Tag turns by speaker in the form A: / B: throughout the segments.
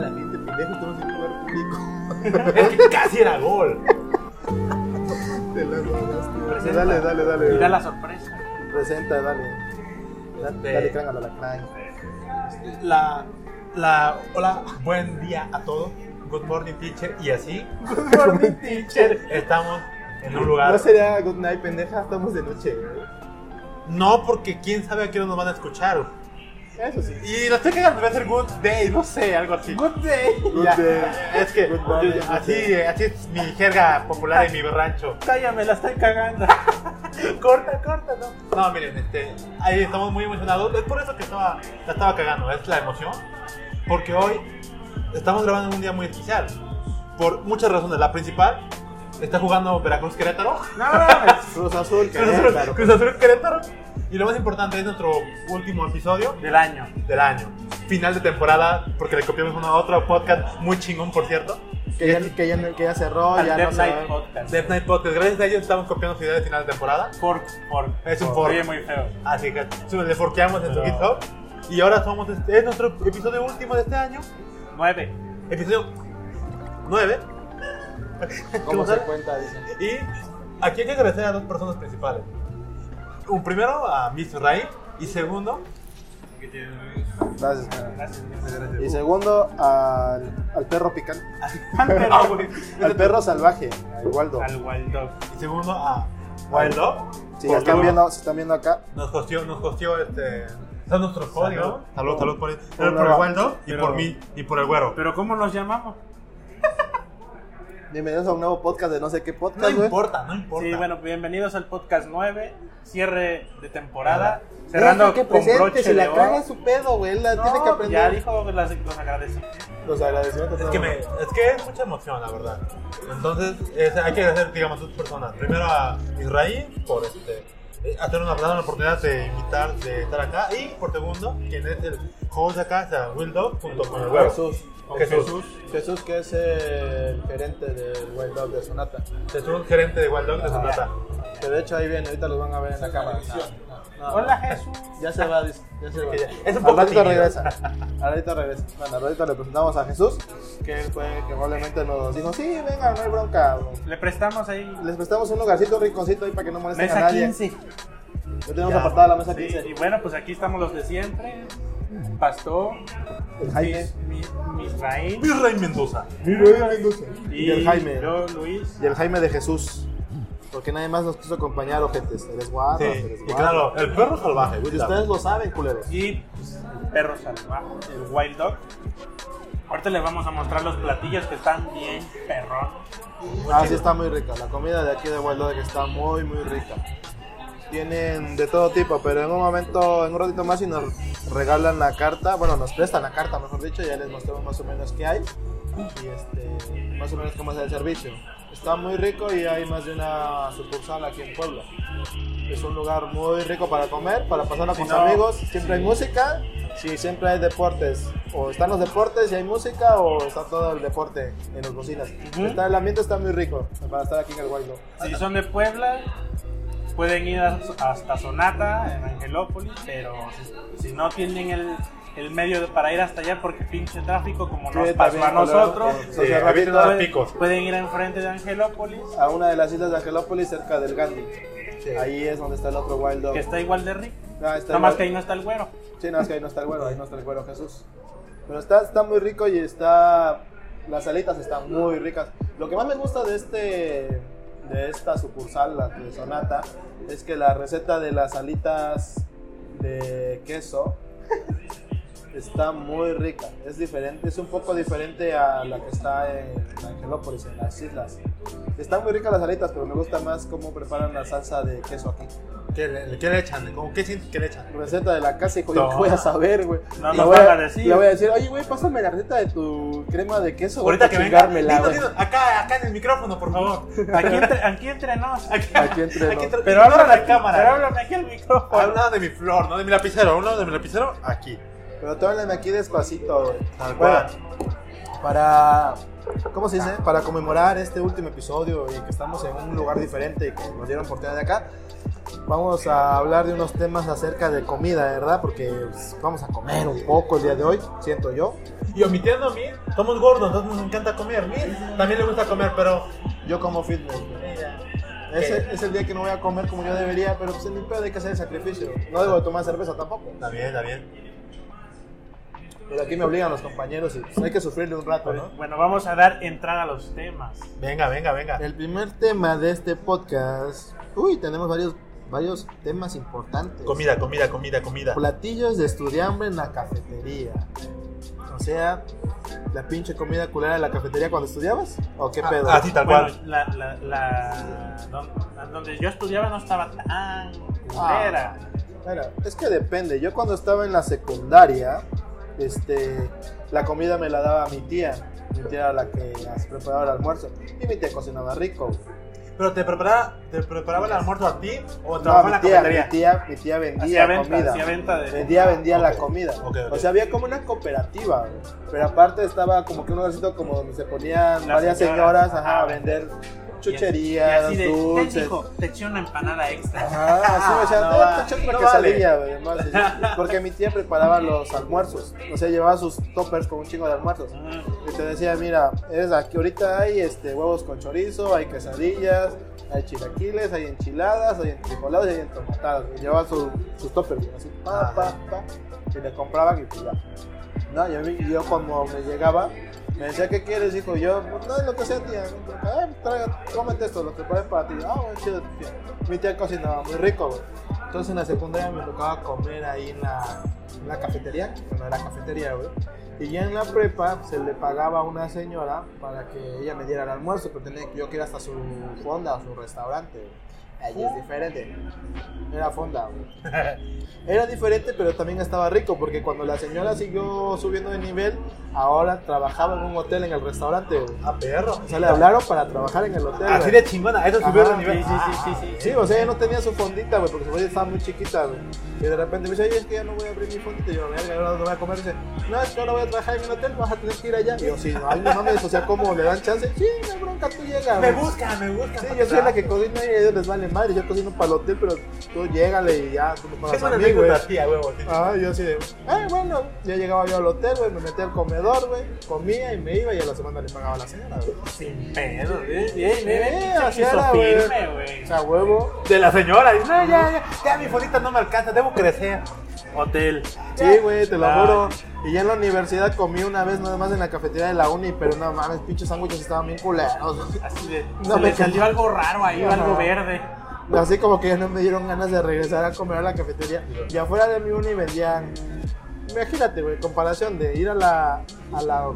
A: pendejo, tú no tienes lugar público.
B: Es que casi era gol.
A: Te la jugaste.
C: Presenta.
A: Dale, dale, dale.
C: Y da la sorpresa.
A: Presenta, dale. Da-
B: Este-
A: Dale, crán a la alacrán.
B: La, la, hola, buen día a todos. Good morning, teacher. Y así,
A: Good morning, teacher.
B: estamos en un
A: No
B: lugar.
A: sería good night, pendeja, estamos de noche. güey.
B: No, porque quién sabe a qué hora nos van a escuchar.
A: Eso sí.
B: Y la estoy cagando, voy a hacer good day, no sé, algo así.
C: Good day.
A: Good
B: Ya,
A: day.
B: Es que
A: Good morning,
B: yo-
A: good
B: así,
A: day.
B: así es mi jerga popular en mi rancho.
C: Cállame, la estoy cagando.
B: corta, corta, no. No, miren, este, ahí estamos muy emocionados. Es por eso que estaba, la estaba cagando, es la emoción. Porque hoy estamos grabando en un día muy especial. Por muchas razones. La principal, está jugando Veracruz Querétaro.
C: No, no,
A: Cruz Azul,
B: Cruz Azul-
A: Querétaro.
B: Cruz Azul Querétaro. Y lo más importante es nuestro último episodio
C: Del año.
B: del año. Final de temporada, porque le copiamos uno a otro podcast muy chingón, por cierto.
A: Que ya, que ya, que ya cerró,
C: Al
A: ya no
C: Death
A: se
C: Night
A: va.
C: Podcast.
B: Death Night Podcast, gracias a ellos estamos copiando su idea de final de temporada.
C: Fork, fork.
B: Es un
C: Fork.
B: fork.
C: Oye, muy feo.
B: Así que su- le forqueamos en su
C: Pero-
B: GitHub. Y ahora somos, este- es nuestro episodio último de este año.
C: Nueve.
B: Episodio 9.
A: ¿Cómo se cuenta? Dicen.
B: Y aquí hay que agradecer a dos personas principales. Un primero a Miss Ray y segundo,
A: Gracias, cara.
C: Gracias.
A: Y segundo, al, al perro picante.
C: Panther,
B: Ah, güey.
A: Al perro salvaje, a Waldo.
C: Al Wild Dog.
B: y segundo a Wild Dog.
A: Si
B: Porque,
A: están
B: bueno,
A: viendo, si están viendo acá,
B: Nos hostió, nos hostió este. Son nuestros códigos. Salud, salud por, salud
A: Pero-
B: por el Wild Dog y
C: pero-
B: por mí y por el güero.
C: Pero ¿cómo los llamamos?
A: bienvenidos a un nuevo podcast de no sé qué
B: No
A: podcast, güey.
B: importa, no importa.
C: Sí, bueno, pues, bienvenidos al podcast 9, cierre de temporada,
A: Deja
C: cerrando
A: que
C: con
A: presente,
C: broche
A: si
C: de
A: la
C: oro.
A: caga es su pedo, güey. Él la
C: No, pues,
A: tiene que
C: Ya
A: aprender.
C: dijo las- los agradecimientos.
A: Los agradecimientos.
B: Es que, me, es que es mucha emoción, la verdad. Entonces, es- hay que agradecer, digamos, a dos personas. Primero a Israel por este, eh, hacer una, dar una oportunidad de invitar, de estar acá. Y por segundo, quien es el host de acá, es a Will Dog, junto con el huevo.
A: Jesús.
B: Jesús.
A: Jesús, que es el gerente del Wild Dog de Sonata.
B: Es un gerente de Wild Dog de
A: Ajá.
B: Sonata.
A: Que de hecho ahí viene, ahorita los van a ver en la cámara. No, no, no.
C: Hola Jesús.
A: Ya se va, dice, ya se va.
B: Es que ya- es un poco
A: Al ratito
B: tímido.
A: regresa. Al ratito regresa. Bueno, al ratito le presentamos a Jesús, que él fue el que probablemente nos dijo, sí, venga, no hay bronca. bro".
C: Le prestamos ahí
A: Les prestamos un lugarcito rinconcito ahí para que no molesten a
C: mesa
A: nadie.
C: 15.
A: Ya tenemos
B: Ya,
A: apartada la mesa
C: Sí,
A: 15.
C: y bueno, pues aquí estamos los de siempre. Pastor,
A: El Jaime.
C: Misraín
B: Israel Mendoza.
A: Y, el Jaime.
C: yo, Luis.
A: Y el Jaime de Jesús. Porque nadie más nos quiso acompañar, ojetes. Eres guarro,
B: Sí,
A: eres
B: y
A: guarro.
B: claro, el perro salvaje.
A: Y
B: Will
A: ustedes
B: Dog.
A: lo saben, culeros.
C: Y pues, el perro salvaje, el Wild Dog. Ahorita les vamos a mostrar los platillos que están bien perrón.
A: Ah, sí, está muy rica. La comida de aquí de Wild que está muy, muy rica. Tienen de todo tipo, pero en un momento, en un ratito más, si nos regalan la carta, bueno, nos prestan la carta, mejor dicho, ya les mostramos más o menos qué hay y este, más o menos cómo es el servicio. Está muy rico y hay más de una sucursal aquí en Puebla. Es un lugar muy rico para comer, para pasarla
C: Si
A: con
C: no,
A: amigos. Siempre hay música, sí, siempre hay deportes. O están los deportes y hay música, o está todo el deporte en las bocinas.
C: Ujú.
A: Está- el ambiente está muy rico para estar aquí en el Waldo.
C: Si son de Puebla, pueden ir a- hasta Sonata, en Angelópolis, pero si, si no tienen el, el medio de- para ir hasta allá porque pinche tráfico como nos
A: Sí,
C: pasó a
A: también, culero,
C: nosotros,
A: eh,
B: Sí,
A: Entonces,
B: había
A: rápido,
B: los
C: pueden,
B: picos.
C: pueden ir enfrente de Angelópolis,
A: A una de las islas de Angelópolis, cerca del Gandhi. Ahí es donde está el otro Wild Dog.
C: que está igual de rico.
A: Ah, está
C: Nada más
A: igual.
C: que ahí no está el güero.
A: Sí, nada más que ahí no está el güero, ahí no está el güero Jesús. Pero está, está muy rico y está. Las alitas están muy ricas. Lo que más me gusta de este. De esta sucursal, la de Sonata, es que la receta de las alitas de queso está muy rica. Es diferente, es un poco diferente a la que está en Angelópolis, en las islas. Están muy ricas las alitas, pero me gusta más cómo preparan la salsa de queso aquí.
B: ¿Qué le, qué le echan? ¿Cómo, ¿Qué sientes que le echan?
A: Receta de la casa, hijo,
B: No.
A: yo qué voy a saber, güey.
C: No
A: Le
C: nos
A: voy
C: van a decir.
A: Le voy a decir, oye, güey, pásame la receta de tu crema de queso, güey,
B: Ahorita
A: para
B: que venga.
A: chingármela,
B: Dino,
A: güey.
B: dino, acá, acá en el micrófono, por favor.
C: Aquí entre, aquí entre nos.
B: Aquí,
A: Aquí entre
B: aquí
A: nos.
B: ignora
C: Pero háblame,
B: la cámara.
C: pero háblame aquí al
B: A un
C: micrófono.
B: lado de mi flor, no de mi lapicero, a un lado de mi lapicero, aquí.
A: Pero tómenla aquí despacito, güey.
B: Tal
A: Bueno,
B: cual.
A: para. ¿Cómo se dice? Para conmemorar este último episodio y que estamos en un lugar diferente y que nos dieron oportunidad de acá. vamos a hablar de unos temas acerca de comida, ¿verdad? Porque pues, vamos a comer un poco el día de hoy, siento yo.
B: Y omitiendo a mí, somos gordos, entonces nos encanta comer. Mir también le gusta comer, pero.
A: Yo como fitness. güey. Ese es el día que no voy a comer como yo debería, pero pues en mi pedo hay que hacer el sacrificio. No debo de tomar cerveza tampoco.
B: Está bien, está bien.
A: Pero aquí me obligan los compañeros y pues, hay que sufrirle un rato, ¿no?
C: Bueno, vamos a dar entrada a los temas.
B: Venga, venga, venga.
A: El primer tema de este podcast. Uy, tenemos varios, varios temas importantes.
B: Comida, comida, comida, comida.
A: Platillos de estudiambre en la cafetería. O sea, la pinche comida culera de la cafetería cuando estudiabas. ¿O qué
B: Ah,
A: pedo?
B: así tal
C: Bueno,
B: cual.
C: la, la, la- don- donde yo estudiaba no estaba tan culera.
A: Ah, Mira, es que depende. Yo cuando estaba en la secundaria, este, la comida me la daba mi tía. Mi tía era la que as- preparaba el almuerzo. Y mi tía cocinaba rico. güey.
B: Pero te preparaba, te preparaba el almuerzo a ti o
A: No,
B: trabajaba en
A: mi
B: la
A: tía,
B: cafetería.
A: mi tía, mi tía vendía
C: Hacía venta,
A: comida.
C: hacía venta de-
A: Vendía, vendía la
B: Ok,
A: comida.
B: ok, ok.
A: O sea, había como una cooperativa. güey. Pero aparte estaba como que un lugarcito como donde se ponían
C: Las
A: varias
C: señoras.
A: señoras, ajá,
C: Ah,
A: a vender
C: Y
A: chucherías,
C: así de,
A: dulces.
C: "Ten, hijo, te eché una empanada extra.
A: Ajá, así me decían,
C: No
A: "Te-
C: va-
A: te eché otra
B: no
A: quesadilla, güey, más así. Porque mi tía preparaba los almuerzos. O sea, llevaba sus toppers con un chingo de almuerzos.
C: Mm,
A: Y te decía, mira, es aquí ahorita hay este, huevos con chorizo, hay quesadillas, hay chilaquiles, hay enchiladas, hay entricoladas y hay entomatadas. güey. llevaba su- sus toppers, güey, así, pa, pa, pa. Y le compraban y pues ya. No, y a mí- yo cuando me llegaba, me decía, ¿qué quieres, hijo? Y yo, "Pues, no, lo que sea, tía. Ah, traiga, cómete esto, lo preparé para ti. Ah, bueno, chido, tía. Mi tía cocinaba muy rico, güey. Entonces en la secundaria me tocaba comer ahí en la, en la cafetería, bueno, en la cafetería, güey. Y ya en la prepa pues, se le pagaba a una señora para que ella me diera el almuerzo, pero tenía que yo que ir hasta su fonda o su restaurante, güey. Ahí es diferente. Era fonda, güey. Era diferente, pero también estaba rico, porque cuando la señora siguió subiendo de nivel, ahora trabajaba en un hotel en el restaurante. güey.
B: Ah, perro.
A: O sea, le hablaron para trabajar en el hotel.
B: Así
A: güey.
B: de chingona, eso
A: Ajá,
B: subió de
A: sí,
B: nivel.
C: sí, sí, sí, sí.
A: Sí, o sea, ella no tenía su fondita, güey, porque su fondita estaba muy chiquita, güey. Y de repente me dice, oye, es que ya no voy a abrir mi fondita. Y yo, verga, ahora no voy a comer. Y dice, no, es que ahora voy a trabajar en un hotel, vas a tener que ir allá. Y yo, sí, no, ay, no mames, o sea, ¿cómo le dan chance? Sí, la bronca tú llegas.
B: Me
A: güey.
B: busca, me busca.
A: Sí, yo soy la que cocina y a ellos les vale madre. Yo cocino para el hotel, pero tú llégale y ya, tú me pagas
B: Es
A: a
B: una
A: mí, güey.
B: anécdota, tía, huevo. sí.
A: Ah, yo así de, eh, bueno, ya llegaba yo al hotel, güey, me metía al comedor, güey, comía y me iba y a la semana le pagaba a la señora, güey.
C: Sin pedo, ¿eh? bien, bien, bien,
A: Sí,
C: pinche
A: así era,
C: piso
A: güey.
C: firme, güey.
A: O sea, huevo.
B: De la señora, dice, no, ya, ya, ya mi fonita no me alcanza, debo crecer.
C: Hotel.
A: Sí, güey, te lo
C: Ah.
A: juro. Y ya en la universidad comí una vez nada más en la cafetería de la uni, pero no mames, pinches sándwiches estaban bien culeros.
C: Así de,
A: No
C: se
A: me
C: le salió
A: can-
C: algo raro ahí,
A: Ajá.
C: algo verde.
A: Así como que ya no me dieron ganas de regresar a comer a la cafetería. Y afuera de mi uni vendían. Imagínate, güey, comparación de ir a la, a la.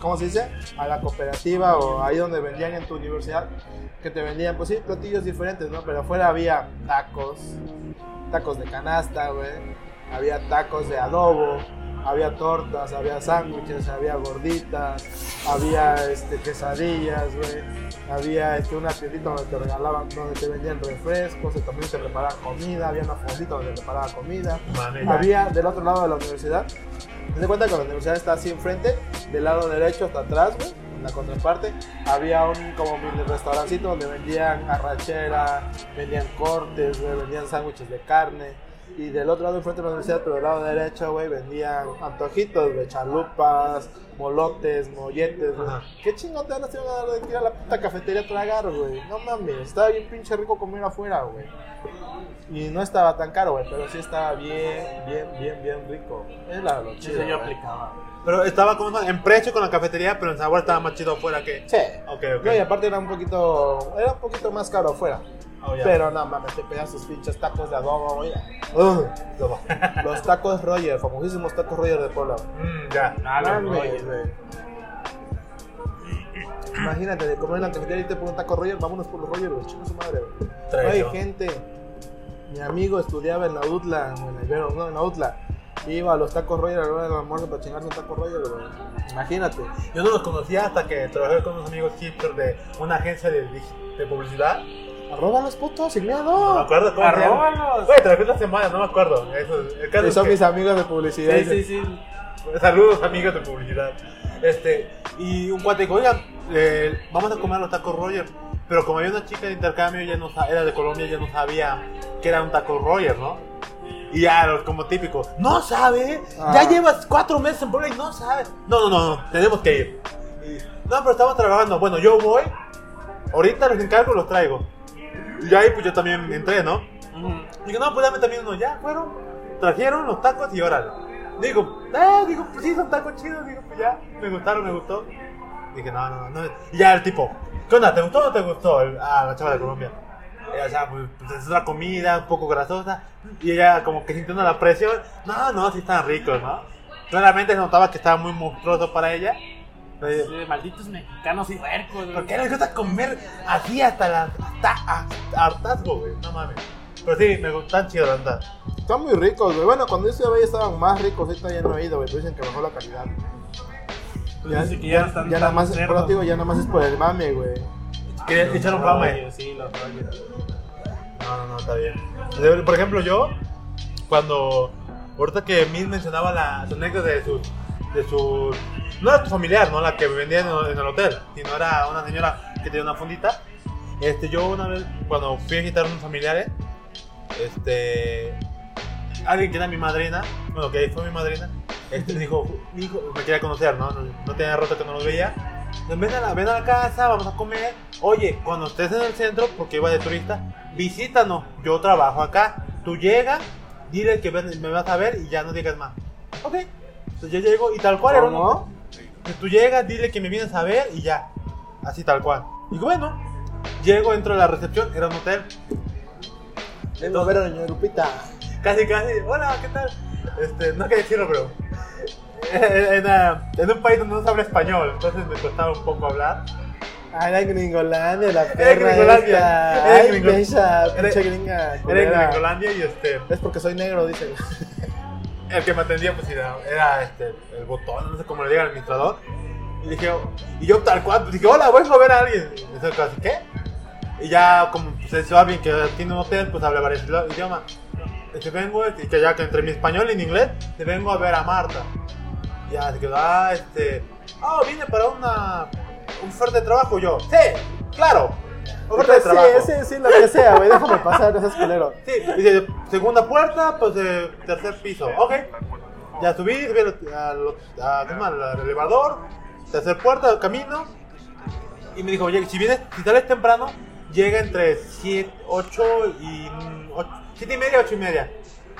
A: ¿Cómo se dice? A la cooperativa o ahí donde vendían en tu universidad. Que te vendían, pues sí, platillos diferentes, ¿no? Pero afuera había tacos, tacos de canasta, güey. Había tacos de adobo, había tortas, había sándwiches, había gorditas, había este, quesadillas, güey. Había este, una tiendita donde te regalaban, donde te vendían refrescos, y también te preparaban comida, había una fondita donde te preparaban comida.
B: Mami, ya.
A: Había del otro lado de la universidad. Te das cuenta que la universidad está así enfrente, del lado derecho hasta atrás, güey, en la contraparte. Había un como mini restaurancito donde vendían arrachera, vendían cortes, güey, vendían sándwiches de carne. Y del otro lado enfrente de la universidad, pero del lado derecho, güey, vendían antojitos, güey, chalupas, molotes, molletes, güey.
B: Ajá.
A: Qué chingón te van a hacer de ir a la puta cafetería a tragar, güey. No mames, estaba bien pinche rico comer afuera, güey. Y no estaba tan caro, güey, pero sí estaba bien, bien, bien, bien rico. Es la lo
C: Eso
A: chido.
C: yo
A: güey.
C: aplicaba.
B: Pero estaba como en precio con la cafetería, pero el sabor estaba más chido afuera que.
A: Sí.
B: Ok, ok.
A: No, y aparte era un poquito, era un poquito más caro afuera.
B: Oh, ya.
A: Pero no mames, te pedías sus pinches tacos de adobo, güey. Ugh. Los tacos Roger, famosísimos tacos Roger de Puebla. güey.
B: Mm, ya.
C: Ah, no,
A: Mames,
C: oye,
A: güey. Imagínate, de comer en la cafetería y te ponen taco Roger, vámonos por los Roger, güey. Chinga su madre, güey. Oye,
B: Traición.
A: gente, mi amigo estudiaba en la UTLA, en la Ibero, no, en la UTLA. Iba a los tacos Roger a la hora del almuerzo para chingarse un taco Roger, güey. Imagínate.
B: Yo no los conocía hasta que trabajé con unos amigos hipsters de una agencia de, de publicidad.
A: Arroba los putos, sin
B: No me
A: miedo.
B: acuerdo cómo se llama.
C: Arróbalos.
B: Güey, trabajé una semana, no me acuerdo. Eso, el caso
A: Y
B: es
A: son
B: que-
A: mis amigos de publicidad.
C: Sí, sí, sí.
B: Saludos amigos de publicidad. Este, y un cuate dijo, oigan, eh, vamos a comer los tacos Roger. Pero como había una chica de intercambio, ya no sa- era de Colombia, ya no sabía que era un Taco Roger, ¿no? Y ya, los como típico, no sabe, ya llevas cuatro meses en Puebla y no sabe. No, no, no, no, tenemos que ir. Y, no, pero estamos trabajando. Bueno, yo voy, ahorita los encargo los traigo. Y ahí pues yo también entré, ¿no?
C: Mm,
B: Digo, no, pues dame también uno ya, fueron, trajeron los tacos y órale. Digo, eh, digo, pues sí, son tacos chidos, digo, pues ya, me gustaron, me gustó. Dije, no, no, no. Y ya el tipo, ¿qué onda? ¿Te gustó o no te gustó? El- ah, la chava de Colombia. Ella, o sea, pues, pues, es una comida un poco grasosa. Y ella, como que sintiendo la presión, no, no, sí están ricos, ¿no? Claramente se notaba que estaba muy monstruoso para ella. Le dije,
C: Sí, de malditos mexicanos puercos, güey.
B: ¿Por qué les gusta comer así hasta la hasta, hasta hartazgo, güey? No mames. Pero sí, me gustan chido, la verdad.
A: Están muy ricos, güey. Bueno, cuando yo estuve ahí estaban más ricos, ahorita ya no he ido, güey. Pero dicen que bajó la calidad.
C: Pues
A: Ya,
C: dice que
A: ya-
C: no están
A: ya
C: tan
A: nada más,
C: cerdos.
A: pero digo, ya nada más es por el mame, güey.
B: Quería echar un fama.
C: Oye, Sí, los rollos.
B: No, no, no, está bien. Por ejemplo, yo, cuando. Ahorita que Miss mencionaba la su anécdota de su. De su no era tu familiar, ¿no? La que vendía en, en el hotel, sino era una señora que tenía una fundita. Este, yo una vez, cuando fui a visitar a unos familiares, este. Alguien que era mi madrina, bueno, que fue mi madrina, este, me dijo, mi hijo me quería conocer, ¿no? No, no tenía rato que no los veía. Ven a, la, ven a la casa, vamos a comer. Oye, cuando estés en el centro, porque iba de turista, visítanos. Yo trabajo acá. Tú llegas, dile que ven- me vas a ver y ya no digas más. Ok. Entonces yo llego y tal cual era un
A: ¿Cómo?
B: hotel. Que tú llegas, dile que me vienes a ver y ya. Así tal cual. Y bueno, llego, entro a la recepción, era un hotel.
A: Vengo a ver a la doña Lupita.
B: Casi, casi, hola, ¿qué tal? Este, no quería decirlo, pero. En, ah, en un país donde no se habla español, entonces me costaba un poco hablar.
A: Ah, era Gringolandia, la
B: Era
A: perra
B: Gringolandia.
A: esta.
B: Era
A: Ay,
B: Gringol-
A: esa
B: Era-
A: pinche gringa.
B: Era en
A: culera.
B: Gringolandia y este.
A: Es porque soy negro, dice.
B: el que me atendía pues era, era, este, el botón, no sé cómo le diga al administrador. Y dije, y yo tal cual, pues, dije, hola, voy a ver a alguien. Y eso casi, ¿qué? Y ya como pues, es alguien que tiene un hotel, pues habla varios ilo- idiomas. Este vengo, este, y que ya que entre mi español y mi inglés, te vengo a ver a Marta. Y ya se quedó, ah, este, ah, viene para una un fuerte trabajo yo. Sí, claro. Oferta de
A: Sí,
B: trabajo.
A: Sí, sí, lo que sea, güey. Déjame pasar, no seas culero.
B: Sí, dice, segunda puerta, pues eh, tercer piso. Ok. Ya subí, subí al, al- a- ¿cómo se llama? al elevador, tercer puerta, camino. Y me dijo, oye, si vienes, si sales temprano, llega entre 7, 8 y 7 y media, 8 y media.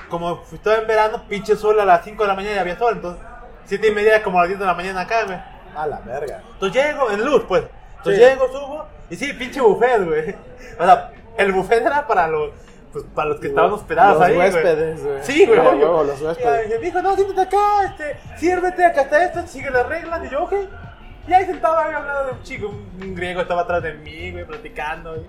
B: Como fui- estaba en verano, pinche sol a las 5 de la mañana y había sol, entonces 7 y media es como a las 10 de la mañana acá, güey.
A: A la verga.
B: Entonces llego, en luz, pues. Entonces
A: Sí.
B: llego, subo, y sí, pinche buffet, güey. O sea, el buffet era para los, pues, para los que estaban hospedados
A: Los
B: ahí. güey.
A: huéspedes, güey.
B: Sí, güey.
A: Sí, a
B: obvio.
A: huevo, los
B: Y
A: huéspedes.
B: me dijo, no, siéntate acá, este, sírvete, acá está esto, sigue las reglas. Y yo, ok. Y ahí sentaba, había hablado de un chico, un un griego estaba atrás de mí, güey, platicando. y,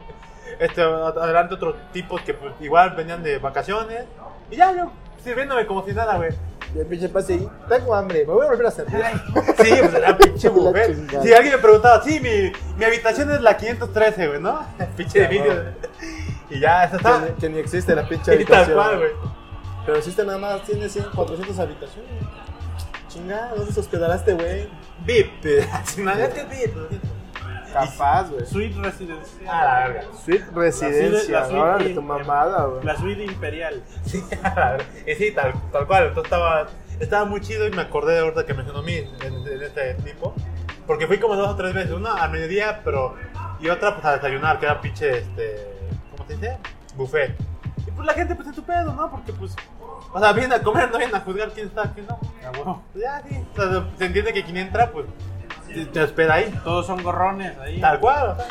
B: este, adelante otros tipos que pues, igual venían de vacaciones. Y ya, yo, sirviéndome como si nada, güey.
A: Y el pinche pase ahí. Tengo hambre, me voy a volver a servir.
B: Sí, pues era pinche
A: La
B: buffet.
A: chingada.
B: Si alguien me preguntaba, sí, mi, mi habitación es la 513, güey, ¿no? Pinche
A: Ya,
B: edificio.
A: va.
B: Y ya, eso
A: Que
B: está.
A: ni- Que ni existe la pinche
B: Y tal
A: habitación.
B: cual, güey.
A: Pero existe nada más, tiene 100, 400 habitaciones. Chinga, ¿dónde se hospedará este güey?
B: VIP. Si no, es que es VIP. lo siento.
A: Capaz, güey.
C: Suite residencial.
B: A la verga.
A: Suite
C: Ah, La
A: residencia,
C: suite-
A: ahora de
C: eh,
A: tu mamada, güey.
C: La suite imperial.
B: Sí, a la verga. Y sí, tal, tal cual. Entonces estaba, estaba muy chido y me acordé de ahorita que mencionó a mí en, en este tipo. Porque fui como dos o tres veces. Una a mediodía, pero. Y otra, pues a desayunar, que era pinche, este. ¿Cómo se dice? Buffet. Y pues la gente, pues en tu pedo, ¿no? Porque pues. O sea, vienen a comer, no vienen a juzgar quién está, quién no.
C: Ah, bueno.
B: Pues ya, sí. O sea, se entiende que quien entra, pues. Te, te espera ahí.
C: Todos son gorrones ahí.
B: Tal cual, o sea.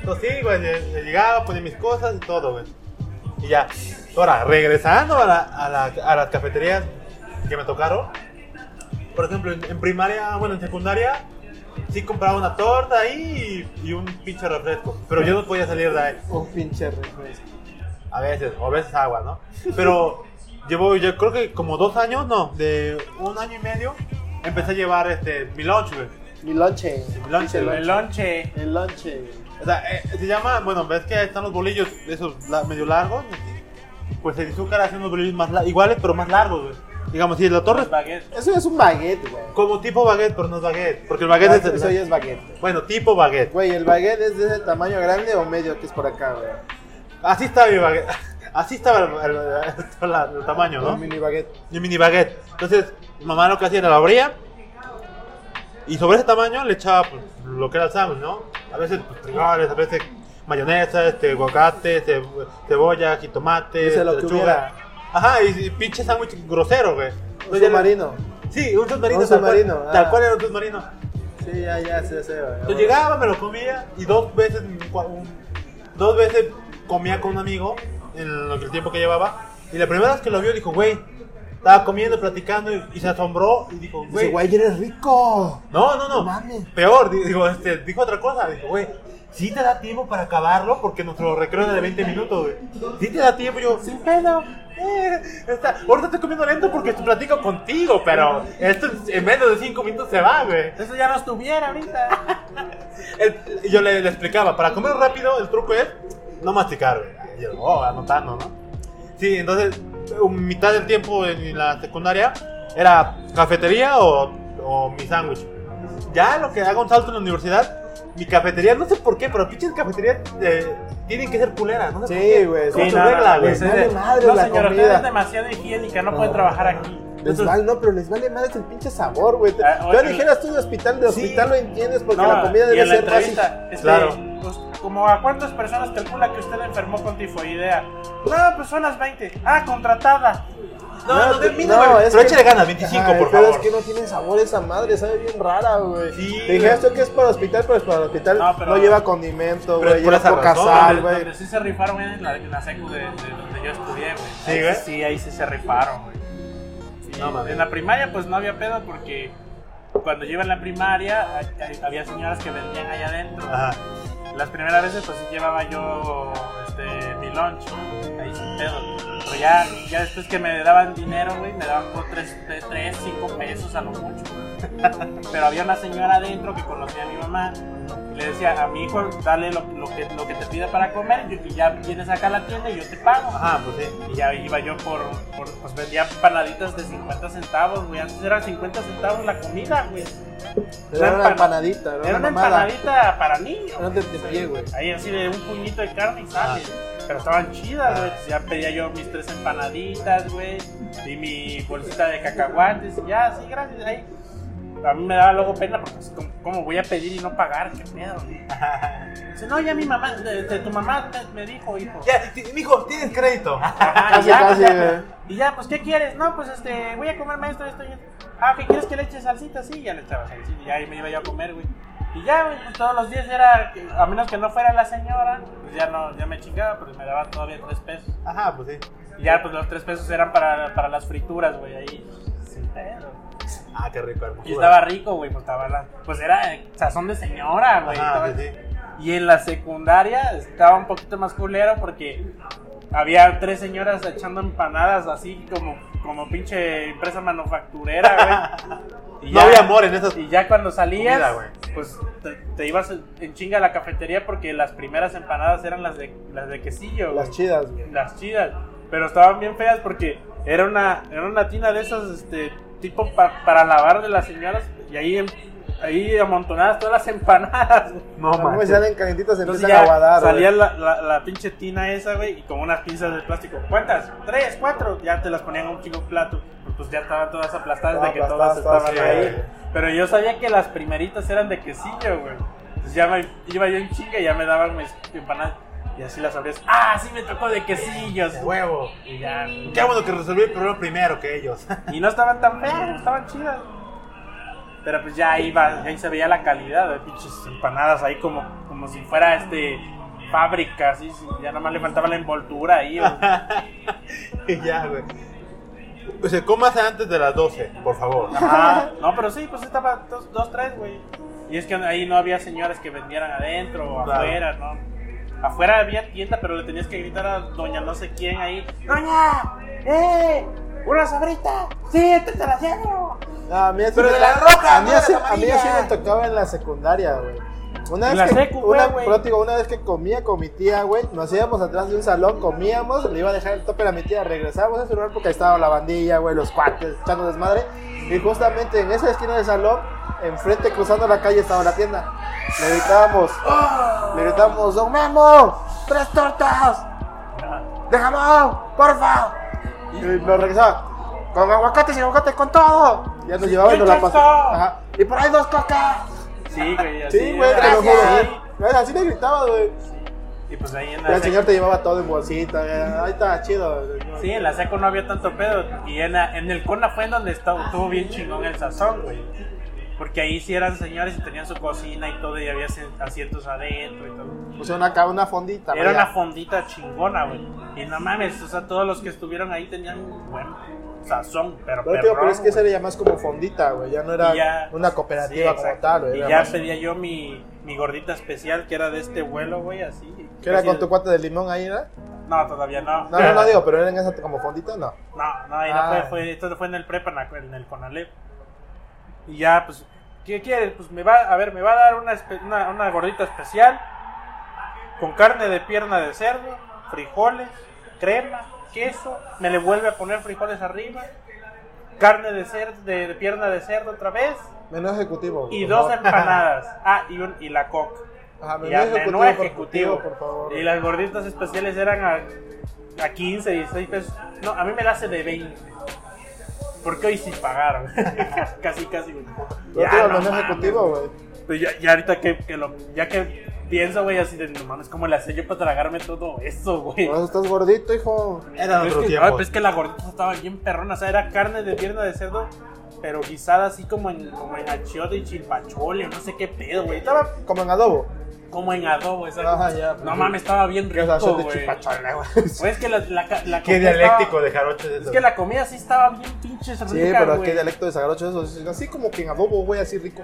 B: Entonces sí, güey, le- le llegaba, ponía mis cosas y todo, güey. Y ya. Ahora, regresando a, la- a la- a las cafeterías que me tocaron, por ejemplo, en, en primaria, bueno, en secundaria, sí compraba una torta ahí y, y un pinche refresco. Pero yo no podía salir de ahí.
A: Un pinche refresco.
B: A veces, o a veces agua, ¿no? Pero llevo, yo creo que como dos años, no, de un año y medio, empecé a llevar este, mi lunch, güey.
A: Mi lonche.
B: Mi lonche,
A: El
C: El lonche.
A: El lonche.
B: O sea, eh, se llama, bueno, ves que están los bolillos esos la- medio largos. así. Pues el azúcar hace unos bolillos más la- iguales, pero más largos, güey. Digamos, si la torre es
C: Baguette.
A: Eso es un baguette, güey.
B: como tipo baguette, pero no es baguette. Porque el baguette es,
A: Ah, Eso ya es baguette. güey.
B: Bueno, tipo baguette.
A: Güey, ¿el baguette es de ese tamaño grande o medio que es por acá, güey?
B: Así está mi baguette. Así estaba el, el- el- la- el tamaño, ¿no?
A: Un mini baguette.
B: Y el mini baguette. Entonces, mi mamá lo que hacía era la abría y sobre ese tamaño le echaba pues, lo que era el sándwich, ¿no? A veces pues, frijoles, a veces mayonesa, este, aguacate, ce- cebolla, jitomate,
A: Dice lo que
B: lechuga.
A: hubiera.
B: Ajá, y, y pinche sándwich grosero, güey.
A: Un
B: Entonces ya le-
A: submarino.
B: Sí, un submarino.
A: Un
B: tal cual-
A: submarino, ah.
B: Tal cual era un submarino.
A: Sí, ya, ya, sí, sí.
B: Yo llegaba, me lo comía y dos veces, mi cua- un- dos veces comía con un amigo en lo que- el tiempo que llevaba. Y la primera vez que lo vio dijo, güey, estaba comiendo, platicando y, y se asombró y dijo,
A: Dice,
B: güey,
A: güey, eres rico.
B: no, no, no,
A: No mames.
B: peor, di- digo, este, dijo otra cosa, dijo, güey, sí te da tiempo para acabarlo porque nuestro recreo era de 20 minutos, güey. Sí te da tiempo, yo, sin pedo. eh, está- ahorita estoy comiendo lento porque platico contigo, pero esto en menos de 5 minutos se va, güey.
C: Eso ya no estuviera ahorita.
B: El- yo le, le explicaba, para comer rápido el truco es no masticar. güey. Y yo, oh, anotando, ¿no? Sí, entonces, un- mitad del tiempo en la secundaria era cafetería o, o mi sándwich. Ya lo que hago un salto en la universidad, mi cafetería, no sé por qué, pero pinches cafeterías eh, tienen que ser culeras, no sé
A: Sí,
B: por qué.
A: güey,
B: Con
A: sí,
B: su
A: no, no,
B: regla,
A: no,
B: güey.
A: sí. Vale madre
C: no,
A: la
C: señora,
A: comida.
C: usted es demasiado higiénica, no puede trabajar aquí.
A: Les vale, no, pero les vale madre el pinche sabor, güey. Te-
C: Ah,
A: Ya
C: oye.
A: dijeras tú de hospital, de
B: Sí.
A: hospital lo entiendes porque
C: No,
A: la comida
C: y
A: debe
C: en la
A: ser
C: entrevista,
A: fácil.
C: este,
B: Claro.
C: pues, como a cuántas personas calcula que usted enfermó con tifoidea. No, pues son las 20. Ah, contratada.
B: No, no,
A: te-
B: termina, güey.
A: es
B: Pero
A: que-
B: échale ganas, 25,
A: Ajá,
B: por
A: pero
B: favor.
A: es que no tiene sabor esa madre, sabe bien rara, güey.
B: Sí,
A: Te dijeras tú que es para hospital, pero es para hospital.
C: No,
A: No,
C: pero-
A: lleva condimento,
B: Pero
A: güey.
B: es por
A: Lleva
B: esa
A: poca
B: razón,
A: sal,
B: donde-
A: güey.
C: Donde sí se rifaron güey, en la, en la secu de, de donde yo estudié, güey.
B: Sí,
C: Ahí
B: güey.
C: Sí, ahí sí se rifaron, güey. Y
B: No, mames.
C: en la primaria, pues no había pedo porque cuando yo iba en la primaria, hay- hay- había señoras que vendían allá adentro.
B: Ajá.
C: Las primeras veces, pues sí llevaba yo este, mi lunch, güey, ahí sin pedo. Pero ya, ya después que me daban dinero, güey, me daban por 3, 5 pesos a lo mucho. güey. Pero había una señora adentro que conocía a mi mamá. y Le decía a mi hijo, dale lo, lo que, lo que te pida para comer y y ya vienes acá a la tienda y yo te pago.
B: Ajá, pues sí.
C: Y ya iba yo por, por- pues vendía panaditas de 50 centavos, güey. Antes eran 50 centavos la comida, güey.
A: Era una
C: empan-
A: empanadita, era
C: Era
A: una
C: una
A: mamada.
C: empanadita para niños.
A: Era de- de pie, güey.
C: Ahí así de un puñito de carne y sale. Pero estaban chidas, güey. Entonces Ya pedía yo mis tres empanaditas, güey. Y mi bolsita de cacahuates. Y ya, sí, gracias. Ahí. A mí me daba luego pena porque así, ¿cómo, cómo voy a pedir y no pagar? ¿Qué pedo? güey? Dice, no, ya mi mamá, de- de tu mamá te- me dijo, hijo.
B: Ya, t- mijo, tienes crédito.
C: Ajá, y
A: Casi,
C: ya,
A: casi,
C: o sea,
A: güey.
C: y ya, pues, ¿qué quieres? No, pues, este, voy a comerme esto, esto y esto. Ah, ¿qué quieres que le eche salsita? Sí, ya le echaba salsita. Y ahí me iba yo a comer, güey. Y ya, güey, pues, todos los días era, que- a menos que no fuera la señora, pues ya no, ya me chingaba, pues me daba todavía tres pesos.
B: Ajá, pues sí.
C: Y ya, pues, los tres pesos eran para, para las frituras, güey, ahí. Sin pedo.
B: Ah, qué rico. hermosura.
C: Y estaba rico, güey, pues estaba la- Pues era eh, sazón de señora, güey.
B: Ajá, pues
C: estaba-
B: sí, sí.
C: y en la secundaria estaba un poquito más culero porque había tres señoras echando empanadas así como, como pinche empresa manufacturera, güey. Y
B: No había amor en esas
C: Y ya cuando salías,
B: comida, güey.
C: pues te, te ibas en chinga a la cafetería porque las primeras empanadas eran las de, las de quesillo,
A: Las
C: güey.
A: chidas, güey.
C: Las chidas. Pero estaban bien feas porque era una, era una tina de esas, este, tipo pa- para lavar de las señoras. Y ahí, em- ahí amontonadas todas las empanadas, güey.
B: No,
A: No me
B: manches.
A: salen calientitas, se
C: Entonces
A: empiezan
C: ya
A: a aguadar. güey.
C: salía la, la, la pinche tina esa, güey, y con unas pinzas de plástico. ¿Cuántas? ¿Tres? ¿Cuatro? Ya te las ponían en un chico plato. Pues ya estaban todas aplastadas de que todas
A: Aplastadas, todas,
C: estaban ahí.
A: sí, güey.
C: Pero yo sabía que las primeritas eran de quesillo, güey. Entonces ya me iba yo en chinga y ya me daban mis empanadas. Y así las abrías. ¡Ah, sí me tocó de quesillos!
B: De huevo.
C: Y ya.
B: Qué bueno que resolví el problema primero que ellos.
C: Y no estaban tan feas, estaban chidas. Pero pues ya iba, ahí se veía la calidad de pinches empanadas ahí como, como si fuera este fábrica, así, sí, ya nada más le faltaba la envoltura ahí. o-
B: y ya, güey. Pues se comas antes de las 12, por favor.
C: Ajá. No, pero sí, pues estaba dos, dos, tres, güey. Y es que ahí no había señoras que vendieran adentro o
B: Claro.
C: afuera, ¿no? Afuera había tienda, pero le tenías que gritar a doña no sé quién ahí. ¡Doña! ¡Eh! ¡Una sabrita! ¡Sí, te, te la llevo!
A: No, a mí así
B: Pero
A: me-
B: de la roja,
A: a mí
B: no de
A: así-
B: la
A: a mí
B: amarilla.
A: así me tocaba en la secundaria, güey. Una
C: En
A: vez,
C: la
A: que,
C: secu,
A: una,
C: güey, güey.
A: pero te digo, una vez que comía con mi tía, güey, nos íbamos atrás de un salón, comíamos, le iba a dejar el tope a mi tía, regresábamos a ese lugar porque ahí estaba la bandilla, güey, los cuates, echando desmadre. Y justamente en esa esquina del salón, enfrente, cruzando la calle, estaba la tienda. Le gritábamos, le gritábamos, Don Memo, tres tortas. ¡Déjalo! ¡Porfa! Y nos regresaba. Con aguacates y aguacates, con todo. Ya nos llevaban de la
C: ¡Muchacho!
A: pasada. Ajá. Y por ahí dos cocas.
C: Sí, güey, así.
A: Sí, güey, te
C: era,
A: lo juro.
C: así.
A: Güey, Así le gritaba, güey.
C: Y pues ahí en
A: Y
C: la
A: el señor
C: seco,
A: te llevaba todo en bolsita. güey. Ahí está chido. güey.
C: sí, en la seco no había tanto pedo. Y en, la- en el Cona fue en donde estaba, estuvo bien chingón el sazón, güey. Porque ahí sí eran señores y tenían su cocina y todo, y había asientos- asientos adentro y todo.
A: O sea, una, ca- una fondita.
C: Era
A: vaya.
C: una fondita chingona, güey. Y no mames, o sea, todos los que estuvieron ahí tenían un buen sazón, pero
A: Pero, tío,
C: perrón,
A: pero es que esa
C: güey.
A: era ya más como fondita, güey. Ya no era
C: Y ya-
A: una cooperativa
C: Sí,
A: como
C: exacto.
A: tal, güey.
C: Y
A: Era
C: ya
A: más-
C: pedía yo mi, mi gordita especial, que era de este vuelo, güey, así.
A: ¿Qué era
C: Casi-
A: con tu cuate de limón ahí, era?
C: No, todavía no.
A: No, no, no digo, pero era en esa como fondita, no.
C: No, no, ahí
A: Ah.
C: no fue, fue- esto fue en el prepa, en la- en el Conalep. Y ya, pues, ¿qué quieres? Pues me va, a ver, me va a dar una, espe- una, una gordita especial con carne de pierna de cerdo, frijoles, crema, queso, me le vuelve a poner frijoles arriba, carne de cerdo, de, de pierna de cerdo otra vez
A: Menú ejecutivo.
C: y
A: por
C: dos
A: favor.
C: empanadas. Ah, y, un, y la coca.
A: Ajá, menú
C: Ya,
A: ejecutivo,
C: menú
A: por-
C: ejecutivo.
A: por favor.
C: Y las gorditas especiales eran a, a 15, 16 pesos. No, a mí me la hace de 20. Porque hoy sí pagaron. casi, casi. güey.
A: Pero
C: Ya,
A: tío,
C: no
A: menú
C: mames.
A: ejecutivo, güey.
C: Pues ya, ya ahorita que, que lo, ya que pienso, güey, así de, no mames, ¿cómo le hacía yo para tragarme todo eso, güey?
A: Por eso estás gordito, hijo.
B: Era
C: Pero
B: otro
C: es que, ah,
B: tiempo.
C: pues es que la gordita estaba bien perrona, o sea, era carne de pierna de cerdo, pero guisada así como en, como en achiote y chilpachole, no sé qué pedo, güey. Estaba
A: Estaba como en adobo.
C: como en adobo, esa-
A: Ajá, ya. pues,
C: No mames, estaba bien
A: Que es hacer
C: rico,
A: de
C: güey.
A: chipachole, güey.
C: Pues es que la, la, la comida
B: Qué dialéctico
C: estaba-
B: de jarocho es eso.
C: Es que la comida sí estaba bien pinche rica,
A: Sí, pero
C: güey.
A: qué dialecto de Sagarocho eso. sí, Así como que en adobo, güey, así rico.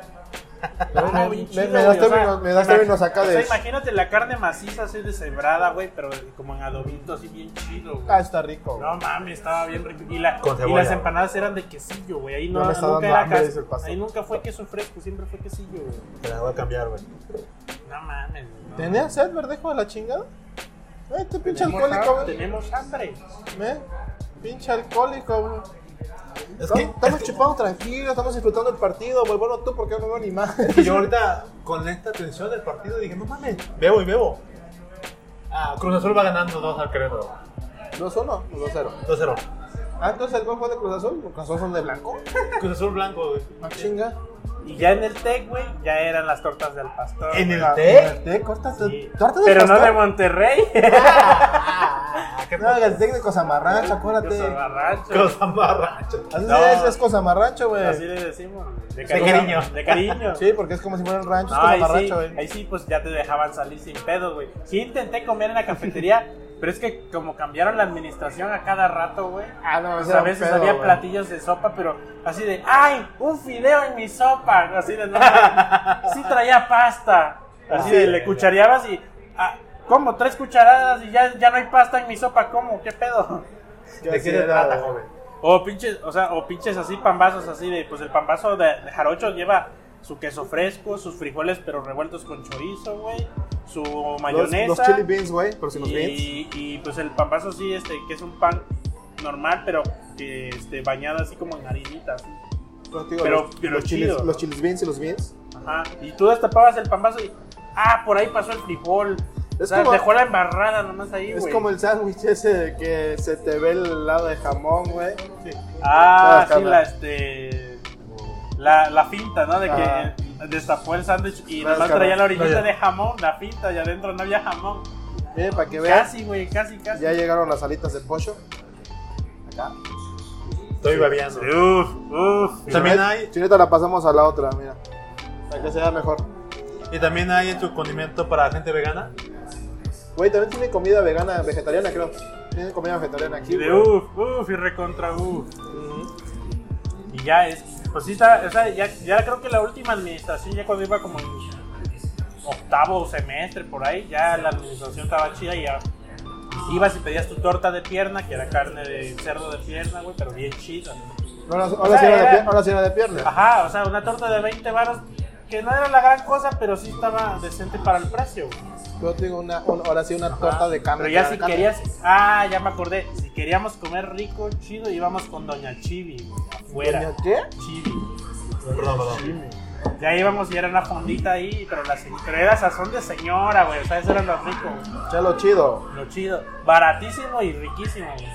A: Me, me-
C: Ah,
A: me-
C: bien chido,
A: me das
C: güey, o sea,
A: términos, me das
C: imag-
A: términos acá
C: O sea,
A: de.
C: imagínate la carne maciza así deshebrada, güey, pero como en adobito, así bien chido, güey.
A: Ah, está rico.
C: No mames, estaba bien rico. Y, la-
B: Con
C: y
B: cebolla.
C: las empanadas eran de quesillo, güey. Ahí no,
A: No me está
C: nunca
A: dando
C: era
A: hambre,
C: cas-
A: dice el pastor.
C: Ahí nunca fue queso fresco, siempre fue quesillo, güey.
B: Te la voy a cambiar, güey.
C: No mames, güey, no.
A: ¿Tenía sed, verdejo, de la chingada? Eh, Este pinche
C: Tenemos
A: alcohólico,
C: ham-
A: güey.
C: Tenemos hambre.
A: Ve, Pinche alcohólico, güey.
B: Es
A: Estamos-
B: que, este-
A: estamos chupando tranquilos, estamos disfrutando el partido, güey. Bueno, tú, porque yo no veo ni más.
B: es que yo ahorita, con esta tensión del partido, dije, no mames, bebo y bebo. Ah, Cruz Azul va ganando 2 al Querétaro.
A: 2-1 o 2-0.
B: 2-0.
A: Ah, entonces el gol fue de Cruz Azul. Los Cruz Azul son de blanco.
B: Cruz Azul blanco, güey.
A: Ah, chinga.
C: Y ya en el Tec, güey, ya eran las tortas del pastor.
B: En el
A: Ah,
B: TEC.
A: El TEC, cortas.
C: Sí.
A: ¿Tú hartas de
C: Pero no
A: pastor?
C: de Monterrey.
B: Ah, qué
A: No, el TEC de Cosamarrancho,
C: Yo soy
A: acuérdate.
C: barracho.
B: cosa más racha.
A: Así
C: No.
A: es, es Cosamarrancho,
C: Así
A: güey.
C: le decimos. De
B: cariño.
C: De cariño.
A: Sí, porque es como si fuera un rancho,
C: No,
A: es
C: ahí, sí,
A: Cosamarrancho, güey.
C: ahí sí, pues ya te dejaban salir sin pedo, güey. Sí intenté comer en la cafetería, pero es que como cambiaron la administración a cada rato, güey.
A: Ah, no,
C: pues
A: ese era
C: a
A: un
C: veces
A: pedo,
C: había
A: güey.
C: platillos de sopa, pero así de, ¡ay! ¡Un fideo en mi sopa! Así de, no, no, sí traía pasta. Así de, le cuchareabas y, ah, ¿cómo? Tres cucharadas y ya, ya no hay pasta en mi sopa, ¿cómo? ¿Qué pedo?
A: Yo
B: ¿De
A: así
B: qué se
A: era,
B: trata,
A: güey.
B: joven?
C: O pinches, o sea, o pinches así pambazos así de, pues el pambazo de, de jarocho lleva su queso fresco, sus frijoles pero revueltos con chorizo, güey, su
A: Los,
C: mayonesa.
A: los chili beans, güey, pero sin los beans.
C: y, y, pues el pambazo sí, este, que es un pan normal, pero que, este, bañado así como en harinita. así.
A: Pero, tío,
C: pero-
A: los,
C: pero
A: los chiles,
C: chido.
A: los chiles beans y los beans.
C: Ajá. Y tú destapabas el pambazo y, ah, por ahí pasó el frijol.
A: Es
C: O sea,
A: como-
C: dejó la embarrada nomás ahí,
A: Es
C: güey.
A: como el sándwich ese de que se te ve el lado de jamón, güey. Todas
C: Ah, sí,
A: carnes.
C: la, este, la, la finta, ¿no? De que
A: Ah.
C: destapó el sándwich y
A: Todas
C: nada más
A: carnes.
C: traía la
B: No,
C: orillita
B: ya.
C: de jamón, la finta, y adentro no había jamón.
A: Miren, para que veas,
C: Casi, güey, casi, casi.
A: ya llegaron las alitas del pollo. Acá.
B: Estoy babeando.
C: Uf, uf.
B: También
A: Chuleta-
B: hay,
A: Chuleta la pasamos a la otra, mira. Para que sea mejor.
B: y también hay en tu condimento para gente vegana.
A: Güey, también tiene comida vegana, vegetariana, creo. Tiene comida vegetariana aquí.
C: De
A: güey.
C: uf, uf, y recontra uf. Y ya es, pues sí está, o sea, ya, ya creo que la última administración, ya cuando iba como en octavo semestre por ahí, ya la administración estaba chida y ya ibas y pedías tu torta de pierna, que era carne de cerdo de pierna, güey, pero bien chida.
A: Ahora, ahora
C: O sea,
A: sí era de
C: era-
A: pier- ahora sí era de pierna.
C: Ajá, o sea, una torta de 20 varos que no era la gran cosa, pero sí estaba decente para el precio, güey.
A: Yo tengo una, un- ahora sí una torta de carne.
C: Pero ya
A: cara
C: si
A: de carne.
C: querías. Ah, ya me acordé. Si queríamos comer rico, chido, íbamos con Doña Chibi, güey, afuera.
A: Doña, ¿Qué?
C: Chibi.
B: Perdón, perdón.
C: Ya íbamos y era una fondita ahí, pero, la, se- pero era sazón de señora, güey. O sea, eso era lo rico, güey.
A: Chelo chido.
C: Lo chido. Baratísimo y riquísimo, güey.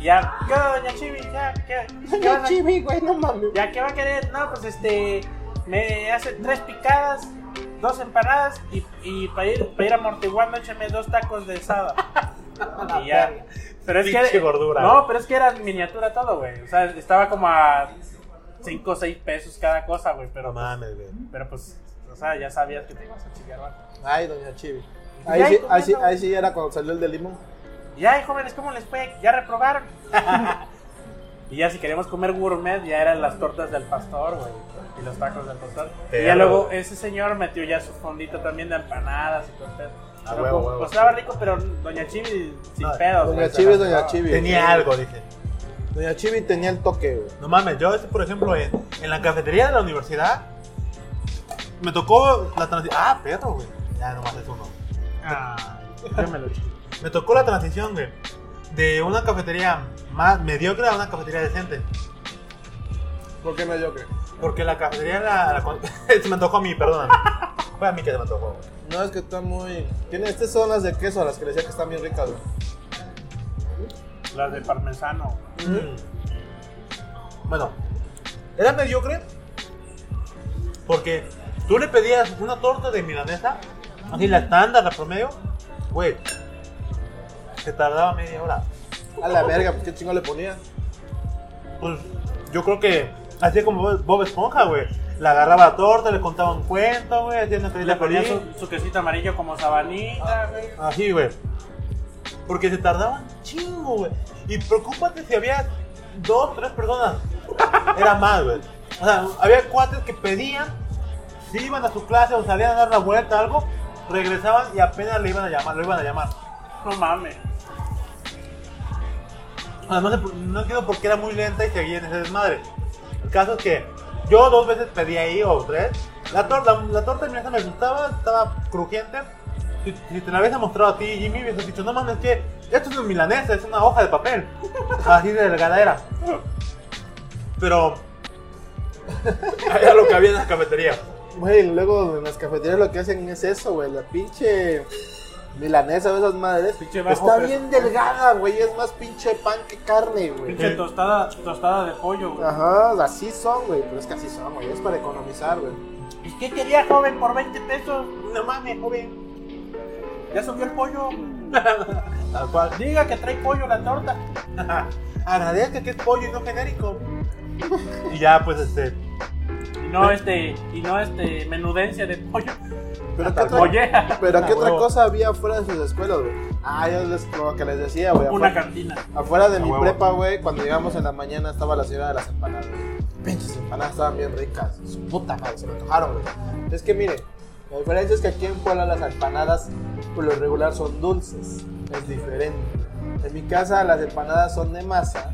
C: Y Ya, ¿qué onda, doña Chibi? Ya, ¿qué, qué van a-
A: güey, no mames.
C: ya, ¿qué va a querer? No, pues este, me hace tres picadas, dos empanadas y, y para, ir, para ir amortiguando, écheme dos tacos de asada. y ya. Pero es
B: Pinche
C: que,
B: gordura,
C: No,
B: güey.
C: pero es que era miniatura todo, güey. O sea, estaba como a 5 o 6 pesos cada cosa, güey. Pero,
B: No
C: pues,
B: mames, güey.
C: pero pues, o sea, ya sabías que te ibas a chingar, güey.
A: Ay, doña Chibi.
C: Ya,
A: Ahí
C: y
A: sí,
C: comiendo,
A: ahí, sí,
C: güey.
A: ahí sí era cuando salió el de limón.
C: Y ay, jóvenes, ¿cómo les fue? Ya reprobaron. y ya si queríamos comer gourmet, ya eran las tortas del pastor, güey. Y los tacos del pastor. Y ya
B: Pero-
C: luego ese señor metió ya su fondito también de empanadas y todo el pedo.
A: Ah,
C: Pero
A: huevo,
C: como-
A: huevo. Ah,
C: pues estaba rico, pero Doña Chibi sin
B: No,
C: pedos.
A: Doña
C: güey, se
A: Chibi
C: la
A: es Doña
C: sacaba.
A: Chibi.
B: Tenía algo, dije.
A: Doña Chibi tenía el toque, güey.
B: No mames, yo, este, por ejemplo, en, en la cafetería de la universidad, me tocó la transición. Ah, perro, güey. Ya, nomás es uno.
C: Ah, yo me lo eché.
B: Me tocó la transición, güey. De una cafetería más mediocre a una cafetería decente.
A: ¿Por qué mediocre?
B: Porque la cafetería la. la con- se me tocó a mí, perdóname. Fue a mí que se me tocó, güey.
A: No, es que está muy. Tiene estas son las de queso, las que le decía que están bien ricas, güey.
C: Las de parmesano.
B: Mm. Bueno, era mediocre porque tú le pedías una torta de milanesa, así la estándar, la promedio, güey, se tardaba media hora.
A: A la verga, pues qué chingo le ponía.
B: Pues yo creo que hacía como Bob- Bob Esponja, güey. La agarraba la torta, le contaba un cuento, güey, hacía una
C: Le
B: carita
C: ponía
B: feliz.
C: su, su quesito amarillo como sabanita, Ah, güey.
B: Así, güey. Porque se tardaban chingo, güey. Y preocúpate si había dos, tres personas. Era más, güey. O sea, había cuates que pedían, si iban a su clase o salían a dar la vuelta o algo, regresaban y apenas le iban a llamar, lo iban a llamar.
C: No mames.
B: Además, no entiendo por qué era muy lenta y seguía en ese desmadre. El caso es que yo dos veces pedí ahí o tres. La torta, la torta de milanesa me gustaba, estaba crujiente. Si, si te la hubiese mostrado a ti, Jimmy, hubieses dicho, no mames, que esto es un milanesa, es una hoja de papel. Así de delgada era. Pero era lo que había en la cafetería.
A: Güey, luego en las cafeterías lo que hacen es eso, güey. La pinche milanesa de esas madres.
C: Pinche bajo
A: está
C: peso.
A: bien delgada, güey. Es más pinche pan que carne, güey.
C: Pinche tostada, tostada de pollo,
A: Ah.
C: güey.
A: Ajá, así son, güey. Pero es que así son, güey. Es para economizar, güey.
C: ¿Y qué quería, joven, por 20 pesos?
B: No mames, joven.
C: Ya subió el pollo.
B: Tal cual.
C: Diga que trae pollo la torta.
B: Agradezca que es pollo y no genérico. Y ya, pues este.
C: Y no este, y no este, menudencia de pollo.
A: Pero qué
B: Hasta
A: otra,
C: Oye,
A: pero qué
B: Ah,
A: otra
B: huevo.
A: cosa había afuera de sus escuelas, güey. Ah, yo les, como que les decía, güey.
C: una
A: afuera-
C: cantina.
A: Afuera de
B: A
A: mi
B: huevo.
A: prepa, güey, cuando llegamos en la mañana estaba la señora de las empanadas. güey. Pinches empanadas estaban bien ricas. Su puta madre, se me antojaron, güey. Es que miren, la diferencia es que aquí en Puebla las empanadas por lo regular son dulces. Es diferente. En mi casa las empanadas son de masa,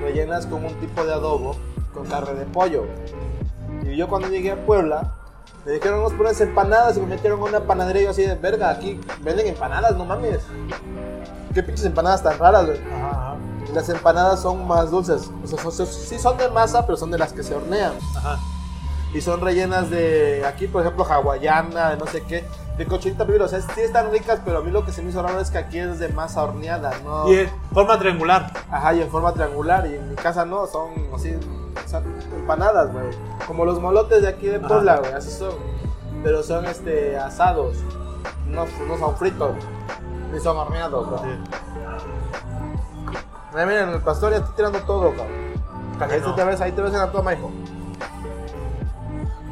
A: rellenas con un tipo de adobo con carne de pollo. güey. Y yo cuando llegué a Puebla, me dijeron unas puras empanadas y me metieron a una panadería y yo así de verga, aquí venden empanadas, no mames. Qué pinches empanadas tan raras, güey.
B: Ajá,
A: Las empanadas son más dulces. O sea, son- son- sí son de masa, pero son de las que se hornean.
B: ajá.
A: Y son rellenas de aquí, por ejemplo, hawaiana, de no sé qué, de cochinita pibil. O sea, sí están ricas, pero a mí lo que se me hizo raro es que aquí es de masa horneada, ¿no?
B: Y es forma triangular.
A: Ajá, y en forma triangular. Y en mi casa no, son así, o sea, empanadas, güey. Como los molotes de aquí de
B: Ajá.
A: Puebla, güey, así son. Pero son este, asados. No, no son fritos, ni son horneados, güey. Mira, miren, el pastor ya está tirando todo, cabrón.
B: Casi
A: Ahí,
B: no.
A: te ves, ahí te ves en la toma, hijo.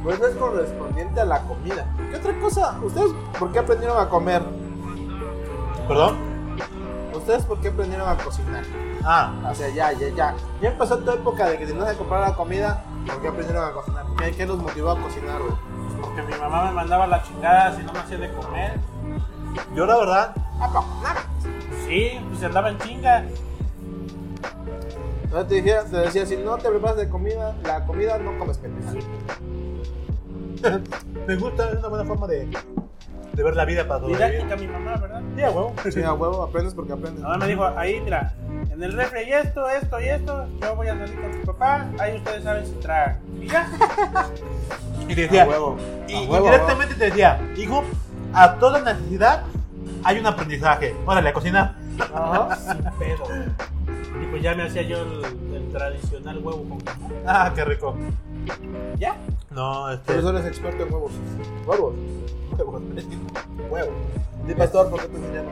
A: Pues no es correspondiente a la comida. ¿Qué otra cosa? ¿Ustedes por qué aprendieron a comer?
B: ¿Perdón?
A: ¿Ustedes por qué aprendieron a cocinar?
B: Ah,
A: O sea, ya, ya, ya. Ya empezó tu época de que si no se compraba la comida, ¿por qué aprendieron a cocinar? ¿Qué, qué los motivó a cocinar, güey?
C: Porque mi mamá me mandaba la chingada si no me hacía de comer.
B: yo la verdad,
A: Ah, no, nada.
C: Sí, pues andaba en chinga.
A: Yo te dijera, te decía, si no te preparas de comida, la comida no comes pendeja.
B: me gusta, es una buena forma de, de ver la vida para sobrevivir.
C: Didáctica mi mamá, ¿verdad?
B: Sí, a huevo. Ah,
A: Sí, a huevo, aprendes porque aprendes.
C: Mi mamá me dijo, ahí mira, en en el refri hay esto, esto y esto, yo voy a salir con tu papá, ahí ustedes saben si tragan. Y ya.
B: Y te decía,
A: A huevo,
B: y,
A: a
B: y
A: huevo,
B: directamente te decía, hijo, a toda necesidad hay un aprendizaje. Órale, a cocinar.
C: Ajá, sin pedo. Y pues ya me hacía yo el, el tradicional huevo con café.
B: Ah, qué rico.
C: ¿Ya?
B: No, este.
A: Pero eres experto en huevos. Huevos.
B: huevos.
A: Huevos. Di pastor, ¿por qué te enseñaron?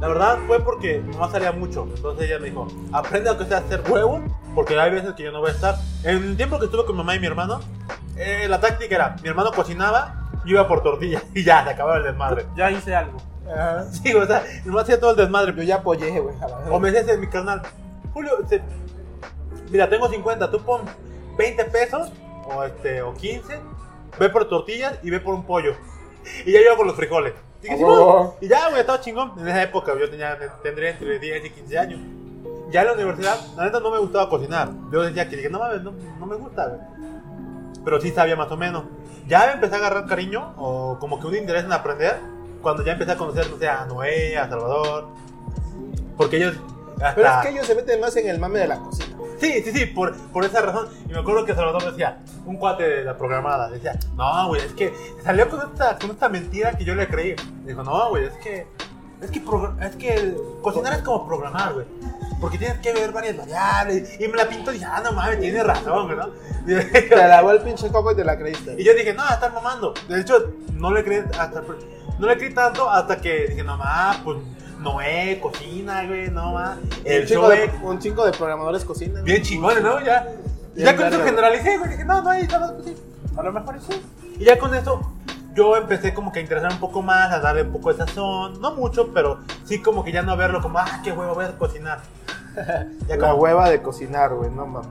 B: La verdad fue porque no salía mucho. Entonces ella me dijo, aprende a que sea hacer huevo, porque hay veces que yo no voy a estar. En el tiempo que estuve con mi mamá y mi hermano, eh, la táctica era, mi hermano cocinaba, yo iba por tortillas y ya, se acababa el desmadre.
C: Ya hice algo.
B: Sí, o sea, mi hermano hacía todo el desmadre.
A: Yo ya apoyé, güey. a la verga.
B: O me decías en mi canal, Julio, este, mira, tengo 50, tú pon 20 pesos o, este, o 15, ve por tortillas y ve por un pollo. Y ya yo con los frijoles. Y, dije,
A: A huevo.
B: "Sí, no". Y ya, güey, estaba chingón. En esa época yo tenía, tendría entre 10 y 15 años. Ya en la universidad, la neta no me gustaba cocinar. Yo decía que dije, no mames, no, no me gusta, güey". Pero sí sabía más o menos. Ya empecé a agarrar cariño o como que un interés en aprender cuando ya empecé a conocer, no sé, a Noé, a Salvador. Porque ellos. Hasta...
A: Pero es que ellos se meten más en el mame de la cocina.
B: Sí, sí, sí, por, por esa razón. Y me acuerdo que Salvador decía, un cuate de la programada, decía, no, güey, es que salió con esta, con esta mentira que yo le creí. Dijo, no, güey, es que, es que, progr- es que cocinar es como programar, güey. Porque tienes que ver varias variables. Y me la pinto y dije, ah, no mames, tiene razón, güey, ¿no? Y-
A: Te lavó el pinche coco y te la creíste.
B: y yo dije, no, estar mamando. De hecho, no le creí hasta no le creí tanto hasta que dije, no más, pues Noé, cocina, güey, no más.
A: un,
B: El
A: chingo
B: show
A: de,
B: es
A: un chingo de programadores cocinan.
B: bien chingón, ¿no? Ya,
A: Bien
B: ya con eso
A: verga.
B: generalicé, güey, dije, no, no hay nada pues sí.
C: A lo mejor eso.
B: Y ya con eso yo empecé como que a interesar un poco más, a darle un poco de sazón, no mucho, pero sí como que ya no verlo como, ah, qué huevo, voy a cocinar. ya
A: La
B: como,
A: hueva de cocinar, güey, no mames.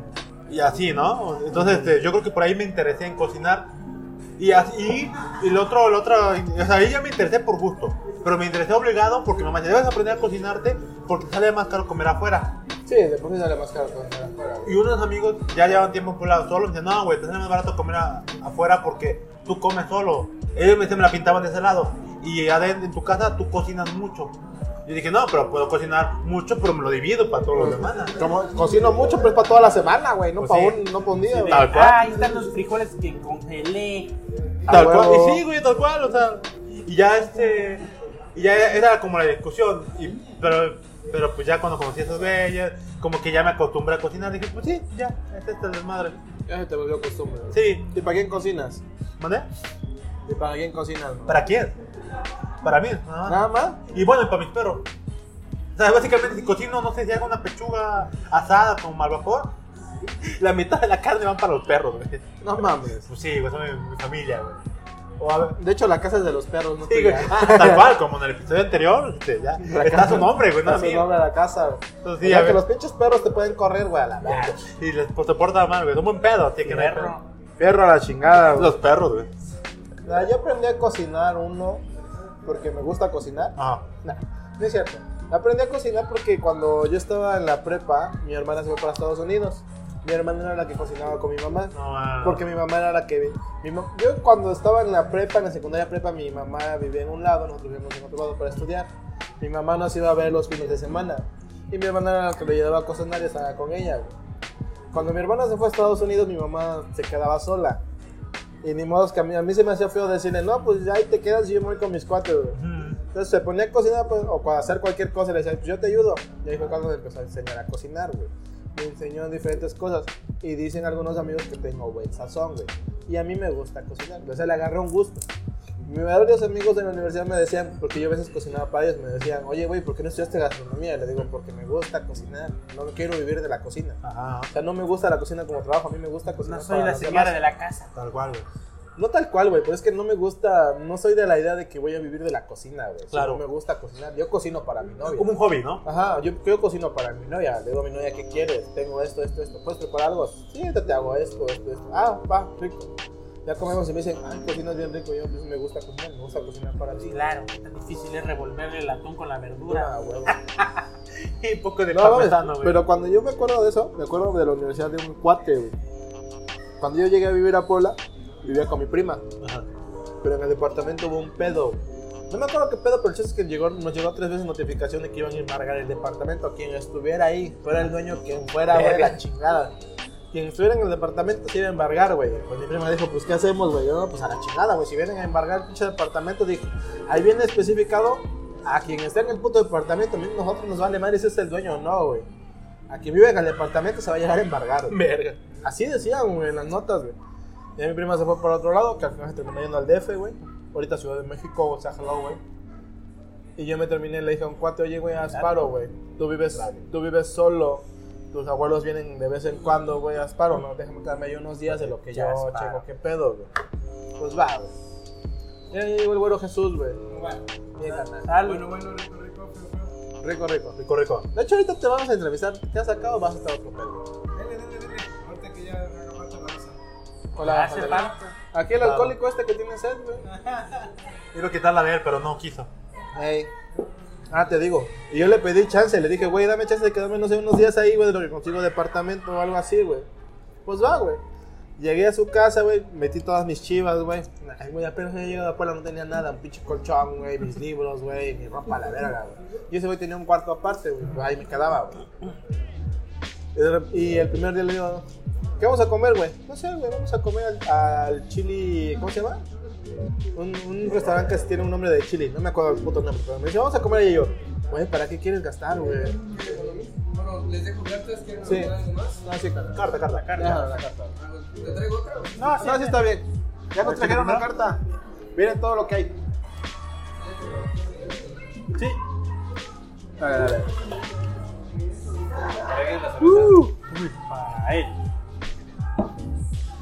B: y así, ¿no? Entonces, este, yo creo que por ahí me interesé en cocinar. Y así, y el otro, el otro, o sea, ahí ya me interesé por gusto. Pero me interesé obligado porque mamá decía, debes aprender a cocinarte porque te sale más caro comer afuera.
A: Sí, de por sí sale más caro cocinar afuera, güey.
B: Y unos amigos ya llevan tiempo en Puebla solos. Me dicen, no, güey, te sale más barato comer a- afuera porque tú comes solo. Ellos me, se me la pintaban de ese lado. Y adentro, en tu casa, tú cocinas mucho. Yo dije, no, pero puedo cocinar mucho, pero me lo divido para todos los demás.
A: Como cocino mucho, pero es para toda la semana, güey, no
B: Pues
A: para
B: sí.
A: un, no pa' un día, güey.
B: Tal cual.
C: Ah, ahí están los frijoles que congelé.
A: A
B: Tal cual,
A: huevo.
B: y sí, güey, tal cual, o sea, y ya este, y ya era como la discusión, y, pero, pero pues ya cuando conocí a esas bellas, como que ya me acostumbré a cocinar, dije, pues sí, ya, es este desmadre.
A: Ya se te volvió costumbre. güey.
B: Sí,
A: ¿Y para quién cocinas?
B: ¿mandé?
A: ¿Y para quién cocinas? güey?
B: ¿Para quién? Para mí, nada más.
A: Nada más.
B: Y bueno, y para mis perros. O sea, básicamente si cocino, no sé si hago una pechuga asada con mal vapor, la mitad de la carne van para los perros, güey.
A: No mames.
B: Pues sí, güey, son mi, mi familia, güey. O a ver,
A: De hecho, la casa es de los perros, no
B: Sí, güey.
A: tuya.
B: Ah, tal cual, como en el episodio anterior, este, ya.
A: La
B: está
A: casa-
B: su nombre, güey, no
A: Está su
B: mío.
A: nombre a la casa, güey.
B: Entonces, sí,
A: O sea,
B: a
A: que
B: ver.
A: los pinches perros te pueden correr, güey, a la verga.
B: Ya, Y les pues, te porta mal, güey. Es un buen pedo, así que no hay
C: Perro.
A: Perro a la chingada,
B: pedo. Los perros, güey.
A: Nah, yo aprendí a cocinar uno porque me gusta cocinar.
B: Ajá.
A: Nah, no es cierto. Aprendí a cocinar porque cuando yo estaba en la prepa, mi hermana se fue para Estados Unidos. Mi hermana era la que cocinaba con mi mamá.
B: No, ah.
A: Porque mi mamá era la que... mi ma- yo cuando estaba en la prepa, en la secundaria prepa, mi mamá vivía en un lado, nosotros vivíamos en otro lado para estudiar. Mi mamá nos iba a ver los fines de semana. Y mi hermana era la que le ayudaba a cocinar y estaba con ella. güey. Cuando mi hermana se fue a Estados Unidos, mi mamá se quedaba sola. Y ni modo que a mí, a mí se me hacía feo decirle, no, pues ahí te quedas y yo me voy con mis cuates. güey".
B: Ujú.
A: Entonces se ponía a cocinar pues, o para hacer cualquier cosa, le decía, "Pues, yo te ayudo. Y ahí fue cuando me empezó a enseñar a cocinar, güey. Me enseñó diferentes cosas. Y dicen algunos amigos que tengo buen sazón, güey. Y a mí me gusta cocinar, o sea, le agarré un gusto. Mi- Varios amigos de la universidad me decían, porque yo a veces cocinaba para ellos, me decían, oye, güey, ¿por qué no estudiaste gastronomía? Y le digo, porque me gusta cocinar, no quiero vivir de la cocina.
B: Ajá.
A: O sea, no me gusta la cocina como trabajo, a mí me gusta cocinar.
C: No
A: Pues
C: soy
A: para
C: la
A: los
C: señora
A: demás.
C: de la casa.
B: Tal cual, güey.
A: No tal cual, güey, pero es que no me gusta, no soy de la idea de que voy a vivir de la cocina, güey.
B: Claro.
A: No me gusta cocinar, yo cocino para mi novia.
B: Como un hobby, ¿no?
A: Ajá, yo, yo cocino para mi novia, le digo a mi novia, ¿qué quieres? Tengo esto, esto, esto, ¿puedes preparar algo? Sí, ahorita te hago esto, esto, esto. Ah, va, rico. Ya comemos y me dicen, ay, cocinas bien rico, yo pues, me gusta cocinar, me gusta cocinar para ti.
C: Claro, qué tan difícil es revolverle el atún con la verdura.
A: Ah, huevo.
B: Y un poco de
A: No, mames,
B: parmesano, güey.
A: pero cuando yo me acuerdo de eso, me acuerdo de la universidad de un cuate, güey. Cuando yo llegué a vivir a Puebla, vivía con mi prima.
B: Ajá.
A: Pero en el departamento hubo un pedo. No me acuerdo qué pedo, pero el chiste es que llegó, nos llegó tres veces notificación de que iban a embargar el departamento. Quien estuviera ahí, fuera el dueño, quien fuera, güey, la chingada. Quien estuviera en el departamento se iba a embargar, güey. Pues mi prima dijo, pues, ¿qué hacemos, güey? Yo, no, pues a la chingada, güey. Si vienen a embargar el pinche departamento, dije, ahí viene especificado a quien está en el puto departamento. A mí nosotros nos vale madre si es el dueño o no, güey. A quien vive en el departamento se va a llegar a embargar, güey.
B: Verga.
A: Así decían, güey, en las notas, güey. Ya mi prima se fue para otro lado, que al final se terminó yendo al DF, güey. Ahorita Ciudad de México, se ha jalado, güey. Y yo me terminé, le dije a un cuate, oye, güey, haz paro, güey. Tú vives, tú vives solo. Tus abuelos vienen de vez en cuando, güey, haz paro, ¿no? Déjame quedarme ahí unos días de lo que yo
C: Ya haz paro.
A: checo, qué pedo, güey. Pues va, güey. Y ahí llegó el güero Jesús, güey.
D: Bueno,
A: Bien, carnal.
C: Sal.
D: bueno, bueno, rico, rico, feo, feo.
A: Rico, rico.
B: Rico, rico.
A: De hecho, ahorita te vamos a entrevistar. ¿Te has sacado? Vas a estar otro pedo.
D: Dele, dele, dele. Ahorita que ya me haga falta la mesa.
A: Hola,
C: Hace
A: Juan Daniel.
C: falta.
A: Aquí el alcohólico este que tiene sed, güey.
B: Iba a quitarla de él, pero no quiso.
A: Ey. Ah, te digo. Y yo le pedí chance, le dije, güey, dame chance de quedarme, no sé, unos días ahí, güey, de lo que consigo departamento o algo así, güey. Pues va, güey. Llegué a su casa, güey, metí todas mis chivas, güey. Ay, güey, apenas había llegado a Puebla, no tenía nada, un pinche colchón, güey, mis libros, güey, mi ropa a la verga, güey. Y ese güey tenía un cuarto aparte, güey, ahí me quedaba, güey. Y de rep- Y el primer día le digo, ¿qué vamos a comer, güey? No sé, güey, vamos a comer al, al chili, ¿cómo se llama? un, un restaurante que tiene un nombre de chile, no me acuerdo el puto nombre, pero me dice, vamos a comer ahí", y yo, güey, ¿para qué quieres gastar, güey?
D: Bueno, les dejo cartas, ¿quieren
A: Sí.
D: anotar algo más?
A: No, sí, carta, carta, carta. Ya, la carta.
D: Ah, ¿Te traigo otra? güey?
A: No, sí, no, sí está bien. Ya nos trajeron la carta. Miren todo lo que hay. Sí. A ver, a ver. Uh.
C: Para él.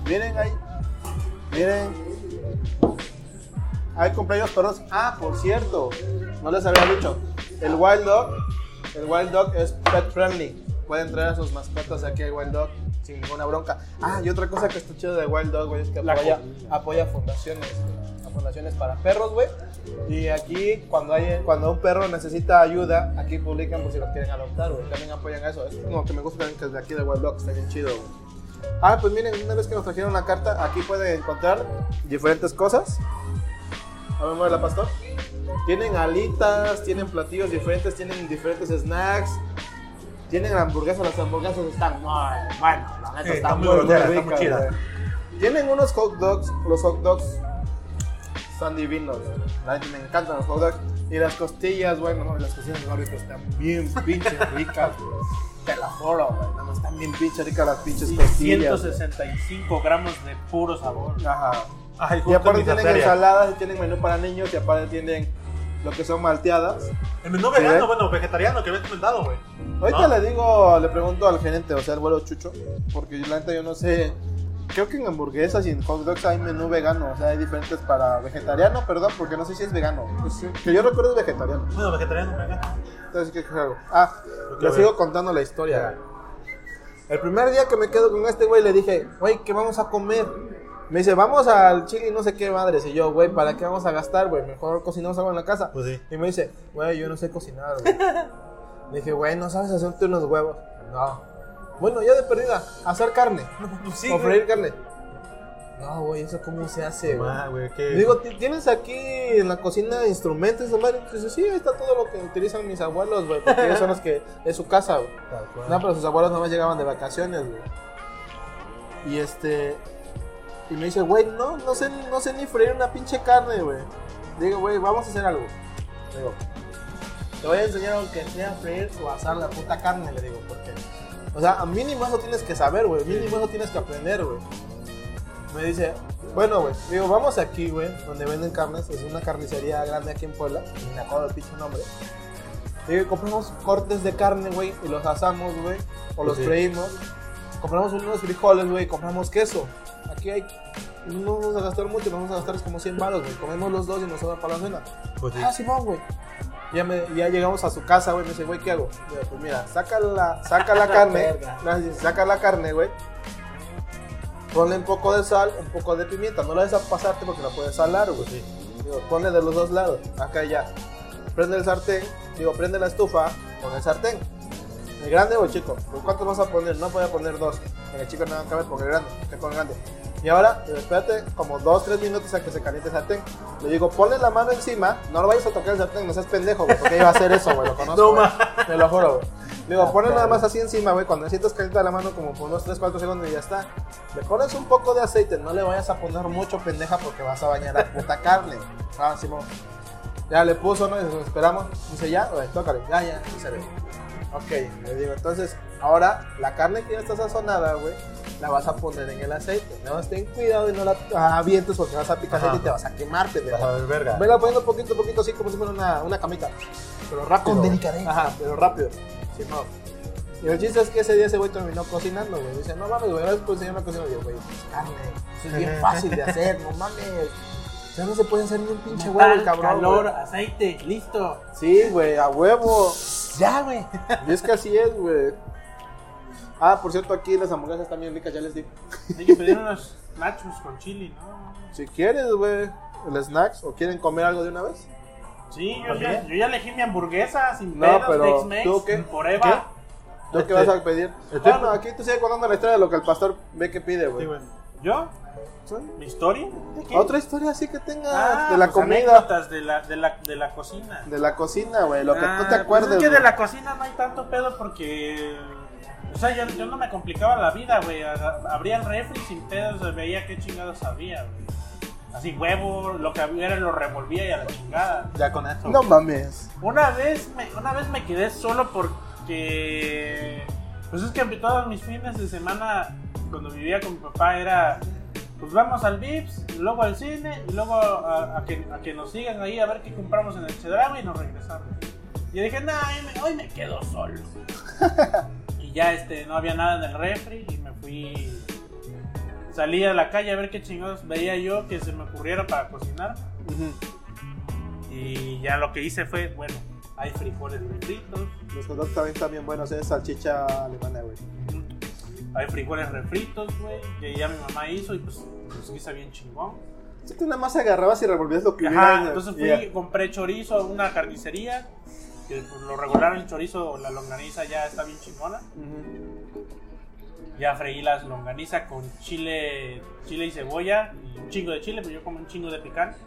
A: Miren ahí. Miren. Hay cumpleaños perros. Ah, por cierto. No les había dicho. El Wild Dog. El Wild Dog es pet friendly. Pueden traer a sus mascotas aquí al Wild Dog sin ninguna bronca. Ah, y otra cosa que está chido de Wild Dog, güey, es que
C: La
A: apoya,
C: comida.
A: apoya fundaciones. güey. A fundaciones para perros, güey. Y aquí, cuando, hay, cuando un perro necesita ayuda, aquí publican por si los quieren adoptar, güey. También apoyan eso. Es como que me gusta también que de aquí de Wild Dog está bien chido, güey. Ah, pues miren, una vez que nos trajeron la carta, aquí pueden encontrar diferentes cosas. A ver, muévela, pastor. Tienen alitas, tienen platillos diferentes, tienen diferentes snacks, tienen hamburguesas. Las hamburguesas están muy bueno, la neta
B: Sí,
A: Eh, está
B: están
A: muy,
B: Ah, muy groseras,
A: muy
B: están muy
A: ricas,
B: chidas.
A: güey. Tienen unos hot dogs, los hot dogs están divinos. La neta, me encantan los hot dogs. Y las costillas, güey, no mames, las costillas de Barbecue están bien pinches ricas, güey. Te la juro, güey. No, mames, están bien pinches ricas las pinches
C: Y
A: costillas. güey.
C: 165 gramos de puro sabor.
A: Ajá.
B: Ay,
A: Y
B: justo
A: aparte
B: en mis
A: tienen
B: arterias.
A: ensaladas y tienen menú para niños y aparte tienen lo que son malteadas.
B: El menú vegano,
A: ¿Sí? ¿eh?
B: bueno, vegetariano que habías comentado, güey.
A: Ahorita
B: ¿No?
A: le digo, le pregunto al gerente, o sea, el vuelo chucho, porque yo, la neta yo no sé. Creo que en hamburguesas y en hot dogs hay menú vegano, o sea, hay diferentes para vegetariano, perdón, porque no sé si es vegano.
B: Pues
A: Que yo recuerdo es vegetariano.
B: Bueno, vegetariano, vegano.
A: Entonces, ¿qué hago? Ah,
B: Yo
A: le
B: quiero
A: sigo
B: ver.
A: contando la historia. El primer día que me quedo con este güey, le dije, güey, ¿qué vamos a comer? Me dice, vamos al chile y no sé qué madres. Y yo, güey, ¿para qué vamos a gastar, güey? Mejor cocinamos algo en la casa.
B: Pues sí.
A: Y me dice, güey, yo no sé cocinar, güey. Le dije, güey, ¿no sabes hacerte unos huevos? No. Bueno, ya de perdida, hacer carne.
B: Pues Sí,
A: o
B: güey.
A: freír carne. No, güey, ¿eso cómo se hace, güey?
B: Ah, güey, qué.
A: Le Digo, "Ti- ¿tienes aquí en la cocina instrumentos, esa madre? Dice, sí, ahí está todo lo que utilizan mis abuelos, güey, porque ellos son los que es su casa, güey.
B: Tal cual.
A: No, pero sus abuelos nomás llegaban de vacaciones, güey. Y este. Y me dice, güey, no, no sé, no sé ni freír una pinche carne, güey. Digo, güey, vamos a hacer algo. Le Digo, te voy a enseñar aunque sea a freír o asar la puta carne, le digo, porque. O sea, a mínimo eso tienes que saber, güey. Mínimo eso tienes que aprender, güey. Me dice, bueno, güey, digo, vamos aquí, güey, donde venden carnes. Es una carnicería grande aquí en Puebla. Ni me acuerdo el pinche nombre. Digo, compramos cortes de carne, güey, y los asamos, güey, o los
B: Sí.
A: freímos. Compramos unos frijoles, güey, y compramos queso. Aquí hay. No vamos a gastar mucho, vamos a gastar como 100 baros, güey. Comemos los dos y nos sobra para la cena.
B: Pues sí.
A: Ah, Simón, güey. Ya, me- ya llegamos a su casa, güey. Me dice, güey, ¿qué hago? Le digo, pues mira, saca la, saca la carne.
C: Verga.
A: Me dice, saca la carne, güey. Ponle un poco de sal, un poco de pimienta. No la des a pasarte porque la puedes salar, güey. Digo, ponle de los dos lados, acá y ya. Prende el sartén, digo, prende la estufa con el sartén. ¿El grande o el chico? ¿Cuántos vas a poner? No voy a poner dos. En el chico no cabe porque el grande, te pone grande. Y ahora, eh, espérate como 2, 3 minutos a que se caliente el sartén. Le digo, ponle la mano encima, no lo vayas a tocar el sartén, no seas pendejo, güey, porque iba a hacer eso, güey, lo conozco.
B: No,
A: güey.
B: ma.
A: Te lo juro, güey. Le digo, ponle nada más así encima, güey, cuando sientas caliente la mano como por unos 3, 4 segundos y ya está. Le pones un poco de aceite, no le vayas a poner mucho pendeja porque vas a bañar la puta carne. Ah, Simón. Ya le puso, ¿no? Y nos esperamos. Dice, ya, güey, tócale. Ya, ya, sí se ve. Ok, le digo, entonces, ahora la carne que ya está sazonada, güey, la vas a poner en el aceite. No, ten cuidado y no la ah, avientes porque vas a picar
B: Ajá.
A: aceite y te vas a quemar, pendejo.
B: Ajá, verga.
A: Vela poniendo poquito a poquito así como si fuera una, una camita. Pero rápido.
B: Con
A: güey.
B: delicadeza.
A: Ajá, pero rápido. Sí, no. Y el chiste es que ese día ese güey terminó cocinando, güey. Dice, no mames, güey, gracias por enseñarme a cocinar. Y yo, güey, pues carne. Eso es bien fácil de hacer, no mames. Ya no se puede hacer ni un pinche huevo, el
C: Metal,
A: cabrón.
C: calor,
A: güey.
C: aceite, listo.
A: Sí, güey, a huevo.
B: Ya, güey.
A: Y es que así es, güey. Ah, por cierto, aquí las hamburguesas están bien ricas, ya les digo.
C: Hay que pedir unos nachos con chili, ¿no?
A: Si quieres, güey, el snacks o quieren comer algo de una vez.
C: Sí, yo
B: ¿También?
C: ya, yo ya elegí mi hamburguesa sin
A: No,
C: pedos,
A: pero,
C: Tex-Mex,
A: ¿tú qué?
C: por Eva.
A: ¿Tú qué
B: Este-
A: vas a pedir?
B: este-
A: Bueno, aquí tú sigues contando la historia de lo que el pastor ve que pide,
B: Sí,
A: güey.
B: güey.
C: ¿Yo?
A: Sí.
C: ¿Mi historia? ¿De qué?
A: Otra historia así que tengas
C: Ah,
A: de la
C: pues,
A: comida,
C: anécdotas de la, de la, de la cocina.
A: de la cocina, güey, lo que
C: Ah,
A: tú te
C: pues
A: acuerdes.
C: es que de
A: güey.
C: la cocina no hay tanto pedo porque. O sea, yo, yo no me complicaba la vida, güey. A- Abría el refri sin pedos, veía qué chingados había, güey. Así huevo, lo que había lo revolvía y a la chingada.
B: Ya con eso.
A: No mames.
C: Una vez me, una vez me quedé solo porque. Pues es que todos mis fines de semana, cuando vivía con mi papá, era. Pues vamos al Vips, luego al cine, y luego a, a que, a que nos sigan ahí a ver qué compramos en el Chedraui y nos regresamos. Y dije, nah, hoy me, hoy me quedo solo. y ya este, no había nada en el refri y me fui. Salí a la calle a ver qué chingados veía yo que se me ocurriera para cocinar. Y ya lo que hice fue, bueno, hay frijoles refritos,
A: Los condados también están bien buenos, es salchicha alemana, güey.
C: hay frijoles refritos, güey, que ya mi mamá hizo y pues los hice bien chingón.
A: Si tú nada más agarrabas y revolvías lo que hubiera.
C: Ajá,
A: güey.
C: entonces fui,
A: Ya.
C: compré chorizo a una carnicería, que pues, lo regular el chorizo, la longaniza ya está bien chingona.
A: Ujú.
C: Ya freí las longaniza con chile, chile y cebolla, y un chingo de chile, pero yo como un chingo de picante.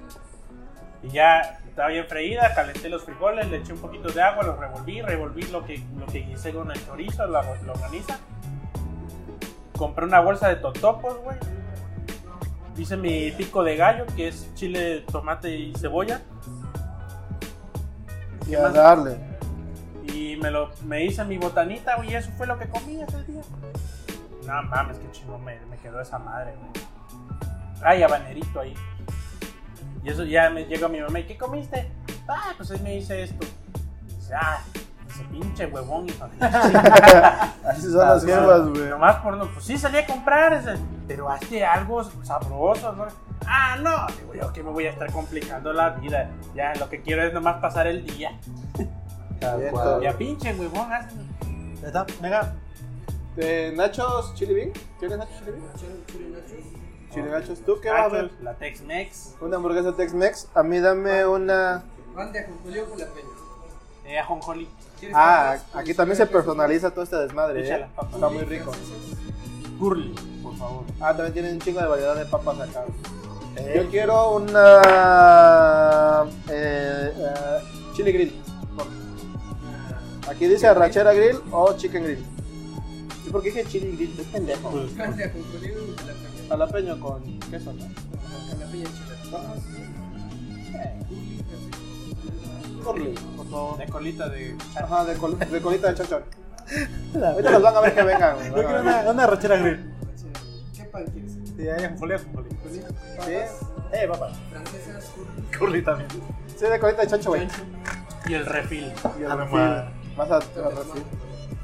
C: Y ya estaba bien freída, calenté los frijoles, le eché un poquito de agua, los revolví, revolví lo que, lo que hice con el chorizo, la lo- longaniza. Compré una bolsa de totopos, güey. Hice mi pico de gallo, que es chile, tomate y cebolla.
A: Y a
C: más?
A: darle.
C: Y me, lo, me hice mi botanita, güey, y eso fue lo que comí ese día. No mames, qué chingo me, me quedó esa madre, güey. Ay, habanerito ahí. Y eso ya me llegó mi mamá, ¿y qué comiste? Ah, pues ahí me hice esto. Dice, ah, ese pinche huevón, hijo de
A: Así son las hierbas, güey.
C: Nomás por no, pues sí salí a comprar, ese, pero hazte algo sabroso, ¿no? Ah, no, digo yo que me voy a estar complicando la vida. Ya, lo que quiero es nomás pasar el día.
A: Bien,
B: cual.
A: todo.
C: Ya pinche huevón, hazme.
B: Ya está, venga.
A: Eh, nachos, chili bean. ¿Quieres nachos, chili bean? Chili nachos. ¿Tú qué vas a ver?
C: Nachos, la Tex-Mex,
A: Una hamburguesa Tex-Mex. A mí dame una.
D: Van de Ajonjolí con la peña.
C: eh, ajonjolí.
D: ¿Quieres
A: Ah,
D: papas?
A: aquí también se personaliza todo este desmadre.
C: Échala,
A: eh.
C: papas.
A: Está muy rico.
C: Curly, por favor.
A: Ah, también tienen un chingo de variedad de papas acá. Yo quiero una. Eh, eh, chili grill. Aquí dice arrachera grill o chicken grill. ¿Y por qué dije chili grill? Es pendejo.
D: Van de Ajonjolí con la peña.
A: Jalapeño con queso, ¿no?
D: Con la peña chila.
A: Curly, Eh, por favor.
C: De colita de chancho.
A: Ajá, de, col- de colita de chachón. Ahorita los van a ver que vengan. güey,
B: Yo
A: van a
B: quiero
A: ver.
B: una, una rachera grill.
D: ¿Qué pan quieres?
B: Sí, hay ajonjolí, ajonjolí.
D: ¿Ajonjolí?
A: Sí,
D: Papas,
A: Eh, papá.
D: francesas,
B: Curly también.
A: Sí, de colita de chacho, güey.
D: chancho,
C: Y el refil.
A: Y el
B: Ah, no
A: refil.
B: mames.
A: Vas a, a
D: todo,
A: refil.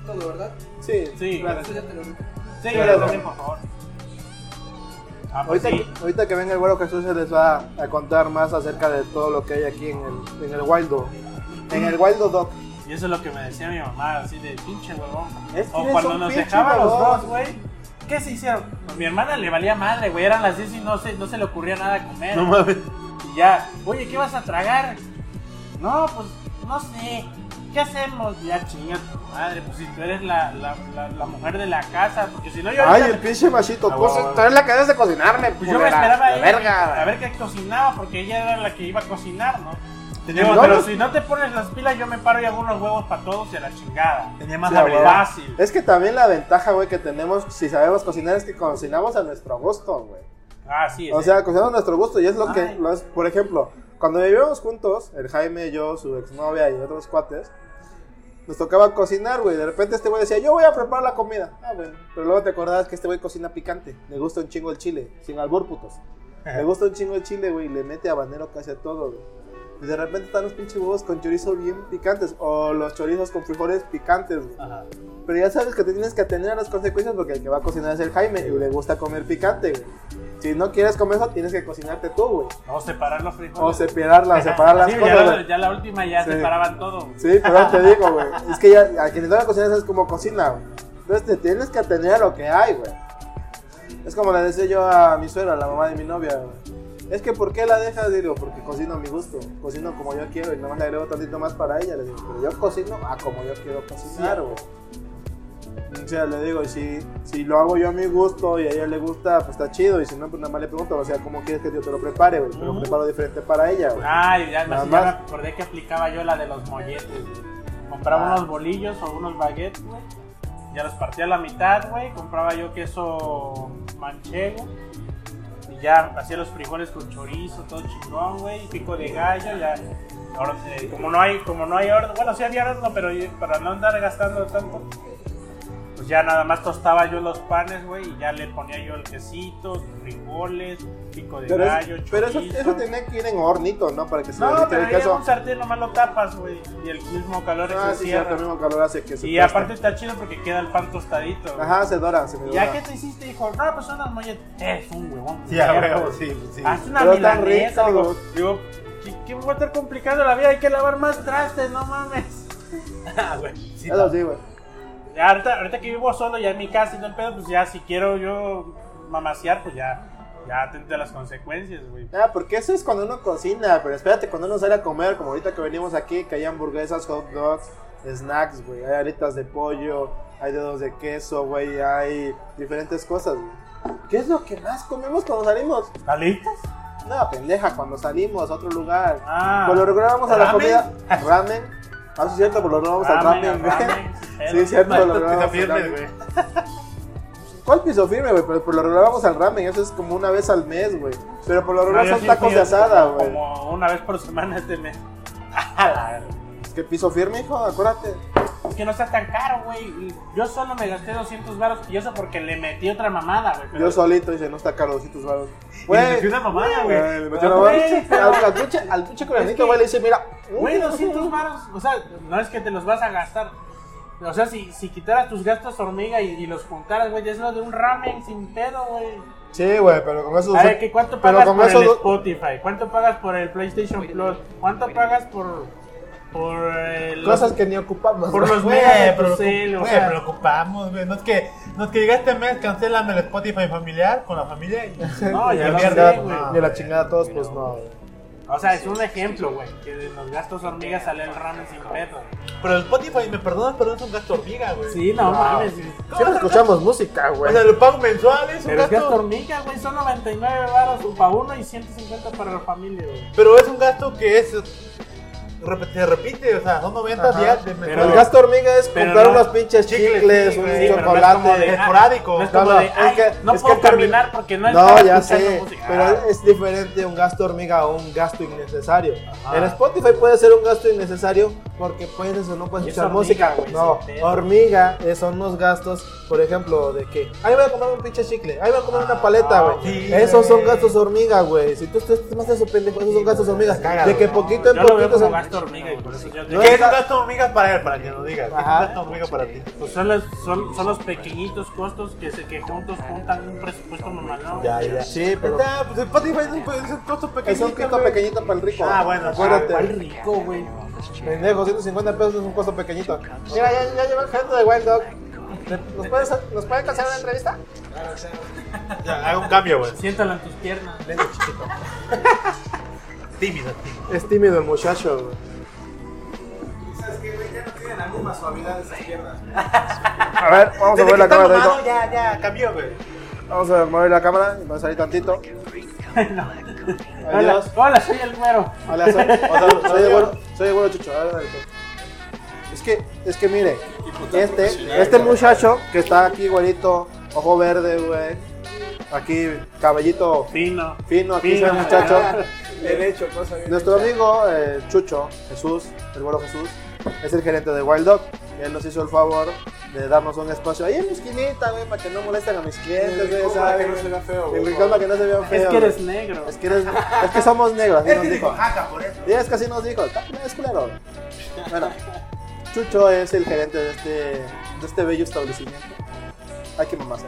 D: Todo, ¿verdad?
A: Sí,
C: Sí,
A: claro.
D: Eso ya te lo repito.
C: Sí,
A: Sí,
C: yo
A: claro.
C: también, por favor. Ah, pues
A: Ahorita,
C: sí.
A: que, ahorita que venga el güero Jesús se les va a contar más acerca de todo lo que hay aquí en el, en el Wildo. En el Wildo Dog.
C: Y eso es lo que me decía mi mamá, así de pinche huevón.
A: Es que
C: o
A: eres
C: cuando
A: un
C: nos
A: pinche
C: dejaban los
A: huevón.
C: dos, güey. ¿Qué se hicieron? A mi hermana le valía madre, güey. Eran las 10 y no se, no se le ocurría nada comer.
B: No mames.
C: Y ya, oye, ¿qué vas a tragar? No, pues, no sé. ¿qué hacemos? Ya chinga tu madre, pues si tú eres la, la, la, la mujer de la casa, porque si no yo...
A: Ay,
C: ahorita-
A: el pinche machito.
B: Ah,
A: cosa-
B: bueno.
E: Tú eres la que debes de cocinarme,
C: Pues yo me esperaba a
E: la
C: ella,
E: verga.
C: a ver qué cocinaba, porque ella era la que iba a cocinar, ¿no?
B: Tenía,
C: Digo,
B: más-
C: pero
A: no.
C: si no te pones las pilas, yo me paro y hago unos huevos para todos y a la chingada.
B: tenía más
A: Sí, a huevo.
B: habilidad.
C: Fácil.
A: Es que también la ventaja, güey, que tenemos si sabemos cocinar es que cocinamos a nuestro gusto, güey.
C: Ah, sí.
A: O
C: sí.
A: sea, cocinamos a nuestro gusto y es lo que,
C: Ay.
A: lo es- por ejemplo, cuando vivíamos juntos, el Jaime, yo, su exnovia y otros cuates, nos tocaba cocinar, güey. De repente este güey decía, yo voy a preparar la comida. Ah, bueno. Pero luego te acordabas que este güey cocina picante. Le gusta un chingo el chile, sin albur, putos. Le gusta un chingo el chile, güey, y le mete habanero casi a todo, güey. Y de repente están los pinches huevos con chorizo bien picantes. O los chorizos con frijoles picantes, güey.
B: Ajá.
A: Pero ya sabes que te tienes que atener a las consecuencias porque el que va a cocinar es el Jaime y le gusta comer picante, güey. Si no quieres comer eso, tienes que cocinarte tú, güey.
C: o separar los frijoles.
A: O separarlas, separar las
C: Sí, ya,
A: cosas.
C: la-
A: güey.
C: ya la última ya
A: Sí.
C: separaban todo. güey.
A: Sí, pero te digo, güey. Es que ya a quien le da la cocina sabes cómo cocina, güey. Entonces te tienes que atener a lo que hay, güey. Es como le decía yo a mi suegra, la mamá de mi novia, güey. Es que ¿por qué la dejas? Digo, porque cocino a mi gusto. Cocino como yo quiero y nomás le agrego tantito más para ella. Le digo, pero yo cocino a como yo quiero cocinar, güey. O sea, le digo, y si, si lo hago yo a mi gusto y a ella le gusta, pues está chido. Y si no, pues nada más le pregunto, o sea, ¿cómo quieres que yo te lo prepare, güey? Pero
C: Ujú.
A: preparo diferente para ella, güey.
C: Ay, Ah, ya,
A: Nada
C: sí, ya me
A: más.
C: acordé que aplicaba yo la de los molletes. güey. Compraba
A: Ah.
C: unos bolillos o unos baguettes, güey. Ya los partía a la mitad, güey. Compraba yo queso manchego. Y ya hacía los frijoles con chorizo, todo chingón, güey. y Pico de gallo, ya. Ahora, eh, como no hay, como no hay horno, bueno, sí había horno, pero yo- para no andar gastando tanto, pues ya nada más tostaba yo los panes, güey, y ya le ponía yo el quesito, frijoles, pico de
A: Pero, es-
C: gallo, chorizo.
A: pero eso, eso tenía que ir en hornito, ¿no? Para que se
C: No,
A: derritiera
C: pero
A: el
C: ahí en
A: queso.
C: un sartén nomás lo tapas, güey. Y el mismo calor es
A: Ah,
C: el
A: sí,
C: cierre.
A: cierto, el mismo calor hace que se
C: y
A: tueste.
C: aparte está chido porque queda el pan tostadito. güey.
A: Ajá, se dora, se me
C: ¿Y ya
A: dora.
C: qué te hiciste? Dijo, no, pues unas molletes. Es un huevón.
B: Sí, a
C: Mierda,
B: huevo,
C: güey.
B: sí, sí.
C: Haz una
A: Pero está
C: milanesa.
A: rico,
C: Digo, digo ¿qué, qué me va a estar complicando la vida? Hay que lavar más trastes, no mames. Ah, güey.
B: Sí,
A: Eso sí, güey.
C: Ya, ahorita, ahorita que vivo solo ya en mi casa y todo el pedo, pues ya si quiero yo mamasear, pues ya. Ya atente a las consecuencias, güey.
A: Ah, porque eso es cuando uno cocina, pero espérate, cuando uno sale a comer, como ahorita que venimos aquí, que hay hamburguesas, hot dogs, snacks, güey, hay alitas de pollo, hay dedos de queso, güey, hay diferentes cosas, güey. ¿Qué es lo que más comemos cuando salimos?
C: ¿Alitas?
A: No, pendeja, cuando salimos a otro lugar.
C: Ah.
A: Por Pues lo regular vamos a la
C: ¿Ramen?
A: comida. Ramen. Ah, sí, es cierto, por lo regular vamos al ramen, güey.
C: ramen,
A: Sí, es cierto, por lo regular vamos
B: Está
A: al
B: firme,
A: ramen.
B: güey.
A: ¿Cuál piso firme, güey? Pero por lo regular vamos al ramen, eso es como una vez al mes, güey. Pero por lo
C: No,
A: regular
C: yo
A: son
C: sí
A: tacos
C: fui
A: de asada,
C: como-
A: güey.
C: Como una vez por semana este mes. A la verga.
A: Es que piso firme, hijo, acuérdate.
C: Es que no está tan caro, güey. Y Yo solo me gasté 200 baros y eso porque le metí otra mamada, güey. pero-
A: Yo solito dice, no está caro, 200 baros.
B: Y le metí una mamada, güey.
A: Le metí una
C: Ah,
A: mamada.
C: güey,
A: Al- Al pinche- al pinche coreanito,
C: que-
A: güey, le dice, mira.
C: Güey, 200 baros. O sea, no es que te los vas a gastar. O sea, si, si quitaras tus gastos hormiga y, y los juntaras, güey, ya es lo de un ramen sin pedo, güey.
A: Sí, güey, pero con esos.
C: A ver, ¿qué- ¿cuánto
A: pero
C: pagas
A: con
C: por el
A: esos-
C: Spotify? ¿Cuánto pagas por el PlayStation Plus? ¿Cuánto pagas por, por eh, el...
A: Cosas que ni ocupamos.
C: Por
A: güey.
C: los
B: Güey, pues,
C: megas de
B: pero
C: tu
B: lo
C: cel,
B: ocu-
C: o
B: güey,
C: sea.
B: pero lo ocupamos, güey. No es que, no es que llegue este mes, cancelame el Spotify familiar con la familia. Y...
C: No, ya
A: Ni
C: lo
A: la
C: sé,
A: chingada-
C: güey.
A: Ni la chingada a todos, pues no. güey.
C: O sea, es un ejemplo, güey, que de los gastos hormiga sale el ramen sin pedo.
B: Pero el Spotify, me perdonas, pero es un gasto hormiga, güey. Ah,
C: Sí, no mames.
A: Siempre escuchamos música,
B: O
A: güey.
B: sea, lo pago mensual, es un
C: Pero es
B: gasto.
C: gasto hormiga, güey, son 99 baros para uno y 150 para la familia, güey.
B: Pero es un gasto que es. rep- Se repite, o sea, son 90
A: Ajá.
B: días de
C: Pero-
A: El gasto hormiga es
C: pero
A: comprar
C: no-
A: unos pinches
B: chicles,
A: chicles,
B: sí,
A: un
B: güey.
C: Sí, pero no es como de,
A: chocolate.
C: ah,
B: esporádico.
C: No es como
A: No, no,
C: de,
A: es
C: ay,
A: que-
C: no
A: es que
C: puedo
A: termi-
C: caminar porque no
A: No,
C: estaba
A: ya
C: escuchando
A: sé,
C: música.
A: pero
C: Ah,
A: es diferente un gasto hormiga a un gasto innecesario.
C: Ajá.
A: En Spotify puede ser un gasto innecesario porque puedes o no puedes
C: Y es
A: escuchar música.
C: hormiga, güey,
A: no,
C: sin pedo.
A: hormiga eh, son unos gastos, por ejemplo, de que ahí voy a comprar un pinche chicle, ahí voy a comprar una paleta,
C: Ah,
A: güey.
B: sí,
A: esos son
B: güey.
A: gastos hormiga, güey. Si tú estás más eso pendejo, esos son gastos hormiga.
B: Cágalo,
A: De que
B: no,
A: poquito en
C: yo lo veo
A: poquito
C: como
A: son-
C: gasto hormiga y por eso yo
B: ¿Qué
A: No
C: digo,
B: es
A: está-
B: un gasto hormiga para él? Para que nos digas. ¿Qué es un
A: Ajá.
B: gasto hormiga para ti?
C: pues son los, son, son los pequeñitos costos que, se, que juntos juntan un presupuesto mamalón.
B: Ya, ya.
A: Sí, pero
B: Está, pues Spotify es un, es un costo pequeño.
A: es un costo pequeñito para el rico.
B: Ah, bueno,
A: acuérdate.
C: Cuál rico, güey.
A: Pendejo, 150 pesos es un costo pequeñito. Mira, ya, ya llevan gente de Wild Dog. ¿Nos puedes, ¿Nos pueden cancelar la entrevista?
B: Ya, haga un cambio, güey.
C: Siéntalo en tus piernas.
B: Lento, chiquito. Tímido, tímido.
A: Es tímido el muchacho, güey.
D: ¿Sabes qué, güey? Ya no
A: última suavidad de esas piernas.
E: A ver, vamos a
B: Desde
E: mover
B: que
E: la
B: está
E: cámara
B: mamado,
E: tantito.
B: Ya, ya, cambió, güey.
E: Vamos a mover la cámara, vamos a salir tantito.
A: Adiós.
C: Hola, hola, soy el güero.
A: Hola, soy, o sea, soy de güero, soy de güero chucho. A ver, a ver. Es que, es que mire, este, este muchacho que está aquí, güerito, ojo verde, güey. Aquí, cabellito
C: Fino.
A: fino, aquí
C: Fino. Ah,
A: ese muchacho.
D: Derecho, cosa bien.
A: Nuestro amigo eh, Chucho, Jesús, el güero Jesús, es el gerente de Wild Dog. Él nos hizo el favor de darnos un espacio ahí en mi esquinita, güey, para que no molesten a mis clientes, güey,
D: rincón para que
A: ¿sabes?
D: no se vea feo,
A: El
D: güey.
A: rincón para que no se vean feo.
C: Es que
A: güey.
C: eres negro.
A: Es que, eres- es que somos negros, así nos dijo.
D: Oaxaca, por eso.
A: Y es que así nos dijo, "Está- es culero. Bueno, Chucho es el gerente de este, de este bello establecimiento. Hay que mamarse.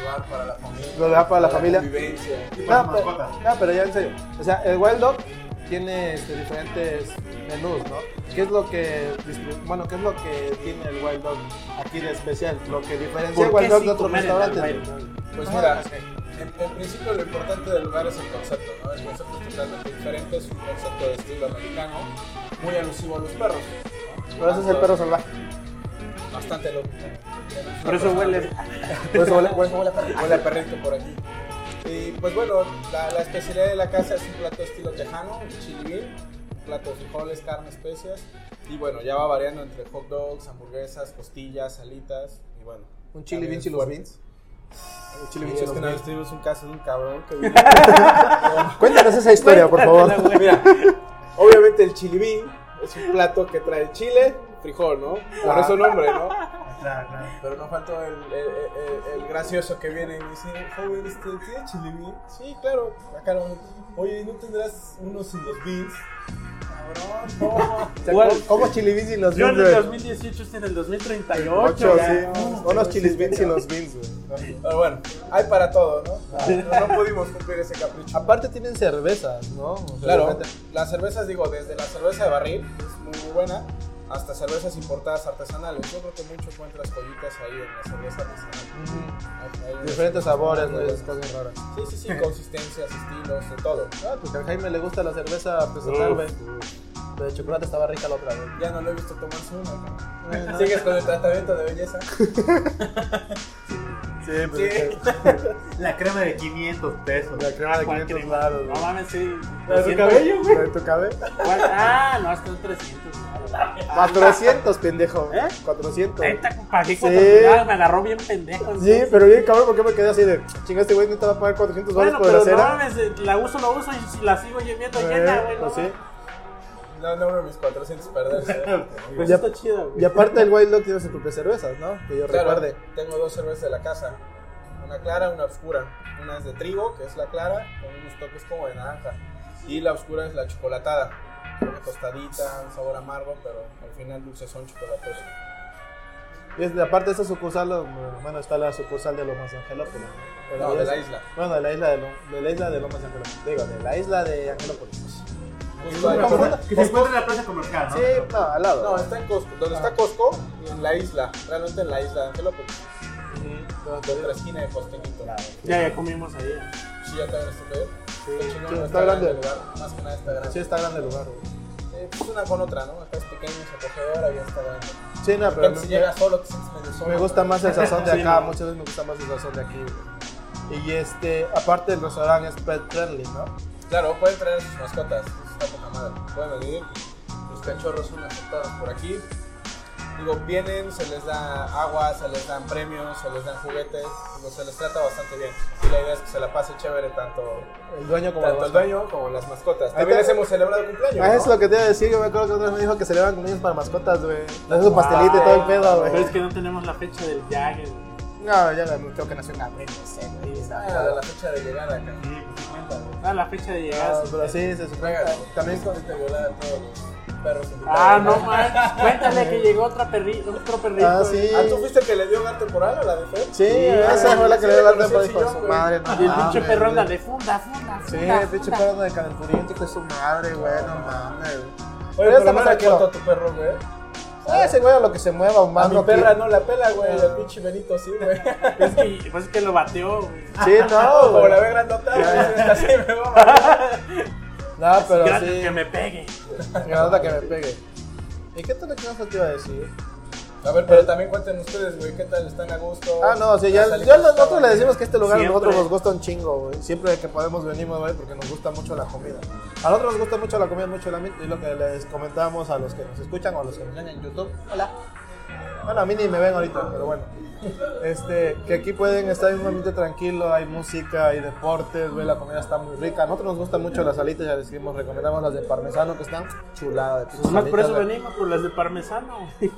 D: Lugar para la familia.
A: Lo da para la familia.
D: Vivencia.
A: No, pero, no, pero ya en serio. O sea, el Wild Dog tiene este, diferentes menús, ¿no? ¿Qué es lo que distribu- bueno, qué es lo que tiene el Wild Dog aquí de especial? Lo que diferencia el
C: ¿Por qué
A: Wild Dog
C: sí
A: de otros
C: comer en el
A: restaurantes.
C: Wild
A: güey?
F: Pues mira, en, en principio lo importante del lugar es el concepto, ¿no? El concepto es totalmente diferente, es un concepto de estilo americano, muy alusivo a los perros. ¿no?
A: Por eso es el perro salvaje.
F: Bastante loco.
C: Por eso huele.
A: Por eso huele-
F: Huele, huele a perrito. Huele a perrito por aquí. Y pues bueno, la, la especialidad de la casa es un plato estilo tejano, un chili bean, un plato de frijoles, carne, especias. Y bueno, ya va variando entre hot dogs, hamburguesas, costillas, salitas. Y bueno.
A: Un chili
F: también
A: beans y los
F: fuerte.
A: beans. Un
F: Sí,
A: chili beans y
F: es
A: los
F: que una
A: beans.
F: vez tuvimos un caso de un cabrón que vivió.
A: Cuéntanos esa historia, por favor.
F: Mira, obviamente el chili bean es un plato que trae chile, frijol, ¿no? Por eso nombre, ¿no? Pero no faltó el, el- el- el gracioso que viene y me dice, joven, este, ¿tiene chili bean? Sí, claro, acá lo Oye, ¿no tendrás unos sin los beans? Cabrón,
A: O sea,
C: ¿Cuál?
A: ¿cómo- ¿Cómo chili beans y los
C: Yo
A: beans?
C: en el
A: güey?
C: 2018 estoy en el 2038.
A: Ocho,
C: ya. Uh,
A: sí. Unos chilis beans y los beans, güey.
F: no. Pero Ah, bueno, hay para todo, ¿no? No, no pudimos cumplir ese capricho.
A: Aparte tienen cervezas, ¿no? O sea,
F: Claro,
A: realmente-
F: las cervezas, digo, desde la cerveza de barril, que es muy, muy buena, hasta cervezas importadas artesanales. Yo creo que mucho encuentras joyitas ahí en la cerveza artesanal. Hay- hay unas-
A: Diferentes sabores, ¿no? Es cosas raras.
F: Sí, sí, sí, consistencias, estilos, de todo.
A: Ah, pues al Jaime le gusta la cerveza pues, artesanal, güey. De chocolate estaba rica la otra, vez.
F: Ya no lo he visto tomarse una. ¿no? Sigues con el tratamiento de belleza.
A: Sí, pues,
B: La crema de 500 pesos.
A: La crema de
C: ¿Cuál
A: 500
C: crema?
A: baros,
C: No
A: güey.
C: mames, sí.
A: ¿La
C: 200.
A: güey? ¿La de tu cabello?
C: ¿Cuál? Ah, no, hasta 300. baros.
A: 400, pendejo.
C: ¿Eh?
A: 400.
C: Neta, pagué
A: Sí.
C: 400 baros, Me agarró bien pendejo.
A: Sí,
C: entonces.
A: pero bien cabrón, porque me quedé así de... Chinga, este güey neta va a pagar 400 baros
C: Bueno,
A: por la
C: pero no
A: cera.
C: mames, la uso, la uso y si la sigo llevando
A: Eh,
C: llena, güey. no
A: pues sí.
C: mames.
F: No, no, no, mis 400 perderse.
C: Pues
A: Ya-
C: está chido, güey.
A: Y aparte el Wild Dog tiene sus propias cervezas, ¿no? Que yo
F: Claro,
A: recuerde.
F: tengo dos cervezas de la casa. Una clara, una oscura. Una es de trigo, que es la clara, con unos toques como de naranja. Y la oscura es la chocolatada. Una tostadita, un sabor amargo, pero al final dulces son chocolatosos.
A: Y es- aparte de esa sucursal, bueno, está la sucursal de Lomas Angelópolis. ¿no? Pero
F: No,
A: ya
F: de
A: es-
F: la isla.
A: Bueno, de la isla de, Lo- de la isla de Lomas Angelópolis. Digo, de la isla de Angelópolis. Pues
F: Justo ahí.
B: Que se encuentra en la plaza comercial, ¿no?
A: Sí, no, al lado.
F: Ah, No, está en Costco. Donde
A: Ah.
F: está Costco, en la isla. Realmente en la isla de Angelópolis.
A: Ah,
F: De otra esquina de Costeñito.
C: pues, Ya, ya comimos ahí.
F: Sí, ya te habrás tocado. Qué chingón,
A: sí,
F: no
A: está grande.
F: el lugar. Más que nada está grande.
A: Sí, está grande el lugar, güey.
F: Eh, pues una con otra, ¿no? Acá es pequeño, es acogedora, ya está grande.
A: Sí, no, pero
F: Pero
A: me,
F: si llegas solo, te sientes medio solo.
A: me gusta más el sazón de
C: Sí,
A: acá.
C: no.
A: Muchas veces me gusta más el sazón de aquí, güey. Y este, aparte el restaurante es pet friendly, ¿no?
F: Claro, pueden traer sus mascotas, eso está poca madre. Pueden venir, los cachorros son aceptados por aquí. Digo, vienen, se les da agua, se les dan premios, se les dan juguetes, digo, se les trata bastante bien. Y la idea es que se la pase chévere tanto,
A: El dueño como
F: tanto el
A: mascota.
F: dueño como las mascotas.
A: Ahí
F: También
A: está.
F: les hemos celebrado cumpleaños.
A: Ah, es
F: ¿no?
A: lo que te iba a decir. Yo me acuerdo que otra vez me dijo que se le van con ellos para mascotas, güey. Le hacen un pastelito y todo el pedo, güey.
C: Ah, Pero es que no tenemos la fecha del Jagger. güey.
A: No, ya la- creo que nació en abril, no sé, güey.
F: Ah,
A: está-
F: la fecha de llegada acá.
C: Sí, pues, cuenta, güey. Ah, la fecha de
A: Ah,
C: llegada. sí.
A: pero sí, se supone
F: Traigan,
A: que también con-
F: Te violada todos los perros invitados.
C: Ah, no manches. Cuéntale que llegó otra perrito, otro perrito.
A: Ah,
C: güey.
A: sí.
F: Ah, ¿tú fuiste el que le dio hogar temporal a la de Fer?
A: Sí,
C: Sí,
A: esa
F: güey,
A: fue la que
F: sí
A: le
F: le
A: dio la
F: conocí
A: por
F: el
A: hijo de
F: sillón,
A: su
F: güey.
A: madre.
C: Y el pinche
A: mames,
C: perro anda
A: Ah, güey.
C: de funda, funda,
A: Sí,
C: funda.
A: el pinche
C: funda.
A: perro anda de calenturiento que es su madre, güey, no mames.
F: Oye,
A: Pero está más
F: pero no le
A: tranquilo.
F: cuento a tu perro, güey.
A: Ah, ese güey a lo que se mueva, un
F: A
A: mando.
F: mi perra no la pela, güey.
A: Ah.
F: El pinche Benito sí, güey.
C: Es que, pues es que lo bateó, güey.
A: Sí, no,
F: Como
A: güey.
F: la ve grandota, güey, así me va a matar.
A: No, pero
C: Gracias
A: sí.
C: que me pegue.
A: Me nota que me pegue. ¿Y qué otra cosa te iba a decir?
F: A ver, pero también cuenten ustedes, güey, ¿qué tal? ¿Están a gusto?
A: Ah, no, sí, ya,
F: ¿Las
A: ya
F: salidas
A: nosotros le decimos que este lugar a
C: Siempre.
A: nosotros nos gusta un chingo, güey. Siempre que podemos venimos, güey, porque nos gusta mucho la comida. A nosotros nos gusta mucho la comida, mucho el ambiente. Y lo que les comentábamos a los que nos escuchan o a los que nos ven en YouTube. Hola. Bueno, a mí ni me ven ahorita, pero bueno. Este, que aquí pueden estar en un ambiente tranquilo, hay música, hay deportes, güey, la comida está muy rica. A nosotros nos gustan mucho las alitas, ya les dijimos, recomendamos las de parmesano que están chuladas.
C: Pues más por eso venimos, por las de parmesano. güey.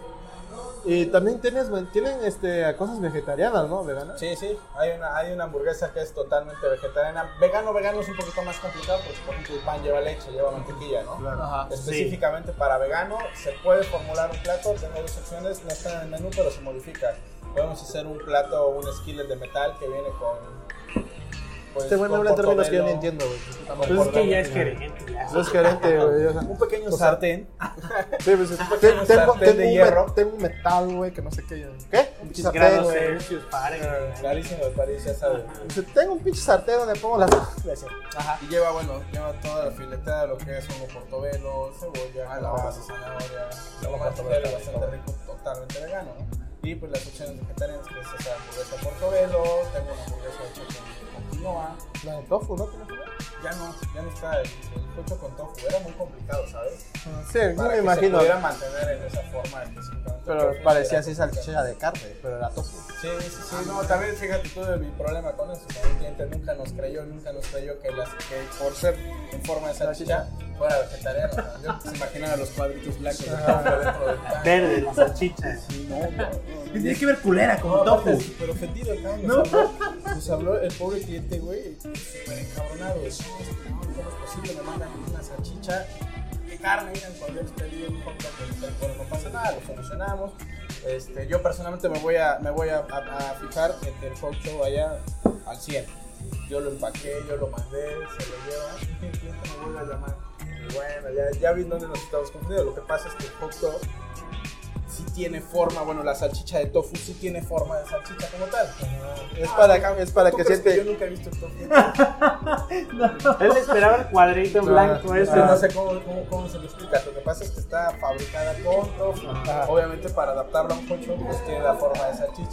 A: Y también tienes, tienen este, cosas vegetarianas, ¿no? Veganas.
F: Sí, sí, hay una, hay una hamburguesa que es totalmente vegetariana. Vegano, vegano es un poquito más complicado porque, por ejemplo, el pan lleva leche, lleva mantequilla, ¿no? Específicamente para vegano, se puede formular un plato, tengo dos opciones, no está en el menú, pero se modifica. Podemos hacer un plato o un skillet de metal que viene con... pues,
A: Este güey me
F: con
A: habla en términos que yo no
F: portobello,
A: entiendo, güey.
C: Pues es que ya es gerente. ya.
A: No es gerente, güey. o sea,
F: Un pequeño sartén.
A: sí, pues, es- tengo,
F: pequeño
A: tengo,
F: sartén de
A: un
F: hierro.
A: met- tengo un metal, güey, que no sé qué. yo- ¿Qué? Un pinche
C: Pinches
A: sartén,
C: grados
A: güey.
C: Celsius, Fahrenheit.
F: Clarísimo de París, ya sabes.
A: Dice, Tengo un pinche sartén donde pongo las. Gracias.
F: Y lleva, bueno, lleva toda la fileteada de lo que es un portobelo, cebolla,
A: Ah,
F: calabaza, zanahoria, lo portobelo bastante rico, totalmente vegano, ¿no? Y pues las opciones vegetarianas, que es esa hamburguesa portobelo, tengo una hamburguesa hecha con, con quinoa,
A: La de tofu, ¿no? ¿Tiene que ver?
F: ya no, ya no está el, el hecho con tofu, era muy complicado, ¿sabes?
A: Sí, sí
F: Para
A: me
F: que se
A: imagino.
F: pudiera mantener en esa forma específicamente.
A: Pero
F: tofu,
A: parecía
F: era
A: así
F: complicado.
A: salchicha de carne, pero era tofu.
F: Sí, sí, sí. Ah, No, también fíjate tuve mi problema con eso. ¿no? El cliente nunca nos creyó, nunca nos creyó que, las, que por ser en forma de salchicha fuera vegetariano. ¿no? Yo pues, imaginaba los cuadritos blancos de tofu dentro del pan.
C: Verde, las salchichas.
F: Sí, no, no, no.
B: Tiene que ver culera
F: No, aparte,
B: pues,
F: Pero ofendido, cabrón. Nos, habló, nos pues habló el pobre cliente, güey, súper encabronado. No, no, ¿cómo es posible? Me mandan una salchicha de carne, miren, cuando yo les pedí un hot dog, me dijeron, bueno, no pasa nada, lo solucionamos. Este, yo personalmente me voy a, me voy a, a- a fijar en que el hot show vaya al 100. Yo lo empaqué, yo lo mandé, se lo lleva. Y el cliente me vuelve a llamar. Y bueno, ya, ya vi dónde nos estamos confundiendo. Lo que pasa es que el hot dog sí tiene forma, bueno, la salchicha de tofu sí tiene forma de salchicha como tal.
A: Es para, es para
F: Ah. ¿Tú
A: que
F: crees
A: siente.
F: Yo nunca he visto el tofu.
C: Él esperaba el cuadrito blanco
A: ah,
C: ese.
F: Yo no sé cómo, cómo, cómo se lo explica. Lo que pasa es que está fabricada con tofu. Obviamente, para adaptarlo a un pocho, pues tiene la forma de salchicha.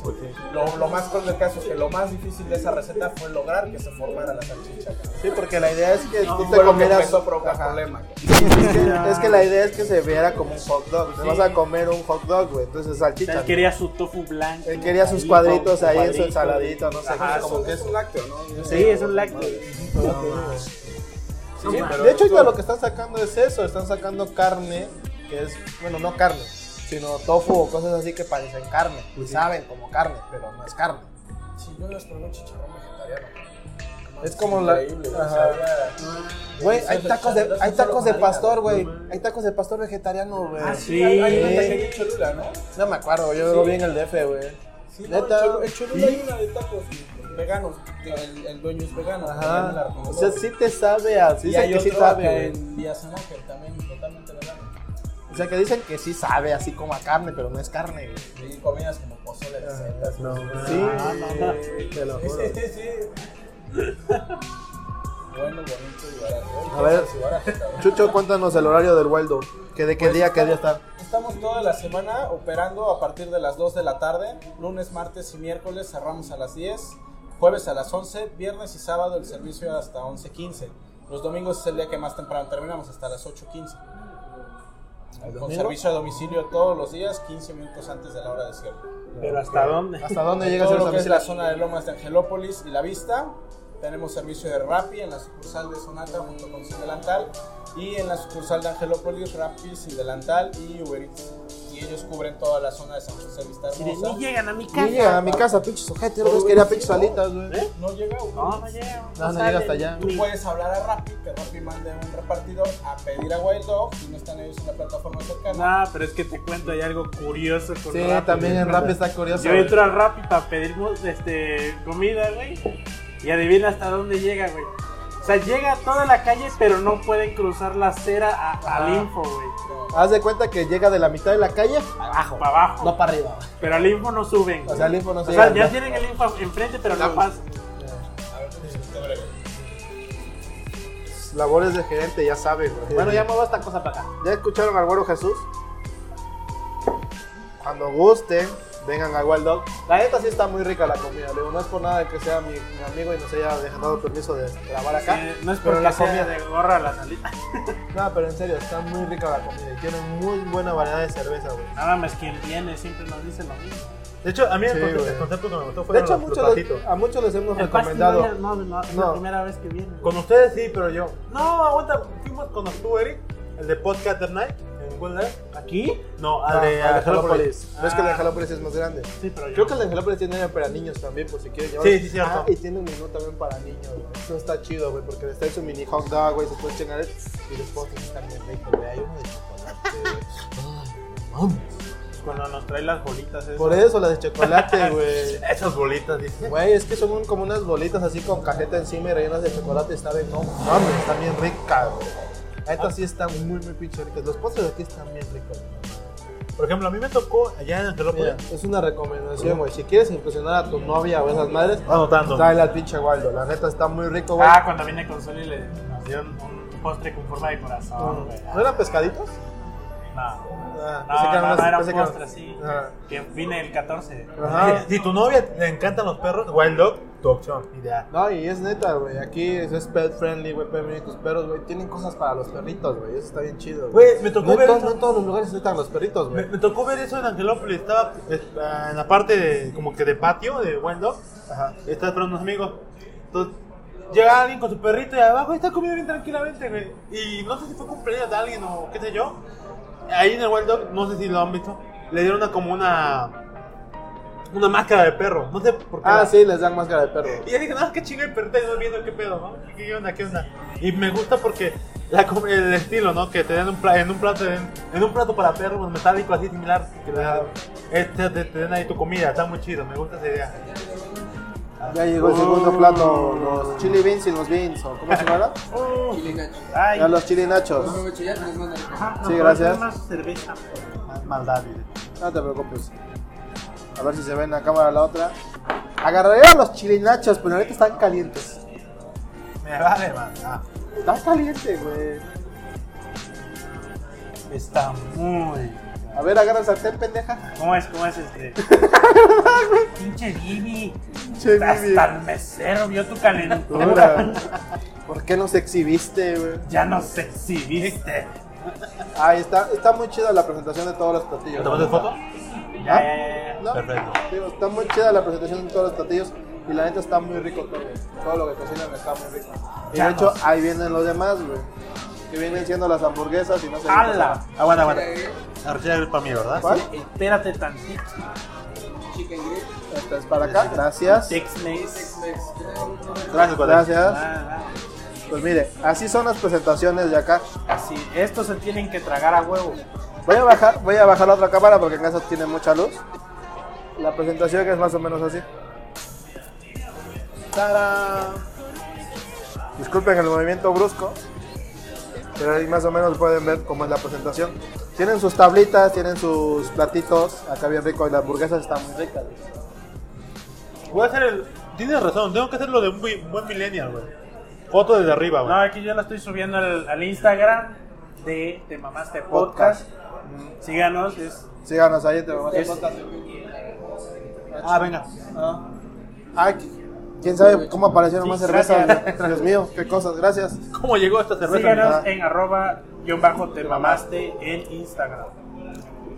F: Lo, lo más con el caso es que lo más difícil de esa receta fue lograr que se formara la salchicha. cabrón.
A: Sí, porque la idea es que
C: No,
A: esta
F: Fue lo que
A: comida
F: empezó a provocar problemas.
A: es, que, es que la idea es que se viera como un hot dog. Te
C: Sí.
A: vas a comer un hot dog, güey. Entonces
C: O sea,
A: salchicha.
C: él quería su tofu blanco.
A: Él quería sus
C: ahí,
A: cuadritos
C: su
A: ahí en su
C: cuadrito.
A: ensaladita, no sé
C: Ajá,
A: qué, como
F: Eso
A: que
F: es
A: es.
F: un lácteo, ¿no?
C: Sí, es un lácteo.
A: Sí, de hecho, ya lo que están sacando es eso, están sacando carne, que es, bueno, no carne, sino tofu o cosas así que parecen carne, y saben como carne, pero no es carne.
F: Sí, yo las probé un chicharrón vegetariano. cabrón.
A: Es como la-
F: Increíble, güey,
A: Ajá.
F: sabía-
A: Güey, hay
F: Eso es
A: tacos de,
F: echar-
A: hay
F: eso es
A: tacos
F: solo
A: de
F: harina,
A: pastor, güey, hay tacos de pastor vegetariano, güey.
C: Ah, sí.
F: Hay hay una taquería en Cholula, ¿no?
A: No me acuerdo, yo lo vi en el DF, güey.
F: Sí, no,
A: Neta.
F: en Cholu- en Cholula hay una de tacos veganos. El, el dueño es vegano. también la
A: Ajá.
F: recomendó.
A: O sea, sí te sabe, a- sí
F: y
A: dicen
F: hay
A: que sí
F: otro
A: sabe,
F: acá
A: güey.
F: en Villa San Ángel, también totalmente vegano.
A: O sea, que dicen que sí sabe así como a carne, pero no es carne, güey.
F: Y comidas como pozole de setas.
A: Ah, Sí,
C: Ah, no, no.
A: te lo
F: Sí,
A: juro.
F: sí, sí. Bueno, bonito y barato.
A: A ver.
F: Y barato, cabrón.
A: Chucho, cuéntanos el horario del Waldo. Que de qué
C: Pues,
A: día, qué día está.
F: Estamos toda la semana operando a partir de las 2 de la tarde. Lunes, martes y miércoles cerramos a las 10. Jueves a las 11. Viernes y sábado el servicio era hasta 11.15. Los domingos es el día que más temprano terminamos, hasta las 8.15. Con
A: domingo?
F: servicio a domicilio todos los días, 15 minutos antes de la hora de cierre.
C: Pero hasta dónde.
A: ¿Hasta dónde
F: En
A: llega
F: todo
A: el
F: lo que es la
A: domicilio?
F: zona de Lomas de Angelópolis y La Vista. Tenemos servicio de Rappi en la sucursal de Sonata junto con Sin Delantal. Y en la sucursal de Angelópolis, Rappi, Sin Delantal y Uber Eats. Y ellos cubren toda la zona de San José Vista
C: Y de,
F: Hermosa.
C: Ni llegan a mi casa.
A: Ni llega a mi casa, pinches ojetes, güey. Quería pinches alitas, güey.
C: ¿Eh?
F: No llega Uber
C: No, ¿Eh? no
F: Eats.
C: llega.
A: No, no
C: sale.
A: llega hasta allá.
F: Tú puedes hablar a Rappi, que Rappi mande un repartidor a pedir a Wild Dog si no están ellos en la plataforma cercana.
C: No, pero es que te cuento, hay algo curioso con
A: Sí,
C: Rappi.
A: también en rap está curioso.
C: Yo
A: güey.
C: entro a Rappi para pedir este, comida, güey. Y adivina hasta dónde llega, güey. O sea, llega a toda la calle, pero no pueden cruzar la acera a-
A: Ah.
C: al info, güey.
A: Haz de cuenta que llega de la mitad de la calle abajo.
C: Para abajo.
A: No para arriba.
C: Pero al info no suben.
A: O
C: güey.
A: sea, el info no
C: O
A: se
C: sea,
A: llega.
C: ya tienen el info enfrente, pero no Eh, pasan.
A: Labores de gerente, ya sabe, güey. Bueno, ya muevo esta cosa para acá. ¿Ya escucharon al güero Jesús? Cuando gusten, vengan a Wild Dog. La neta sí está muy rica la comida. Le digo, no es por nada que sea mi, mi amigo y nos haya dejado permiso de grabar acá.
C: Sí, no es
A: pero
C: porque
A: la
C: sea
A: comida-
C: de gorra la salita.
A: No, pero en serio, está muy rica la comida y tiene muy buena variedad de cerveza, güey.
C: Nada más quien viene siempre nos dice lo mismo.
B: De hecho, a mí el,
A: Sí,
B: concepto,
A: güey.
B: el concepto que me gustó fue
A: De hecho, a
B: los,
A: muchos,
B: los platitos.
A: les- a muchos les hemos
C: El pastel
A: recomendado.
C: no, no, no, es
A: No.
C: la primera vez que viene.
B: Con ustedes sí, pero yo. No, aguanta. Fuimos con tú, Eric, el de Podcast at Night, en Google Live.
C: ¿Aquí?
B: No,
A: Ah,
B: al de
A: al de
B: Jalópolis.
A: Jalópolis. ¿Ves que el de Jalópolis es más grande?
C: Sí, pero yo.
A: Creo que el de Jalópolis tiene para niños también, por si quieren llevar.
B: Sí, sí, cierto.
A: Ah, y tiene un menú también para niños, güey. Eso está chido, güey, porque les trae su mini hot dog, güey, se puede chingar el- y los postres están bien ricos, güey. Hay uno de chocolate, güey.
C: pues, Cuando nos trae las bolitas esas.
A: Por eso las de chocolate, güey.
B: Esas bolitas, dice.
A: Güey, es que son un- como unas bolitas así con cajeta encima y rellenas de chocolate, está bien, no mames, están bien ricas, güey. Estas sí están muy, muy pinche ricas. Los postres de aquí están bien ricos, güey.
B: Por ejemplo, a mí me tocó allá en
A: Mira,
B: Angelópolis.
A: es una recomendación, güey. Si quieres impresionar a tu novia o esas madres,
B: Anotando.
A: tráele al pinche Waldo. La neta está muy rico, güey.
C: Ah, cuando vine con Sol y le nos dieron un postre con forma de corazón, güey.
A: Mm. ¿No eran pescaditos?
C: Ah,
A: Ah,
C: No, no, no, era un
A: pensé que Ah.
C: postre, sí.
A: Ajá.
C: Que vine el 14.
A: Ajá.
B: Eh, Si tu novia le encantan los perros, Wild Dog, tu opción ideal.
A: No, y es neta, güey. Aquí es, es pet friendly, güey. Pueden venir tus perros, güey. Tienen cosas para los perritos, güey. Eso está bien chido,
B: Güey, me tocó
A: No, en
B: ver
A: to-
B: eso.
A: no en todos los lugares están los perritos,
B: Me,
A: güey.
B: me tocó ver eso en Angelópolis. Estaba eh, en la parte de, como que de patio de Wild Dog.
A: Ajá.
B: Estaba esperando unos amigos. Entonces, llega alguien con su perrito y abajo está comiendo bien tranquilamente, güey. Y no sé si fue cumpleaños de alguien o qué sé yo. Ahí en el Wild Dog, no sé si lo han visto, le dieron una, como una. Una máscara de perro. No sé por qué.
A: Ah,
B: la-
A: sí, les dan máscara de perro.
B: Y yo dije, no, qué chingo el perrito y no viendo qué pedo, ¿no? ¿Qué onda, qué onda? Y me gusta porque la com- el estilo, ¿no? Que te den un pla- en un plato, en, en un plato para perros metálico así similar. Que te, dan- este, te, te den ahí tu comida, está muy chido, me gusta esa idea.
A: Ya llegó el segundo plato. Los chili beans y los beans, o ¿cómo se llama?
D: Chile Nacho.
C: Ay,
A: Ya los chili nachos.
D: Vamos, Nacho, ya tenés más de-
C: ajá, nos
A: sí,
C: falta
A: gracias.
C: Más cerveza. pues.
B: Maldad,
A: No te preocupes. A ver si se ve en la cámara la otra. Agarraría los chilinachos, pero ahorita están calientes.
B: Me vale, ah, maldad.
A: Están calientes, güey.
C: Está muy.
A: A ver, agarra el sartén, pendeja.
C: ¿Cómo es? ¿Cómo es este? Pinche Vivi.
A: Pinche Vivi.
C: Hasta el mesero vio tu calentura.
A: Ahora, ¿Por qué nos exhibiste, güey?
C: ya no sé si viste.
A: Ay, está, está muy chida la presentación de todos los
B: ¿Te
A: platillos.
B: tomaste foto?
C: Ya, ya, ya, ya.
A: No,
B: Perfecto.
A: digo, está muy chida la presentación de todos los platillos y la neta está muy rico todo. Todo lo que cocinan está muy rico. Y de
C: Ya
A: hecho,
C: nos-
A: ahí vienen los demás, güey. Que vienen siendo las hamburguesas y no sé.
C: ¡Hala!
B: Aguanta, aguanta.
D: eh,
B: Archilla es para mí, ¿verdad?
A: ¿Cuál?
C: Espérate tantito.
D: Chicken Grill,
A: Esta Este, es para acá. Gracias.
C: Tex-Mex.
D: Tex-Mex.
A: Gracias, gracias.
C: Ah, ah.
A: Pues mire, así son las presentaciones de acá.
C: Así, estos se tienen que tragar a huevo.
A: Voy a bajar, voy a bajar la otra cámara porque en casa tiene mucha luz. La presentación es más o menos así. ¡Tarán! Disculpen el movimiento brusco, pero ahí más o menos pueden ver cómo es la presentación. Tienen sus tablitas, tienen sus platitos, acá bien rico y las hamburguesas están muy ricas.
B: Voy a hacer el. Tienes razón, tengo que hacer lo de un bui- buen millennial, güey. Foto desde arriba, güey.
C: No, aquí yo la estoy subiendo al, al Instagram de Te Mamaste Podcast. Síganos, es
A: Síganos ahí, te vamos a
C: Es- eh,
A: contar.
B: Ah, venga.
A: Ay, quién sabe cómo aparecieron más
C: Sí,
A: cervezas.
C: gracias.
A: Dios mío, qué cosas, gracias.
B: ¿Cómo llegó esta cerveza?
C: Síganos
A: ¿verdad?
C: en arroba guión bajo te mamaste en Instagram.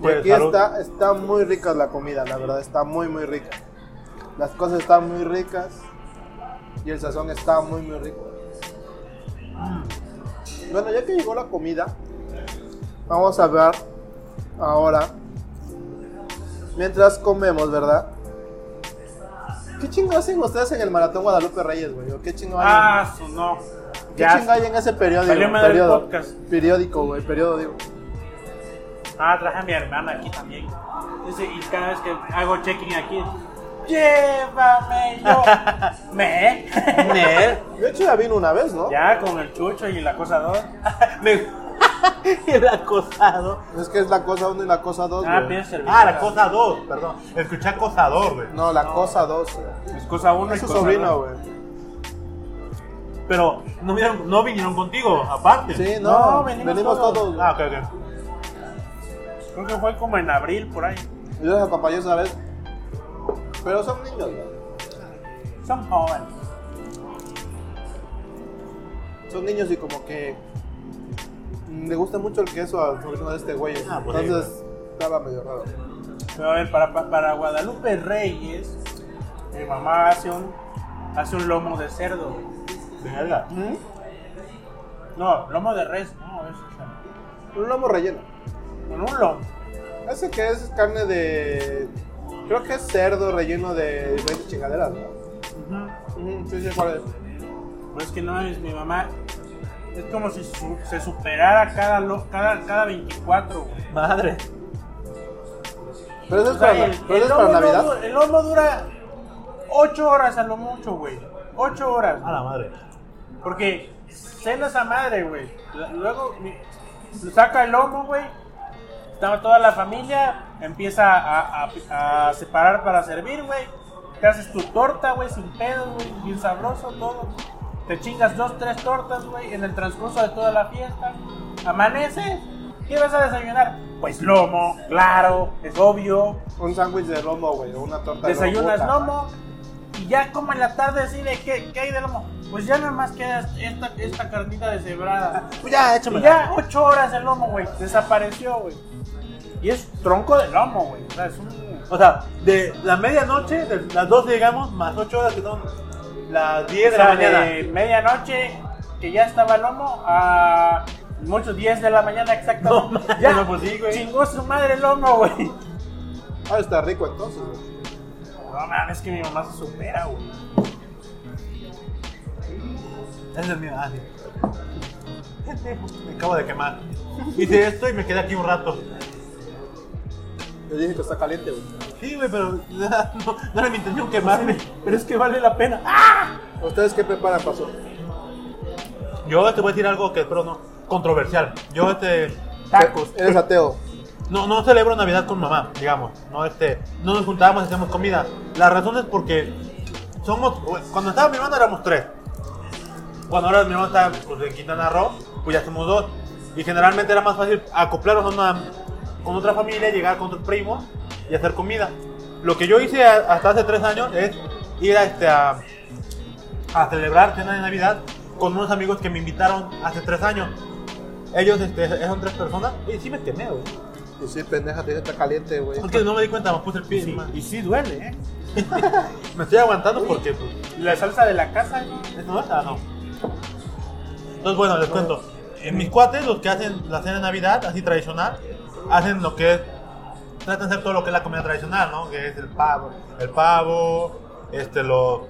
A: Y aquí
B: Salud.
A: está, está muy rica la comida, la verdad, está muy, muy rica. Las cosas están muy ricas y el sazón está muy, muy rico. Mm. Bueno, ya que llegó la comida, vamos a ver ahora, mientras comemos, ¿verdad? ¿Qué chingo hacen ustedes en el Maratón Guadalupe Reyes, güey? ¿O ¿Qué chingo hay en-
C: Ah, su no.
A: ¿Qué chingo
C: Ya.
A: hay en ese periódico?
C: Salió mal el
A: Periodo.
C: podcast.
A: periódico, güey, periódico.
C: Ah, traje a mi hermana aquí también. Dice, y cada vez que hago check-in aquí, llévame yo. Me.
A: De hecho, ya vino una vez, ¿no?
C: Ya con el chucho y el acosador.
B: Me- el acosado.
A: Es que es la cosa 1 y la cosa 2.
C: Ah, pides cerveza.
B: Ah, la cosa 2, perdón. Escuché acosador, güey.
A: No, la cosa 2.
C: Es pues, cosa uno
A: Es
C: y
A: su
C: cosa
A: sobrino,
C: dos.
A: güey.
B: Pero no, vinieron- no vinieron contigo, aparte.
A: Sí, no,
C: No,
A: venimos,
C: venimos
A: todos.
C: todos.
A: güey.
B: Ah, ok, ok.
C: Creo que fue como en abril por ahí.
A: Yo les acompañé una vez. Pero son niños, ¿no?
C: Son jóvenes.
A: Son niños y como que. mm, Le gusta mucho el queso al sobrino de este güey.
B: Ah, pues sí,
A: Entonces, estaba medio raro.
C: Pero a ver, para, pa- para Guadalupe Reyes, mi mamá hace un, hace un lomo de cerdo. güey.
B: Verga.
C: No, lomo de res, no, es esa.
A: Un lomo relleno.
C: Con un lomo.
A: Ese que es carne de. Creo que es cerdo relleno de diferentes chingaderas, ¿no? Ujú, Sí, sí, cuál es.
C: Pues es que no es mi mamá. Es como si su- se superara cada, lo- cada, cada 24, güey.
B: Madre.
A: Pero eso
C: O
A: es
C: sea,
A: para,
C: el,
A: pero
C: el
A: eso es
C: lomo
A: para
C: no
A: Navidad.
C: du- el lomo dura 8 horas a lo mucho, güey. 8 horas.
B: A la madre.
C: Porque cena esa madre, güey. La- Luego mi- se saca el lomo, güey. Estaba toda la familia. Empieza a, a- a separar para servir, güey. Te haces tu torta, güey, sin pedos, güey. Bien sabroso todo. Te chingas dos, tres tortas, güey, en el transcurso de toda la fiesta. Amanece. ¿Qué vas a desayunar? Pues lomo, claro, es obvio.
A: Un sándwich de lomo, güey, o una torta
C: Desayunas
A: de lomo.
C: lomo y ya como en la tarde así de ¿qué, qué hay de lomo. Pues ya nada más queda esta, esta carnita deshebrada.
B: Pues ya,
C: Y ya ocho horas el lomo, güey. Desapareció, güey. Y es tronco de lomo, güey. O sea, es un...
B: O sea, de la medianoche, de las 2 llegamos, más 8 horas que son las 10 de la
C: Era
B: mañana.
C: de medianoche que ya estaba el lomo a muchos 10 de la mañana exactamente.
B: No,
C: ya
B: no, pues sí, güey.
C: chingó su madre el lomo, güey.
A: Ah, está rico entonces, güey.
C: No mames, que mi mamá se supera, güey.
B: Ese es el mío, ah, sí. Me acabo de quemar. Hice esto y me quedé aquí un rato.
A: Yo dije que está caliente, güey.
B: Sí, güey, pero no, no era mi intención quemarme.
C: Pero es que vale la pena.
A: ¿Ustedes qué preparan, Paso?
B: Yo te voy a decir algo que espero no controversial. Yo este
C: Tacos.
A: Eres ateo.
B: no, no celebro Navidad con mamá, digamos. No este no nos juntábamos y hacíamos comida. La razón es porque somos cuando estaba mi hermana éramos tres. Cuando ahora mi hermana está pues, en Quintana Roo, pues ya somos dos. Y generalmente era más fácil acoplarnos a una- con otra familia, llegar con otros primos y hacer comida. Lo que yo hice a- hasta hace tres años es ir a, este, a, a celebrar cena de Navidad con unos amigos que me invitaron hace tres años. Ellos este, son tres personas. Y sí me quemé, güey.
A: Y sí, pendeja, te dije que está caliente, güey.
B: Porque no me di cuenta, me puse el pie. encima.
C: Y sí duele, ¿eh?
B: Me estoy aguantando porque, pues,
C: La salsa de la casa, ¿no?
B: ¿es no? Ah, no. Entonces, bueno, les cuento. En mis cuates, los que hacen la cena de Navidad, así tradicional, hacen lo que es. Tratan de hacer todo lo que es la comida tradicional, ¿no? Que es el pavo. El pavo, este, lo.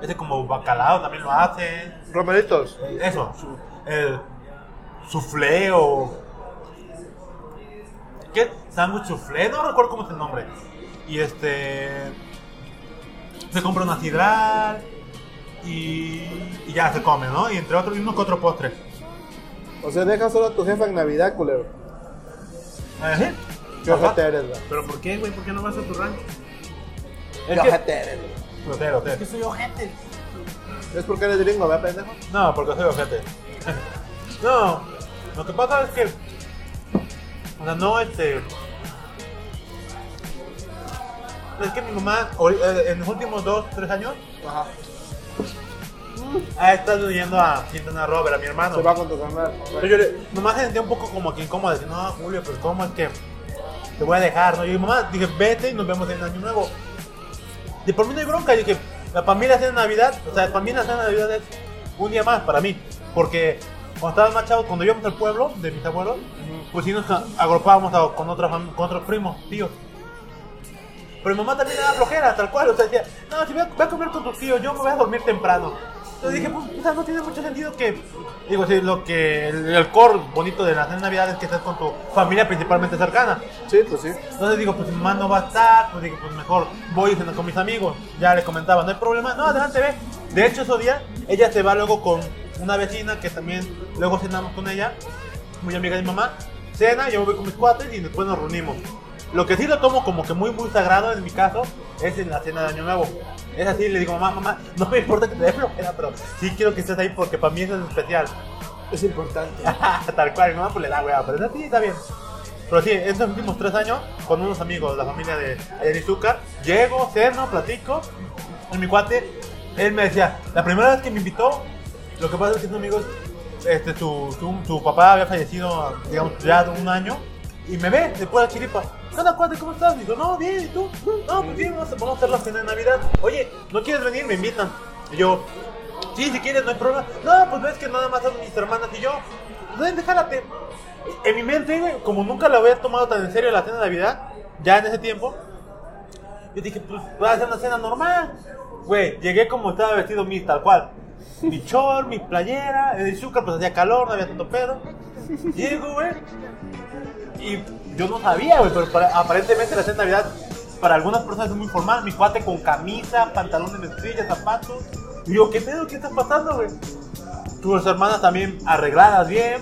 B: Este, como bacalao también lo hacen.
A: Romeritos.
B: Eso, su- el soufflé o... ¿Qué? Sándwich soufflé, no recuerdo cómo es el nombre. Y este... Se compra una sidral y, y ya se come, ¿no? Y entre otros, y uno que otro postre.
A: O sea, deja solo a tu jefa en Navidad, culero.
B: ¿Eh?
A: Qué ojete eres, güey.
C: ¿Pero por qué, güey? ¿Por qué no vas a tu rancho?
A: Qué ojete eres, güey.
B: Ojete, ojete.
C: Que soy ojete.
A: Es porque eres gringo, ¿verdad, pendejo?
B: No, porque soy ojete. no, lo que pasa es que. O sea, no, este. Es que mi mamá, ori- eh, en los últimos dos, tres años,
A: Ajá.
B: ha estado yendo a Quintana Roo a ver a mi hermano.
A: Se va con tu carnal.
B: Pero yo le, mamá se sentía un poco como que incómoda, decía, no, Julio, pero ¿cómo es que te voy a dejar? ¿no? Yo dije, mamá, dije, vete y nos vemos en Año Nuevo. De por mí no hay bronca, yo dije, la familia cena de Navidad, o sea, para mí la cena de Navidad es un día más para mí, porque cuando estaban más chavos, cuando íbamos al pueblo de mis abuelos, pues sí nos a- agrupábamos a- con, otra fam- con otros primos, tíos. Pero mi mamá también era flojera, tal cual. O sea, decía, no, si voy a, voy a comer con tus tíos, yo me voy a dormir temprano. Entonces dije, pues, o sea, no tiene mucho sentido que. Digo, sí, lo que. El, el core bonito de la cena de Navidad es que estés con tu familia principalmente cercana.
A: Sí, pues sí.
B: Entonces digo, pues mi mamá no va a estar, pues digo, pues mejor voy y ceno con mis amigos. Ya le comentaba, no hay problema, no, adelante, ve. De hecho, esos días, ella se va luego con una vecina que también luego cenamos con ella, muy amiga de mi mamá. Cena, yo me voy con mis cuates y después nos reunimos. Lo que sí lo tomo como que muy, muy sagrado en mi caso es en la cena de Año Nuevo. Es así, le digo, mamá, mamá, no me importa que te dé flojera, pero sí quiero que estés ahí porque para mí eso es especial.
F: Es importante.
B: Tal cual, mi mamá pues le da hueva, pero no, sí, está bien. Pero sí, en estos últimos tres años, con unos amigos, la familia de Ayarizuka, llego, ceno, platico. Y mi cuate, él me decía, la primera vez que me invitó, lo que pasa es que estos amigos, este, su, su, su papá había fallecido, digamos, ya de un año. Y me ve después de chiripa. ¿Qué onda, cuate? ¿Cómo estás? Digo, no, bien, ¿y tú? No, pues bien, vamos a, vamos a hacer la cena de Navidad. Oye, ¿no quieres venir? Me invitan. Y yo, Sí, si quieres, no hay problema. No, pues ves que nada más son mis hermanas y yo. Entonces, déjate. En mi mente, güey, como nunca la había tomado tan en serio la cena de Navidad, ya en ese tiempo, yo dije, pues voy a hacer una cena normal. Güey, llegué como estaba vestido mi, tal cual. Mi chor, mi playera, el azúcar, pues hacía calor, no había tanto pedo. Llego, güey. Y yo no sabía, güey, pero para- aparentemente la cena de Navidad para algunas personas es muy formal. Mi cuate con camisa, pantalón de mezclilla, zapatos. Y yo, ¿qué pedo? ¿Qué está pasando, güey? Tus hermanas también arregladas bien.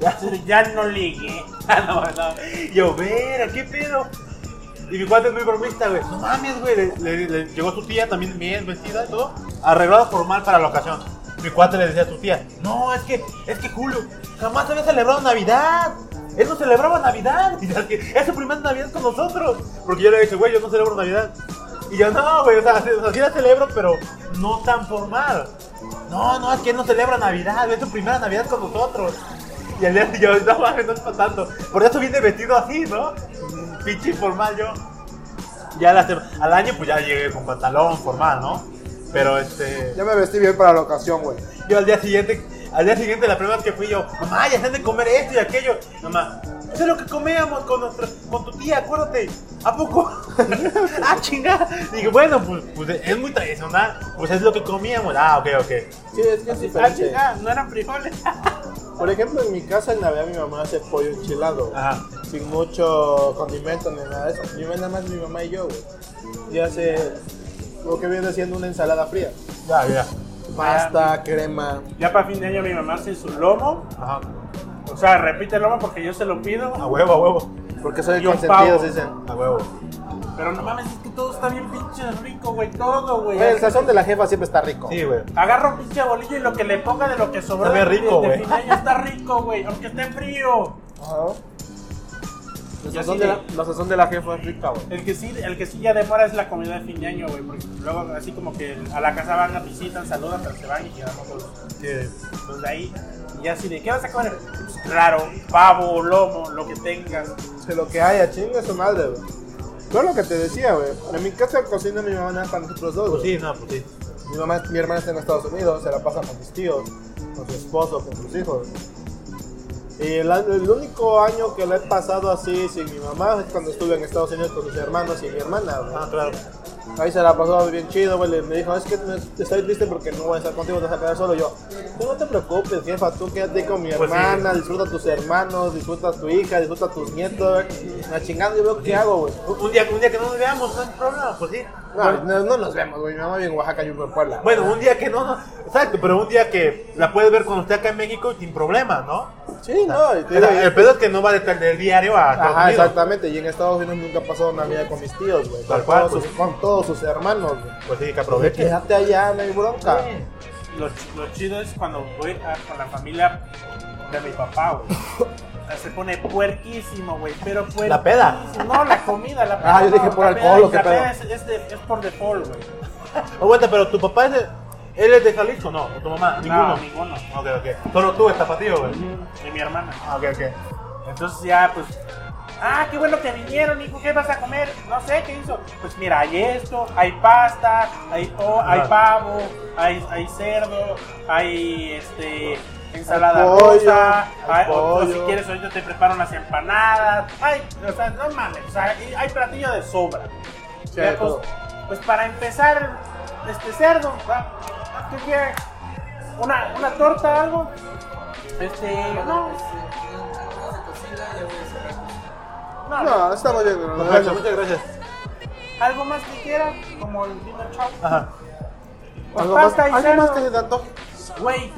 C: Ya no ligué. No, no.
B: Yo, vera, ¿qué pedo? Y mi cuate es muy bromista, güey. No mames, güey. Le, le- le- llegó su tía también bien vestida y todo. Arreglada formal para la ocasión. Mi cuate le decía a su tía, no, es que, es que Julio, jamás había celebrado Navidad. Él no celebraba Navidad. Y ya que es su primera Navidad con nosotros. Porque yo le dije, güey, yo no celebro Navidad. Y yo, no, güey, o sea, sí- o sea, sí la celebro, pero no tan formal. No, no, es que él no celebra Navidad, es su primera Navidad con nosotros. Y al día siguiente, yo, no mames, no es pa' tanto. Por eso viene vestido así, ¿no? Mm, Pinche informal yo. Ya la sem- al año, pues ya llegué con pantalón formal, ¿no? Pero este.
A: Yo me vestí bien para la ocasión, güey.
B: Yo al día siguiente, al día siguiente, la primera vez que fui yo, mamá, ya se han de comer esto y aquello. Mamá, eso es lo que comíamos con, nuestra, con tu tía, acuérdate. ¿A poco? ah, chingada. Dije, bueno, pues, pues es muy tradicional, pues es lo que comíamos. Ah, ok, ok.
A: Sí, es que es
C: Ah,
A: diferente.
C: chingada, no eran frijoles.
A: Por ejemplo, en mi casa en Navidad mi mamá hace pollo enchilado. güey.
B: Ajá.
A: Sin mucho condimento ni nada de eso. Yo nada más mi mamá y yo, güey. Y hace lo que viene siendo una ensalada fría.
B: Ya, ya.
A: Pasta, crema.
C: Ya para fin de año mi mamá hace su lomo.
B: Ajá.
C: O sea, repite el lomo porque yo se lo
B: A
C: pido.
B: huevo, a huevo.
A: Porque soy
C: Y
A: el
C: un
A: consentido,
C: pavo.
A: se dicen.
B: A huevo.
C: Pero no mames, es que todo está bien pinche rico, güey. Todo, güey.
A: Güey,
B: Pues,
A: el sazón de la jefa siempre está rico.
B: Sí, güey.
C: Agarra un pinche bolillo y lo que le ponga de lo que sobró
B: Sabe
C: de-
B: rico,
C: de
B: güey.
C: fin de año está rico, güey. Aunque esté frío.
A: Ajá. La
C: Y así
A: sazón, de la,
C: de-
A: la sazón de la jefa es rica, güey.
C: El que sí, el que sí ya demora es la comida de fin de año, güey. Porque luego así como que a la casa van, la visitan, saludan, pero se van y quedamos todos. Los de ahí. Y así de, ¿qué vas a comer? Pues, claro, pavo, lomo, lo que tengas.
A: Es que lo que haya, chinga su madre, güey. Yo lo que te decía, güey. En mi casa cocina mi mamá nada para nosotros dos,
B: Pues
A: güey.
B: sí, no, pues sí.
A: Mi mamá, mi hermana está en Estados Unidos, se la pasa con mis tíos, con su esposo, con sus hijos. Y el, año- el único año que la he pasado así sin mi mamá es cuando estuve en Estados Unidos con mis hermanos y mi hermana, güey.
B: Ah, claro.
A: Ahí se la pasó bien chido, güey. Le- Me dijo, es que me- estoy triste porque no voy a estar contigo, te vas a quedar solo. Yo, tú no te preocupes, jefa, tú quédate con mi
B: Pues sí.
A: hermana, disfruta a tus hermanos, disfruta a tu hija, disfruta a tus nietos, güey. La chingada, yo veo qué hago, güey.
B: Un, un día, un día que no nos veamos, no hay problema, pues sí.
A: No, no, no nos vemos, güey. Mi mamá vive en Oaxaca, yo vivo en Puebla.
B: Bueno, un día que no, no, exacto, pero un día que la puedes ver cuando esté acá en México sin problema, ¿no?
A: sí, no, y te
B: El,
A: digo, eh,
B: el pedo es que no va de tal- del diario a Estados
A: Ajá,
B: Unidos.
A: exactamente. Y en Estados Unidos nunca ha pasado Navidad con mis tíos, güey.
B: Tal
A: Con,
B: cual,
A: todos
B: pues.
A: sus- con todos sus hermanos, güey.
B: Pues sí, que
A: Pues
B: aproveche.
A: Quédate allá, no hay bronca.
C: Lo, ch- lo chido es cuando voy a- con la familia de mi papá, güey. O sea, se pone puerquísimo, güey, pero puerquísimo.
B: La peda.
C: No, la comida, la
A: Ah, yo dije
C: no,
A: por
C: la
A: alcohol,
C: peda-
A: ¿o qué
C: La
A: pedo?
C: peda es, es de- es por default, güey.
B: Aguanta, pero tu papá es de, él es de Jalisco, ¿no? ¿O tu mamá?
C: No,
B: Ninguno.
C: ninguno.
B: Ok, ok. Solo tú, el tapatío, güey.
C: Y mi hermana.
B: Ah, Ok, ok.
C: Entonces ya, pues, ah, qué bueno que vinieron, hijo, ¿qué vas a comer? No sé, ¿qué hizo? Pues mira, hay esto, hay pasta, hay, oh, hay
B: Ajá.
C: pavo, hay, hay cerdo, hay, este, ensalada
A: Hay pollo,
C: rosa,
A: hay
C: hay- o, o si
A: pollo.
C: quieres ahorita te preparo unas empanadas, hay, o sea, no mames, o sea, hay, hay platillo de sobra.
A: Sí,
C: Ya,
A: hay
C: pues,
A: todo.
C: pues para empezar, este cerdo, ¿va? ¿Qué quieres? Una, una torta, algo. Este, no, no, no.
A: No, estamos bien, no,
B: Perfecto, muchas gracias.
C: algo más que quieras, como el vino chau.
B: Ajá.
C: Pues
A: Algo más,
C: pasta y
A: algo más que se
C: cerdo.
A: te antoje.
C: Güey,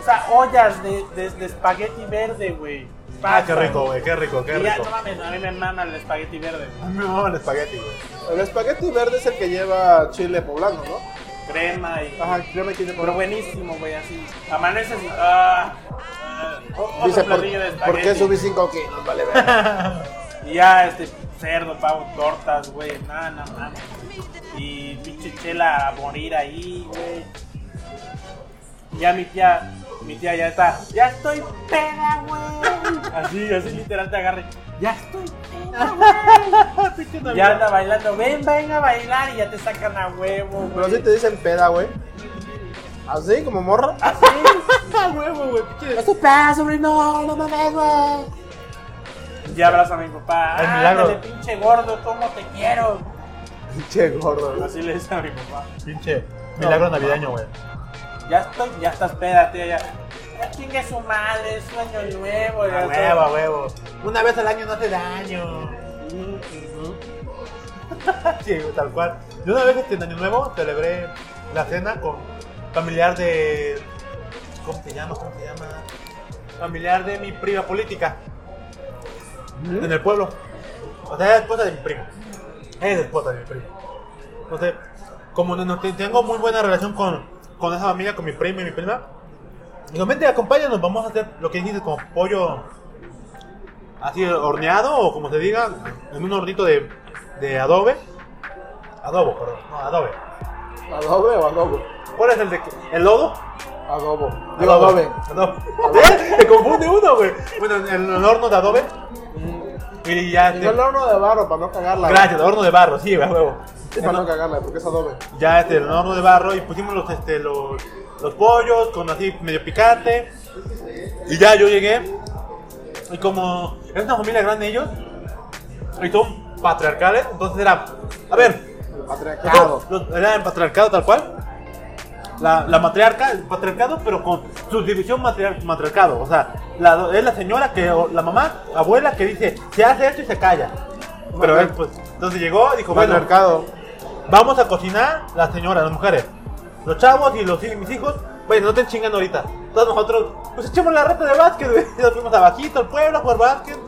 C: o sea, ollas de, de, de espagueti verde, güey.
B: Ah,
C: Pasta,
B: qué rico, güey, qué rico, qué
C: Y ya,
B: rico.
C: no mames, a mí me mama el espagueti verde,
B: A mí me mama el espagueti, güey.
A: El espagueti verde es el que lleva chile poblano, ¿no?
C: güey. crema y.
A: Ajá, crema y chile
C: Pero
A: poblano.
C: buenísimo, güey, así. Amaneces y. Ah, ah, otro
A: Dice, ¿por,
C: platillo de
A: ¿por qué
C: espagueti.
A: subí 5 kilos? Vale, ver.
C: Y ya, este, cerdo, pavo, tortas, güey, nada, nada, nada. Y pinche chela a morir ahí, güey. Ya mi tía, mi tía ya está, ya estoy peda, güey. Así, así literal te agarre, ya estoy peda, güey. ya anda bailando, ven, ven a bailar y ya te sacan a huevo,
A: Pero
C: güey.
A: si te dicen peda, güey. ¿Así? ¿Como morra?
C: Así, a huevo, güey, pinche.
D: ¡Esto pasa, sobrino! ¡No mames, güey!
C: Ya abraza a mi papá,
B: El milagro.
C: ándale, pinche gordo, cómo te quiero.
A: Pinche gordo, güey.
C: Así le dice a mi papá.
B: Pinche milagro navideño, güey.
C: Ya estoy, ya estás peda, tía, ya. Ya chingue su madre, es sueño nuevo, ya
B: A
C: todo.
B: huevo, a huevo. Una vez al año no hace daño.
C: Mm, mm,
B: Sí, tal cual. Yo una vez este, en Año Nuevo celebré la cena con familiar de. ¿Cómo se llama? ¿Cómo se llama? Familiar de mi prima política. En el pueblo. O sea, es esposa de mi primo. Es esposa de mi primo. Entonces, como no, no te- tengo muy buena relación con, con esa familia, con mi primo y mi prima, digo, vente, acompáñanos, vamos a hacer lo que dice como pollo así horneado o como se diga, en un hornito de, de adobe. Adobo, perdón, no, adobe.
A: ¿Adobe o adobo?
B: ¿Cuál es el de que- el lodo?
A: Adobo. Digo adobe.
B: Adobe. ¿Eh? Te confunde uno, güey. Bueno, en el, el horno de adobe. Y ya.
A: Mm. Y
B: este-
A: no el horno de barro para no cagarla. güey.
B: Gracias, horno de barro, sí, güey, a huevo.
A: Sí, para no cagarla, porque es adobe.
B: ya este, el horno de barro y pusimos los, este, los, los pollos con así medio picante. Y ya yo llegué. Y como es una familia grande ellos, y son patriarcales, entonces era, a ver,
A: Patriarcado.
B: los- era en patriarcado tal cual. La, la matriarca, el patriarcado, pero con subdivisión matriar- matriarcado. O sea, la- es la señora que, o la mamá, abuela que dice, se hace esto y se calla. Pero él, pues, entonces llegó y dijo, bueno,
A: Patriarcado.
B: Vamos a cocinar las señoras, las mujeres. Los chavos y los y mis hijos, bueno, no te chingan ahorita. Todos nosotros, pues echamos la reta de básquet, güey. Nos fuimos abajito al pueblo a jugar básquet.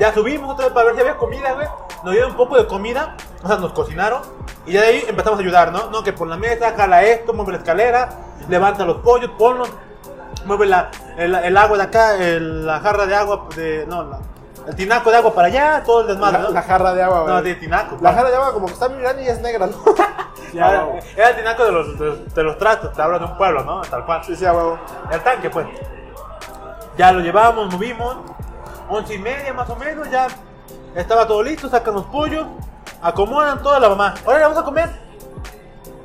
B: Ya subimos otra vez para ver si había comida, güey. Nos dieron un poco de comida, o sea, nos cocinaron. Y ya de ahí empezamos a ayudar, ¿no? No, que por la mesa, jala esto, mueve la escalera, levanta los pollos, ponlos, mueve la, el, el agua de acá, el- la jarra de agua, de, no, la- el tinaco de agua para allá, todo el desmadre,
A: La,
B: ¿no?
A: la jarra de agua, güey.
B: no, de tinaco.
A: La
B: pa.
A: jarra de agua como que está muy grande y es negra, ¿no?
B: Ya,
A: Ah,
B: era el tinaco de los, de, de los tratos, te hablo de un pueblo, ¿no? Tal cual.
A: Sí, sí, a huevo.
B: El tanque, pues. Ya lo llevamos, movimos. Once y media más o menos, ya estaba todo listo, sacan los pollos, acomodan toda la mamá. Ahora vamos a comer.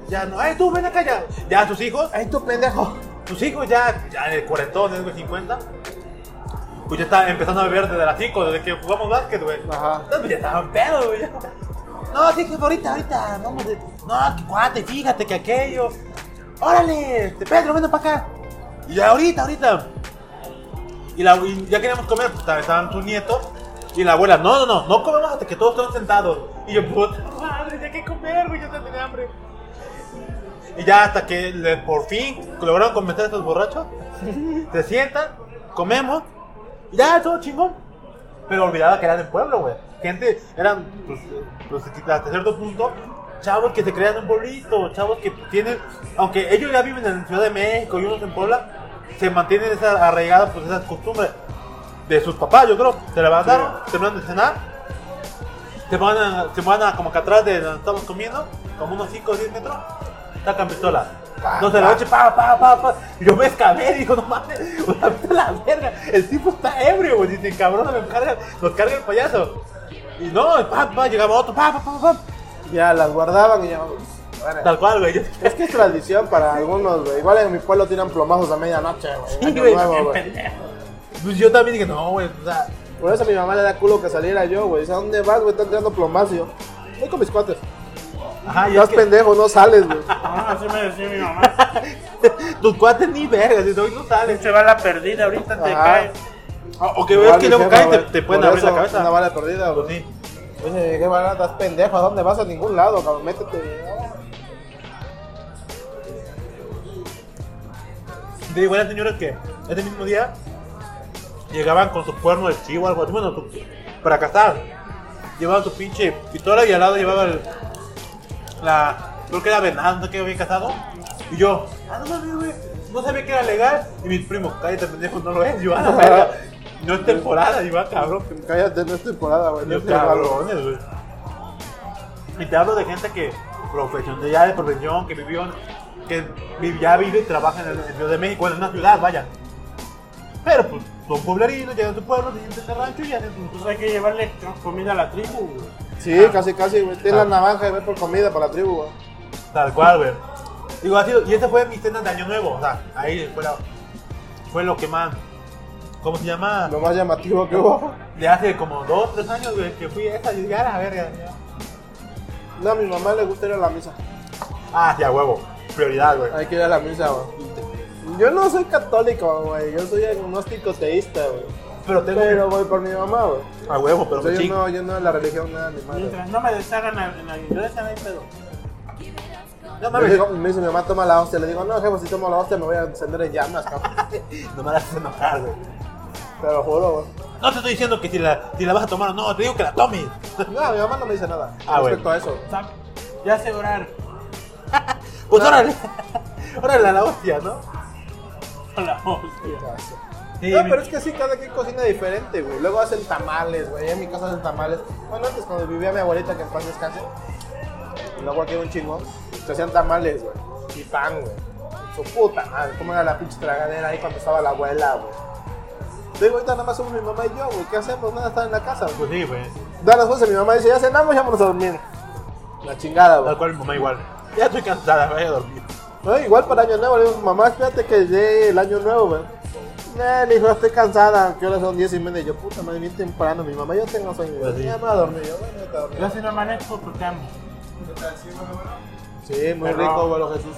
B: Ya no, ay tú, ven acá ya. Ya sus hijos,
A: ¡Ay, tú pendejo!
B: tus hijos ya, ya de cuarentón, de 50. Pues ya está empezando a beber desde las 5, desde que jugamos básquet, güey.
A: Ajá.
B: No, pues ya estaban pedos, güey. No, sí, jefe, ahorita, ahorita, vamos de... No, que cuate, fíjate que aquello... ¡Órale! Este, Pedro, ven para acá. Y ya ahorita, ahorita. Y, la, y ya queríamos comer, pues estaba- estaban tus nietos. Y la abuela, no, no, no, no comemos hasta que todos estén sentados. Y yo, puta madre, ya hay que comer, güey, yo tengo hambre. Y ya hasta que le- por fin lograron convencer a estos borrachos, se sientan, comemos, y ya todo chingón. Pero olvidaba que eran del pueblo, güey. Gente, eran, pues, pues, hasta cierto punto, chavos que se crean en un pueblito, chavos que tienen, aunque ellos ya viven en Ciudad de México y unos en Puebla, se mantienen esa arraigada, pues esas costumbres de sus papás, yo creo. Se levantaron, terminaron de cenar, se van, a, se van a como que atrás de donde estamos comiendo, como unos 5 o 10 metros, sacan pistola.
A: Ah,
B: No se la noche, pa, pa, pa, pa. Y yo me escabé, digo, no mames, güey, vete a la verga. El tipo está ebrio, güey. Dice, cabrón, me carga, nos carga el payaso. Y no, pa, pa, llegaba otro, pa, pa, pa, pa.
A: Ya las guardaban y ya. Bueno,
B: Tal cual, güey. Yo-
A: es que es tradición para algunos, güey. Igual en mi pueblo tiran plomazos a medianoche, güey.
B: Sí,
A: Año
B: güey,
A: nuevo,
B: bien
A: güey.
C: pendejo.
B: Pues yo también dije, no, güey, o sea,
A: Por eso a mi mamá le da culo que saliera yo, güey. Dice, ¿a dónde vas, güey? Están tirando plomazos. Y yo, voy con mis cuates.
B: ajá, y
A: Ya
B: es
A: es
B: que
A: pendejo, no sales, güey.
C: Ah, así me decía mi mamá.
B: tus cuates ni vergas, y hoy no sales.
C: Se va la perdida, ahorita te
A: Ajá.
C: cae.
B: O o que veas
A: Igual
B: que
A: mi
B: luego
A: jefa,
B: caes y te,
A: güey.
B: te pueden
A: Por
B: abrir la
A: eso,
B: cabeza.
A: Una bala perdida,
B: Pues
A: güey.
B: sí.
A: Dice, ¿qué bala? Estás pendejo. ¿A dónde vas? A ningún lado, cabrón. Métete.
B: De igual las señoras que ese mismo día llegaban con su cuerno de chivo o algo así, bueno, su- para cazar. Llevaban su pinche pistola y al lado llevaban el- la, creo que era venado, no sé qué había casado. Y yo, ah, no mames, güey, no sabía que era legal. Y mi primo, cállate, pendejo, no lo es. Yo, ah, la verga, no es temporada. Y yo, ah, cabrón,
A: Cállate, no es temporada, güey. no
B: yo,
A: es temporada.
B: cabrones, güey. Y te hablo de gente que, profesión, de ya de profesión, que vivió, en- que vi- ya vive y trabaja en el Ciudad de México, bueno, en una ciudad, vaya. Pero pues son pueblerinos, llegan a su pueblo, se sienten en el rancho y ya hacen sus
C: Pues
B: cosas.
C: hay que llevarle comida a la tribu, güey.
A: Sí,
B: Ah.
A: casi, casi, güey. Ten la navaja y ve por comida para la tribu, güey.
B: Tal cual, güey. Digo, así, y esta fue mi cena de Año Nuevo, o sea, ahí fue, la- fue lo que más, ¿cómo se llama?
A: Lo más llamativo que hubo.
B: De hace como dos, tres años, güey, que fui a esa y dije, a la verga.
A: No, a mi mamá le gusta ir a la misa.
B: Ah, sí, a huevo, prioridad, güey.
A: Hay que ir a la misa, güey. Yo no soy católico, güey. Yo soy agnóstico teísta, güey.
B: Pero tengo
A: Pero, güey, por mi mamá, güey.
B: A huevo, pero
A: O sea,
B: me
A: yo
B: chingo.
A: no, yo no, la religión, nada, ni madre.
C: Mientras no me deshagan a- en la iglesia, no hay pedo.
B: No
A: Me,
B: mames.
A: digo, me dice mi mamá, toma la hostia. Le digo, no, jefe, si tomo la hostia me voy a encender en llamas, cabrón.
B: No me la haces enojar, güey.
A: Te lo juro, güey.
B: No te estoy diciendo que si la, si la vas a tomar o no, te digo que la tomes.
A: No, mi mamá no me dice nada
B: Ah,
A: respecto
B: bueno.
A: a eso.
C: ¿Sabe? Ya sé orar
B: Pues órale. órale a la hostia, ¿no?
C: con la hostia.
B: Sí,
A: no,
B: mi-
A: pero es que sí, cada quien cocina diferente, güey. Luego hacen tamales, güey. En mi casa hacen tamales. Bueno, antes cuando vivía mi abuelita, que en paz descanse, luego aquí era un chingón, se hacían tamales, güey. Y pan, güey. Su puta madre, cómo era la pinche tragadera ahí cuando estaba la abuela, güey. Digo, ahorita nada más somos mi mamá y yo, güey. ¿Qué hacemos? Nada, estar en la casa, güey.
B: Pues sí, pues.
A: Da las 12, mi mamá dice, ya cenamos, ya vámonos a dormir. La chingada,
B: Tal
A: güey.
B: cual mi mamá igual. Ya estoy cansada, me voy a dormir.
A: No, igual para año nuevo, le digo, mamá, espérate que llegue el año nuevo, güey. Nah, le dijo, estoy cansada, que ahora son 10 y media. Yo, puta madre, bien temprano, mi mamá, yo tengo sueño.
B: Pues sí.
A: Ya me voy a dormir, yo, bueno, ya te dormí.
C: Yo si no amanezco porque amo.
A: Sí, muy
C: Pero-
A: rico, abuelo Jesús.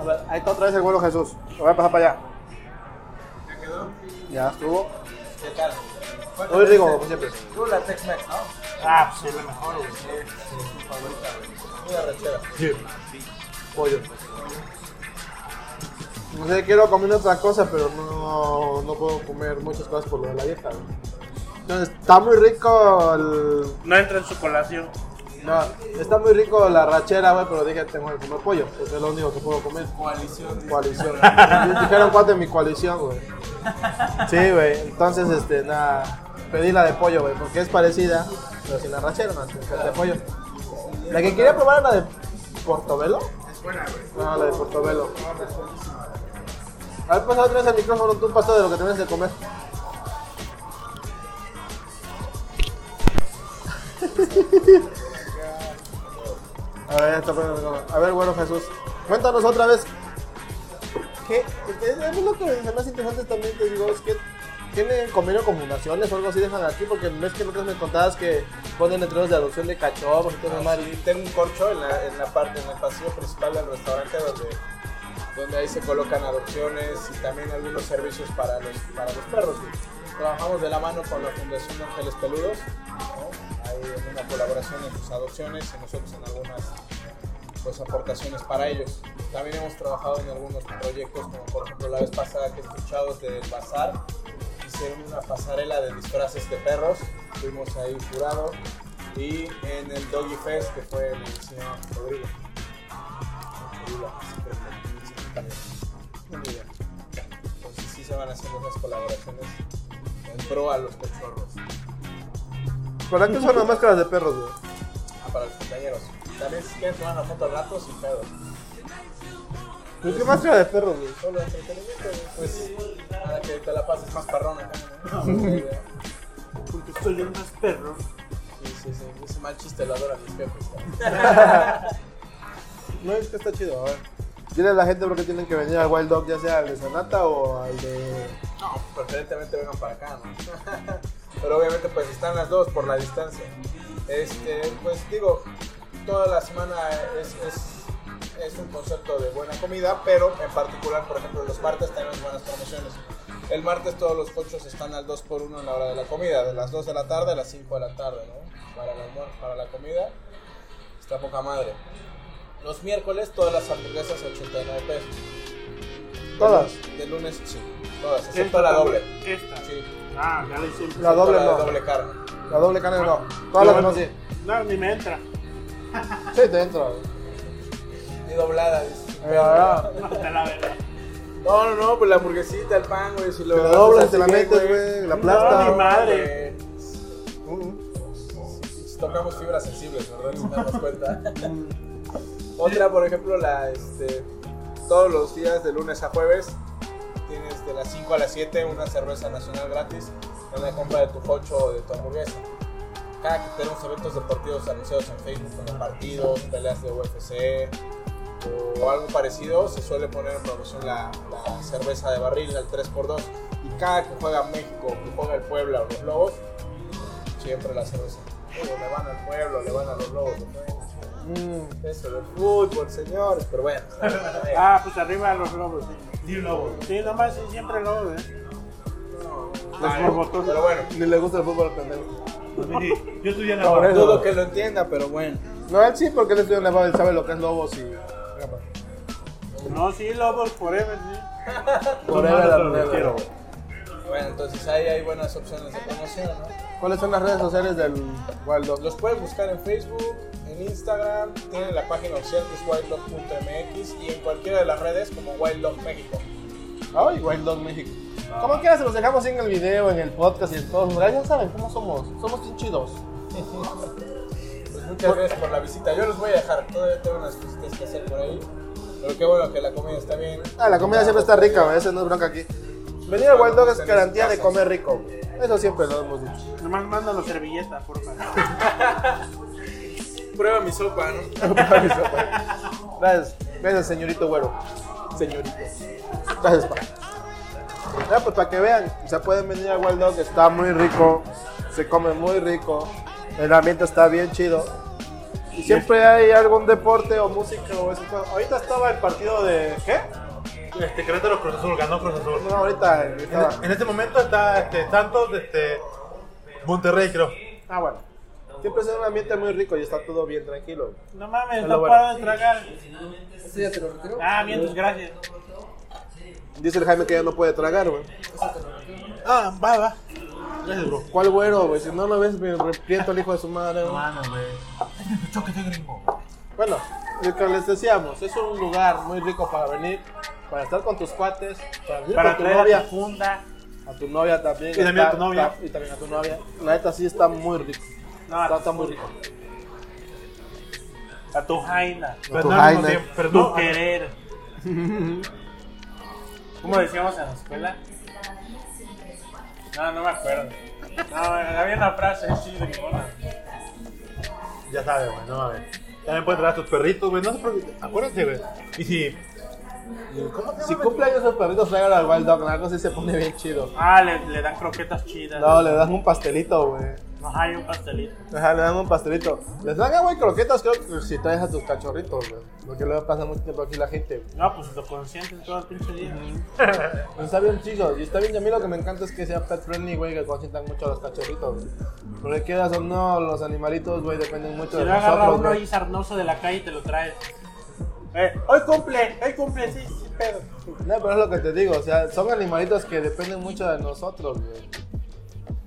A: A ver, ahí está otra vez el abuelo Jesús. Lo voy a pasar para allá. ¿Ya quedó? Ya estuvo. Muy rico, como siempre.
C: Ah, pues es lo mejor, güey.
B: Sí.
A: Pollo. No sé, quiero comer otra cosa, pero no, no puedo comer muchas cosas por lo de la dieta. güey. Entonces, está muy rico el
C: No entra en su colación.
A: No, está muy rico la rachera, güey, pero dije, tengo que comer pollo, porque es lo único que puedo comer.
F: Coalición.
A: Coalición. Dijeron cuatro en mi coalición, güey. Sí, güey, entonces, este, nada, pedí la de pollo, güey, porque es parecida, pero sin la rachera, más que la de pollo. La que quería probar era la de Portobelo. Es buena, güey. No, la de Portobelo. A ver, pasa otra vez el micrófono, tú pasó de lo que tenías de comer. A ver, está poniendo el A ver, bueno, Jesús, cuéntanos otra vez. ¿Qué? Es a mí lo que me más interesante también, te digo, es que tienen convenio con fundaciones o algo así, dejan aquí, porque ves que nosotros me contabas que ponen letreros de adopción de cachorros y todo eso. madre.
F: pues, Tengo un corcho en la, en la parte, en el pasillo principal del restaurante donde, donde ahí se colocan adopciones y también algunos servicios para los, para los perros. güey. Trabajamos de la mano con la Fundación Ángeles Peludos, ¿no? hay una colaboración en sus adopciones y nosotros en algunas pues, aportaciones para ellos. También hemos trabajado en algunos proyectos, como por ejemplo la vez pasada que escuchados del Bazar, hicieron una pasarela de disfraces de perros, fuimos ahí jurado, y en el Doggy Fest, que fue en el señor Rodrigo. Rodrigo, así que fue el señor Rodrigo. Entonces sí se van haciendo esas colaboraciones en pro a los cachorros,
A: ¿Para qué son las máscaras de perros, güey?
F: ah, para los compañeros. También si quieren tomar una foto al rato, sin pedo.
A: ¿Pues ¿Qué máscara de perros, güey?
F: Solo entretenimiento, güey. pues nada que te la pases más parrón acá. ¿no?
C: Porque estoy en los perros.
F: Sí, sí, sí, ese mal chiste lo adoran mis jefes. ¿no?
A: No, es que está chido, a ver. Dile a la gente por qué tienen que venir al Wild Dog, ya sea al de Sanata o al de...
F: No, preferentemente vengan para acá, ¿no? Pero obviamente pues están las dos por la distancia. Este, pues digo, toda la semana es, es, es un concepto de buena comida, pero en particular, por ejemplo, los martes tenemos buenas promociones. El martes todos los cochos están al 2x1 en la hora de la comida, de las 2 de la tarde a las 5 de la tarde, ¿no? Para, el almuer- para la comida, está poca madre. Los miércoles todas las hamburguesas 89 pesos.
A: ¿Todas?
F: De lunes, sí. Todas, excepto la doble.
C: Esta.
F: Sí,
C: Ah, ya le hice.
A: La doble Ah,
F: la
A: no.
F: doble carne.
A: La doble carne no. Todas las demás sí.
C: No, ni me entra.
A: Sí, te entra.
F: Y doblada, dice.
A: Ah,
C: Te la verga.
F: No, no, no, pues la hamburguesita, el pan, güey. Si lo
A: Te la
F: haces
A: doblas,
F: así,
A: te la metes, güey, la Mm,
C: No,
A: aplastas.
C: mi madre.
F: Tocamos fibras sensibles, ¿verdad? Nos damos cuenta. Otra, por ejemplo, la este, todos los días de lunes a jueves tienes de las 5 a las 7 una cerveza nacional gratis en la compra de tu pocho o de tu hamburguesa. Cada que tenemos eventos deportivos anunciados en Facebook, como partidos, peleas de UFC o algo parecido, se suele poner en promoción la, la cerveza de barril al 3x2. Y cada que juega México, que juega el Puebla o los Lobos, siempre la cerveza. Digo, le van al pueblo, le van a los lobos. ¿no? Eso del fútbol, señores, pero bueno.
C: Ah, pues arriba los globos.
B: Di un lobo.
C: Sí, nomás sí, siempre globos, ¿eh?
F: Ah,
C: borbotones.
F: pero bueno,
A: Ni le gusta el fútbol al pendejo.
B: Sí, sí, Yo estudié en la
A: Por
B: barra.
A: eso.
F: dudo que lo entienda, pero bueno.
A: No, él sí, porque él estudió en la él sabe lo que es lobos y.
C: No, sí, lobos forever, sí.
A: Por
B: manos
A: era
B: lo que quiero, güey.
F: Bueno, entonces ahí hay buenas opciones de promoción, ¿no?
A: ¿Cuáles son las redes sociales del Wild Dog?
F: Los pueden buscar en Facebook, en Instagram, tienen la página oficial que es wildlog.mx y en cualquiera de las redes como Wildlog México.
A: Ay, Wild Dog México. Como quiera, se los dejamos en el video, en el podcast y en todos los lugares. Ya saben cómo somos. Somos bien chidos.
F: Pues muchas gracias por la visita. Yo los voy a dejar, todavía tengo unas cositas que hacer por ahí. Pero qué bueno que la comida está bien.
A: Ah, la comida siempre está rica, güey. Esa no es bronca aquí. Venir al Wild Dog es garantía de comer rico. Eso siempre lo hemos dicho.
C: Nomás mándanos servilleta, por favor.
F: Prueba mi sopa, ¿no?
A: Gracias. Gracias, señorito güero.
F: Señorita.
A: Gracias, pa. Ya, pues para que vean, o sea, pueden venir a Wild Dog, está muy rico, se come muy rico, el ambiente está bien chido. Y siempre hay algún deporte o música o eso. Ahorita estaba el partido de. ¿Qué?
B: Este Querétaro Cruz Azul, ganó Cruz Azul.
A: No, ahorita
B: En,
A: estaba.
B: en este momento está este, Santos, este, Monterrey, creo.
A: Ah, bueno. Siempre es un ambiente muy rico y está todo bien tranquilo.
C: No mames,
A: Hola,
C: no
A: bueno.
C: paro de tragar.
E: ¿Este ya te lo retiro?
C: Ah, mientras, gracias.
A: Dice el Jaime que ya no puede tragar, güey.
B: Ah, va, va. Gracias, bro.
A: ¿Cuál güero, güey? Si no lo ves, me repiento al hijo de su madre, güey.
B: Mano, güey. Choque de gringo.
A: Bueno, lo que les decíamos, es un lugar muy rico para venir, para estar con tus cuates, para venir
C: Para
A: con tu
C: traer
A: novia.
C: a tu funda.
A: A tu novia también.
B: Y también a tu novia.
A: y también a tu novia. La neta sí está muy rico.
C: No,
A: Está,
C: a
A: está
C: tu,
A: muy rico.
C: a tu jaina.
B: Pero
A: tu
B: no al mismo
A: Jaina.
B: tiempo, pero
C: Tu
B: no, ah,
C: querer. ¿Cómo decíamos en la escuela? No, no me acuerdo. No, había una frase así de
B: Ya sabes, güey, no mames. También pueden traer a tus perritos, güey. No se preocupen. Acuérdense, güey. Y si. ¿Cómo te
A: Si cumple años los perritos, traigan al Wild Dog. Algo sí se pone bien chido.
C: Ah, le, le dan croquetas chidas.
A: No, le dan un pastelito, güey.
C: No, hay un pastelito.
A: Ajá, le dan un pastelito. Les dan, güey, croquetas, creo que si traes a tus cachorritos, güey. Porque luego pasa mucho tiempo aquí la gente.
C: No, pues lo consienten todo el pinche día.
A: Pero Pues está bien chido. Y está bien, y a mí lo que me encanta es que sea pet friendly, güey, que consientan mucho a los cachorritos, güey. Porque quieras o no, los animalitos, güey, dependen mucho
C: Si
A: de
C: lo agarra
A: nosotros,
C: uno
A: güey.
C: ahí sarnoso de la calle y te lo traes. Eh, hoy cumple, hoy cumple, sí, sí, pedo.
A: No, pero es lo que te digo, o sea, son animalitos que dependen mucho de nosotros, güey.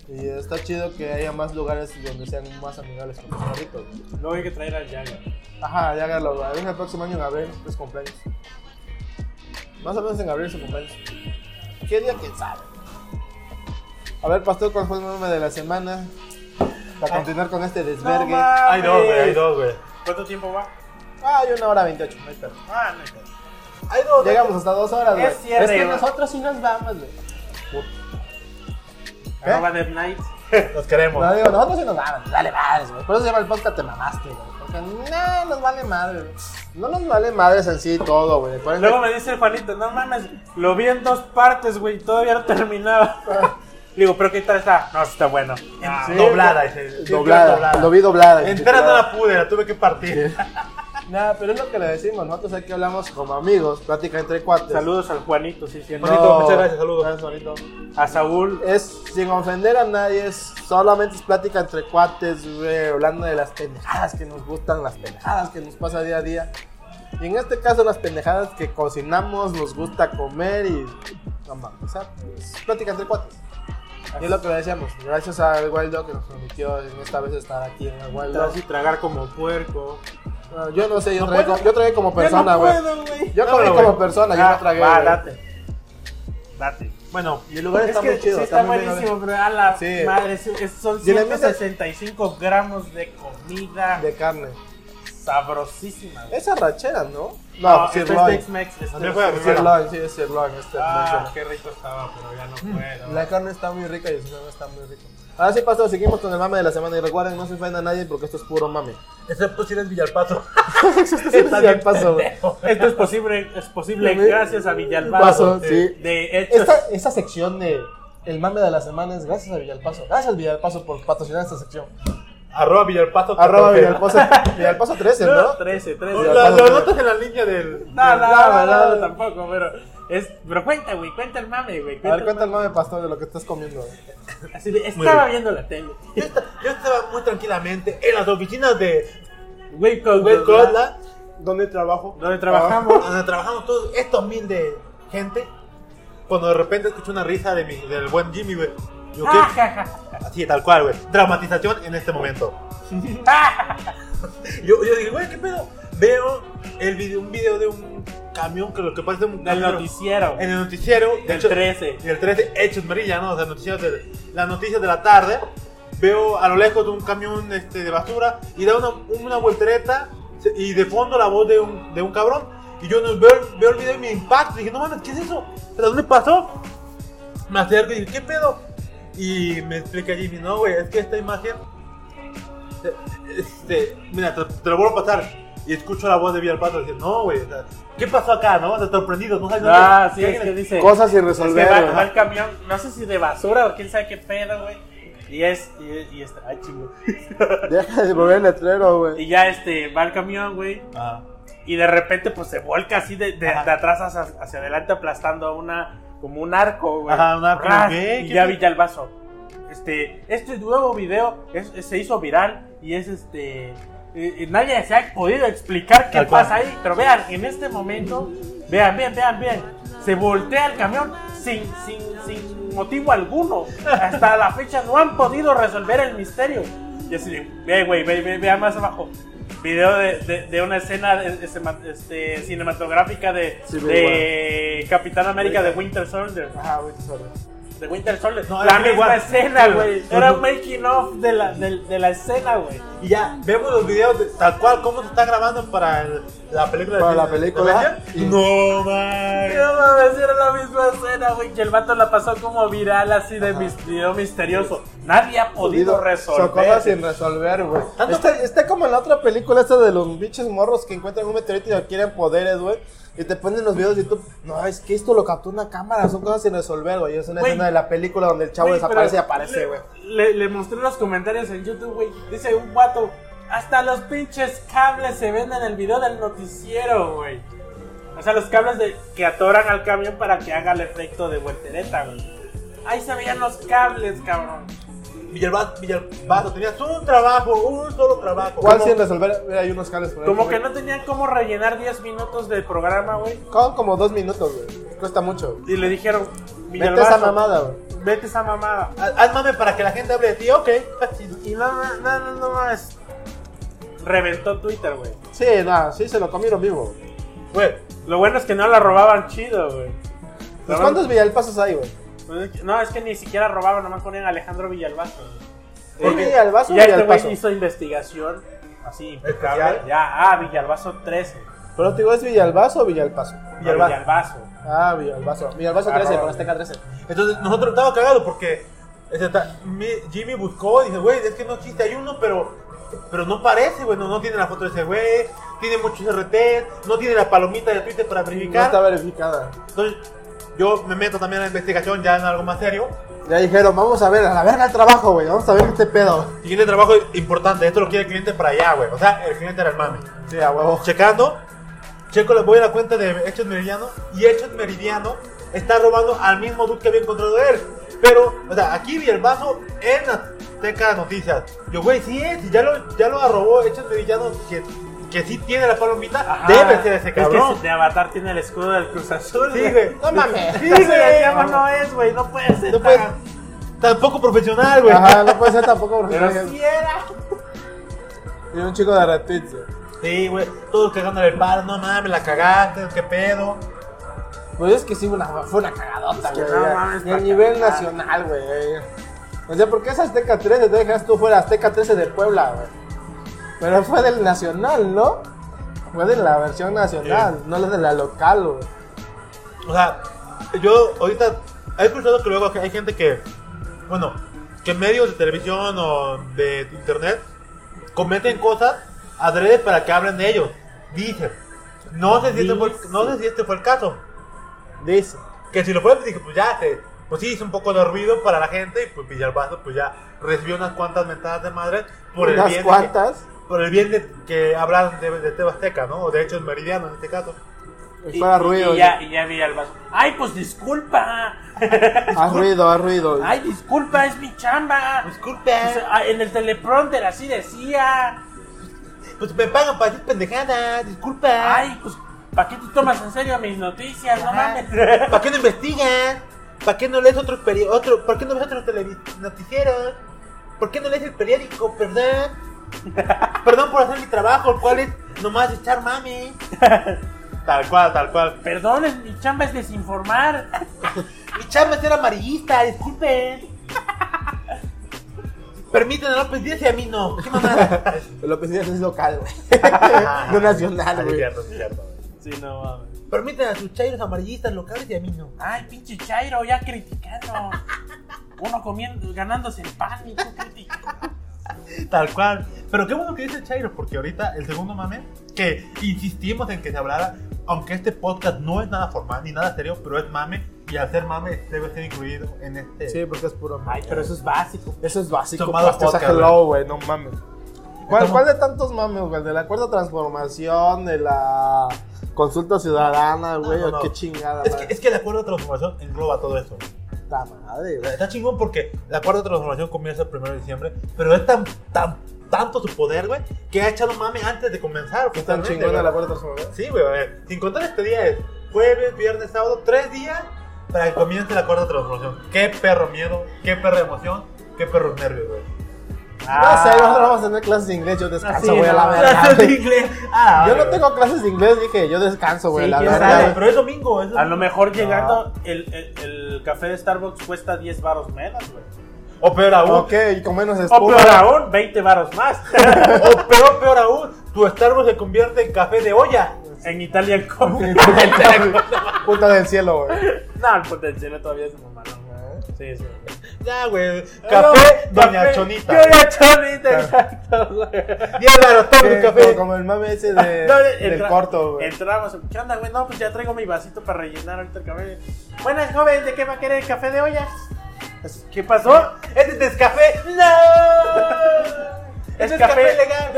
A: Y está chido que haya más lugares donde sean más amigables con los perritos. güey.
C: Luego hay que traer al Yaga.
A: Ajá, ya hágalo, güey. Venga el próximo año en abril, es cumpleaños. Más o menos en abril es su cumpleaños. ¿Qué día? ¿Quién sabe? A ver, pastor, ¿cuál fue el nombre de la semana? Para continuar con este desvergue.
C: mames.
B: Hay dos, güey, hay dos, güey.
C: ¿Cuánto tiempo va?
A: ah, hay una hora veintiocho, no hay pedo.
C: Ah, no hay pedo.
F: Hay dos.
A: Llegamos hasta dos horas, güey.
C: Es cierre,
A: que
C: güey.
A: nosotros sí nos vamos, güey. ¿Eh?
C: Arroba Dead Knight.
B: Los queremos.
A: No, digo, nosotros sí nos vamos, nos vale madres, güey. Por eso se llama el podcast Te Mamaste, güey. Porque no nos vale madre, güey. No nos vale madres en sí todo, güey. Por eso-
C: Luego me dice el Juanito, no mames, lo vi en dos partes, güey, todavía no terminaba. Le digo, pero ¿qué tal está? No, sí está bueno.
B: Ah,
A: Sí,
B: doblada,
A: güey.
B: dice.
A: doblada, Lo vi doblada.
B: Entera no la pude, la tuve que partir.
A: Nada, pero es lo que le decimos. Nosotros aquí hablamos como amigos, plática entre cuates.
C: Saludos al Juanito, sí, sí.
B: Juanito, muchas gracias, saludos.
A: Gracias, Juanito.
C: A Saúl.
A: Es sin ofender a nadie, es solamente es plática entre cuates, güey, hablando de las pendejadas que nos gustan, las pendejadas que nos pasa día a día. Y en este caso, las pendejadas que cocinamos, nos gusta comer y. No mames, o sea, es plática entre pues, cuates.
F: Y es lo que le decíamos, gracias al Wild Dog que nos permitió en esta vez estar aquí en el
B: Eh,
F: Wild Dog.
G: Tragar y tragar como puerco.
F: Bueno, yo no sé, yo tragué, como- yo tragué como persona, güey. Yo,
B: No,
F: comí
B: no,
F: como
B: güey.
F: persona, yo
C: Ah,
F: no tragué.
C: Va,
F: güey.
C: date. Date.
B: Bueno,
A: Y el lugar está
C: es que
A: muy chido.
C: sí está
A: muy bien,
C: buenísimo, pero a la
F: Sí.
C: madre, es- es- son
F: Y el ambiente-
C: 165 gramos de comida
F: De carne.
C: sabrosísima. güey.
F: Esa ranchera, ¿no?
C: No,
F: sí,
C: este es Tex-Mex, este
B: ¿Dónde
C: es-
B: fue?
F: Sí, sirloin, sí, es sirloin, este
B: Ah,
F: ranchero.
B: qué rico estaba, pero ya no
C: Mm.
B: puedo.
F: La carne está muy rica y el sirloin está muy rico. Ahora sí, pastor, seguimos con el mame de la semana. Y recuerden, no se ofenda a nadie porque esto es puro mame.
B: Excepto si eres Villalpato.
F: Está bien, paso.
C: Esto es posible, es posible gracias a Villalbazo.
F: Paso, sí.
C: De hecho,
F: Esta, esta sección de El mame de la semana es gracias a Villalpaso. Gracias Villalpaso por patrocinar esta sección.
B: Arroba Villalpato.
F: Arroba Villalpaso, Villalpaso 13, ¿no?
C: 13, 13.
B: Lo, lo notas en la línea del.
C: No, no,
F: No,
C: no, no,
F: no,
C: no,
F: no.
C: tampoco, pero es, pero cuenta, güey, cuenta el mame, güey.
F: A ver,
C: cuenta el
F: cuenta el mame, pastor, de lo que estás comiendo. eh.
C: mame. Así de, estaba
B: bien.
C: viendo la tele,
B: Yo, esta- yo estaba muy tranquilamente en las oficinas de
C: güey, con
B: Web Cotla,
A: ¿Dónde trabajo?
C: donde trabajamos.
B: donde trabajamos todos estos mil de gente. Cuando de repente escucho una risa de mi, del buen Jimmy, güey. Yo, ¿qué?
C: Ah,
B: Así, tal cual, güey. Dramatización en este momento. yo, yo dije, güey, ¿qué pedo? Veo el video, un video de un camión que lo que pasa es de un
C: Del
B: camión-
C: noticiero.
B: En el noticiero
C: Del 13.
B: Del 13, hechos Marilla, ¿no? O sea, noticias de, las noticias de la tarde. Veo a lo lejos de un camión este, de basura y da una, una voltereta se- y de fondo la voz de un, de un cabrón. Y yo no- veo, veo el video y me impacto. Dije, no mames, ¿qué es eso? ¿De dónde pasó? Me acerco y dije, ¿qué pedo? Y me explica Jimmy, no, güey, es que esta imagen. Este, mira, te, te lo vuelvo a pasar. Y escucho la voz de Villalpato y dice, no, güey, o sea, ¿qué pasó acá? ¿No? O sea, sorprendido, no sabes
C: Ah,
B: dónde-
C: sí, es que
B: alguien-
C: dice.
A: Cosas sin
C: es que
A: resolver.
C: va,
A: güey.
C: va el camión, no sé si de basura o quién sabe qué pedo, güey. Y es, y, y está, ay, chingo.
A: Deja de mover el letrero, güey.
C: y ya este, va el camión, güey.
B: Ah.
C: Y de repente, pues se vuelca así de, de- de atrás hacia, hacia adelante, aplastando a una. Como un arco, güey.
B: Ajá, un arco,
C: Ras,
B: ok, ¿qué
C: Y ya
B: pe-
C: vi ya el vaso. Este, este nuevo video es- es- se hizo viral y es este. eh, eh, nadie se ha podido explicar qué
B: Tal cual.
C: pasa ahí. Pero vean, en este momento, vean, vean, vean, vean. Se voltea el camión sin, sin, sin motivo alguno. Hasta la fecha no han podido resolver el misterio. Y así de, ve, güey, ve, ve, vea más abajo. Video de, de- de una escena eh, este, ma- este, cinematográfica de,
A: Sí,
C: de Capitán América de Winter Soldier.
F: Ajá, güey, te sorry.
C: De Winter Soldier.
B: No,
C: la
B: era
C: misma
B: igual.
C: escena, güey. Era un making of de la, de, de la escena, güey.
B: Y ya vemos los videos de tal cual, cómo se está grabando para el- la película. de-
A: Para la
B: de-
A: película.
B: de- No, man.
C: No mames, era la misma escena, güey. Que el vato la pasó como viral, así de mis- video misterioso. Nadie ha podido
F: Son cosas
C: resolver.
F: sin resolver, güey.
A: Está, está como en la otra película esta de los bichos morros que encuentran un meteorito y adquieren poderes, güey. Y te ponen los videos de YouTube. No, es que esto lo captó una cámara. Son cosas sin resolver, güey. Es una
C: Güey.
A: escena de la película donde el chavo
C: Güey,
A: desaparece y
C: pero
A: aparece,
C: le-
A: güey.
C: Le, le mostré los comentarios en YouTube, güey. Dice un vato, hasta los pinches cables se ven en el video del noticiero, güey. O sea, los cables de, que atoran al camión para que haga el efecto de voltereta, güey. Ahí se veían los cables, cabrón.
B: Villalbazo, Villalbazo, tenías un trabajo, un solo trabajo.
A: ¿Cuál
B: ¿Cómo?
A: sin resolver? Mira, hay unos cables por ahí.
C: Como
A: güey.
C: que no tenían cómo rellenar 10 minutos del programa, güey.
A: Con como dos minutos, güey. Cuesta mucho.
C: Y le dijeron,
A: Vete esa
C: Villalbazo,
A: mamada, güey.
C: vete esa mamada.
B: Haz haz mame para que la gente hable de ti, ok.
C: Y no, no, no, no, no más. Reventó Twitter, güey.
A: Sí, nada, sí se lo comieron vivo.
B: Güey,
C: Lo bueno es que no la robaban chido, güey.
A: Pues,
C: Robaban-
A: ¿Cuántos Villalpazos hay, güey?
C: Pues es que- No, es que ni siquiera robaban, nomás ponían Alejandro Villalbazo.
A: ¿Un Villalbazo o
C: Y ya este
A: Villalpazo?
C: güey hizo investigación así
B: Especial.
C: impecable. Ya, ah, Villalbazo 13.
A: Pero te digo, ¿es Villalbazo o Villalpazo?
C: Villalbazo.
B: Villalbazo.
C: Villalbazo.
A: Ah, Villalbazo. Villalbazo 13,
C: Arroba.
A: con Azteca 13.
B: Entonces nosotros estábamos cagados porque este, ta- mi- Jimmy buscó y dice, güey, es que no existe, hay uno, pero, pero no parece, güey, no, no tiene la foto de ese güey, tiene muchos RT, no tiene la palomita de Twitter para
A: No está
B: verificar.
A: verificada.
B: Entonces yo me meto también a la investigación ya en algo más serio.
A: Ya dijeron, vamos a ver, a la verga el trabajo, güey. Vamos a ver este pedo.
B: Siguiente trabajo importante, esto lo quiere el cliente para allá, güey. O sea, el cliente era el mame.
A: Sí, a huevo.
B: Checando, checo, le voy a la cuenta de Hechos Meridiano y Hechos Meridiano está robando al mismo dude que había encontrado él. Pero, o sea, aquí vi el vaso en Azteca Noticias. Yo, güey, sí es, ya lo, ya lo arrobó Hechos Meridiano que, que sí tiene la palomita,
C: Ajá.
B: debe ser ese
C: Es
B: cabrón.
C: que de Avatar tiene el escudo del Cruz Azul.
B: Sí, güey.
A: No mames.
B: Sí,
C: Sí, güey,
B: güey.
C: el llama no es, güey, no puede ser.
B: No puede-
C: tan-
B: Tampoco profesional, güey.
H: Ajá, no puede ser tampoco porque
A: Y un chico de retweets, güey.
B: Sí, güey. Todos cagándole el paro. No mames, la cagaste. ¿Qué pedo?
A: Pues es que sí, una, fue una cagadota,
C: Es que
A: güey.
C: no
A: ya.
C: mames,
A: Y a
C: pa'
A: nivel
C: cagar.
A: nacional, güey. O sea, ¿por qué es Azteca 13? Te dejas tú fuera Azteca 13 de Puebla, güey. Pero fue del nacional, ¿no? Fue de la versión nacional, no la de la local, güey.
B: O sea, yo ahorita he escuchado que luego hay gente que, bueno, que medios de televisión o de internet cometen cosas adrede para que hablen de ellos. Dicen. No sé si, este fue, el- no sé si este fue el caso.
A: Dice.
B: Que si lo fue, pues dije, pues ya, se- pues sí, hizo un poco de ruido para la gente y pues Villalbazo pues ya recibió unas cuantas mentadas de madre por el
A: unas
B: bien de-
A: cuantas.
B: por el bien de que hablan de, de Tebasteca, ¿no? O de hecho el Meridiano en este caso.
A: Y fuera ruido.
C: Y
A: ya.
C: ya, y ya vi al vaso. Ay, pues disculpa.
A: Haz ruido, haz ruido.
C: Ay, disculpa, es mi chamba.
B: Disculpe.
C: O sea, ah, en el teleprompter así decía.
B: Pues me pagan para decir pendejadas, disculpa.
C: Ay, pues, ¿para qué te tomas en serio mis noticias? No mames.
B: ¿Para qué no investigan? ¿Para qué no lees otro periódico? Otro, ¿Para qué no ves otro televi- noticiero? ¿Por qué no lees el periódico? Perdón. Perdón por hacer mi trabajo, el cual es nomás echar mami. Tal cual, tal cual.
C: Perdón, es- mi chamba es desinformar.
B: Mi chamba es ser amarillista, disculpen. Permiten a López Díaz y a mí no. ¿Qué mamada?
A: López Díaz es local, güey. no nacional, güey.
C: Sí, no mames.
B: Permiten a sus chairos amarillistas locales y a mí no.
C: Ay, pinche Chairo, ya criticando. Uno comiendo, ganándose el pan y tú criticando.
B: Tal cual. Pero qué bueno que dice Chairo, porque ahorita el segundo mame, que insistimos en que se hablara, aunque este podcast no es nada formal ni nada serio, pero es mame, y al ser mame debe ser incluido en este.
A: Sí, porque es puro.
C: Ay, pero eso es básico.
A: Eso es básico.
B: Tomado
A: pues, hasta
B: podcast,
A: hello, güey, no mames. ¿Cuál,
B: Estamos-
A: cuál de tantos mames, güey? De la cuarta transformación, de la consulta ciudadana, güey.
B: no, no.
A: Qué chingada,
B: Es
A: madre.
B: que, es que el acuerdo de transformación engloba todo eso.
A: Puta madre,
B: O sea,
A: güey.
B: Está chingón porque el acuerdo de transformación comienza el 1 de diciembre, pero es tan, tan, tanto su poder, güey, que ha echado mame antes de comenzar.
A: Qué tan
B: justamente,
A: chingona
B: güey.
A: la cuarta transformación.
B: Sí, güey, a ver, sin contar este día es jueves, viernes, sábado, tres días para que comience la cuarta transformación. Qué perro miedo, qué perro emoción, qué perro nervio, güey.
A: No sé, nosotros vamos a tener clases de inglés, yo descanso, güey, a la verga.
B: Clases de
A: güey.
B: inglés. Ah,
A: Yo no
B: güey.
A: tengo clases de inglés, dije, yo descanso, güey, a
C: Sí,
A: la
C: quién
B: Ah,
A: verga.
C: sabe.
B: güey,
A: güey.
B: Pero es domingo, es
C: A lo
B: domingo.
C: mejor llegando, el, el- el café de Starbucks cuesta 10 varos menos, güey.
B: O peor aún,
A: Ok, y con menos
C: O
A: espuma.
C: peor aún, 20 varos más.
B: o peor, peor aún, tu Starbucks se convierte en café de olla.
C: en Italia el coffee.
A: Punta del cielo, güey.
C: no, el potencial todavía es muy malo. Sí, sí.
B: Ya, güey. Café
C: Pero,
B: Doña
C: café-
B: Chonita.
C: Doña Chonita, exacto, güey.
B: Diablo, toma
A: Eh,
B: tu café.
A: Como el mame ese de,
C: No,
A: del
C: entra-
A: corto, güey.
C: Entramos. ¿Qué onda, güey? No, pues ya traigo mi vasito para rellenar ahorita el café. Buenas, joven, ¿de qué va a querer el café de olla? Pues, ¿Qué pasó?
B: Este es café. ¡No! Este es café legal.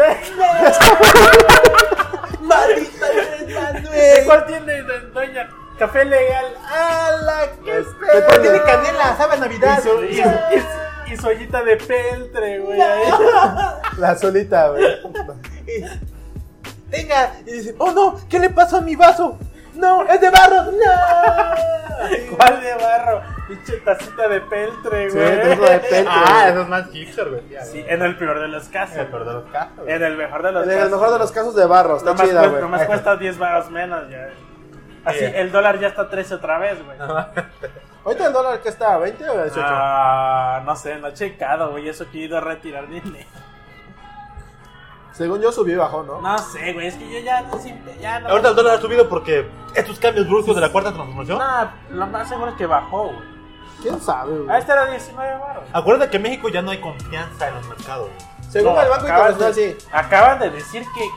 B: ¡Maldita
C: ¿De
B: Manuel!
C: cuál tiene, do- doña? Café legal. ¡A la que
A: ¿De cuál tiene
B: canela? ¿Sabe a Navidad?
C: Y su, y su- y su- y su ollita de peltre, güey. ahí.
A: La solita, güey.
B: Tenga, y dice, oh no, ¿qué le pasó a mi vaso? No, es de barro, no.
C: ¿Cuál de barro? Pinche tacita de peltre,
A: Sí, tengo de
C: güey.
A: peltre,
B: Ah,
A: güey.
B: eso es más hipster, güey. Ya,
C: Sí,
B: güey.
C: en el peor de los casos.
B: Me acordé de los casos, güey.
C: En el mejor de los
A: En
C: casos.
A: el mejor de los casos de barro, está
C: Nomás
A: chida,
C: cuesta-
A: güey.
C: nomás cuesta 10 varos menos ya. Así,
B: Sí.
C: el dólar ya está 13 otra vez, güey.
A: Ahorita el dólar que está, ¿20 o 18?
C: Ah, no sé, no he checado, güey. Eso que he ido a retirar dinero.
A: Según yo subí y bajó, ¿no?
C: No sé, güey. Es que yo ya no siempre. Ya no.
B: Ahorita el dólar ha subido porque estos cambios bruscos de la cuarta transformación.
C: No, lo más seguro es que bajó, güey.
A: ¿Quién sabe,
C: Ah,
A: güey?
C: este era 19 baros.
B: Acuérdate que en México ya no hay confianza en los mercados. güey.
A: Según
C: No,
A: el Banco
C: acaban
A: Internacional,
C: de-
A: sí.
C: Acaban de decir que.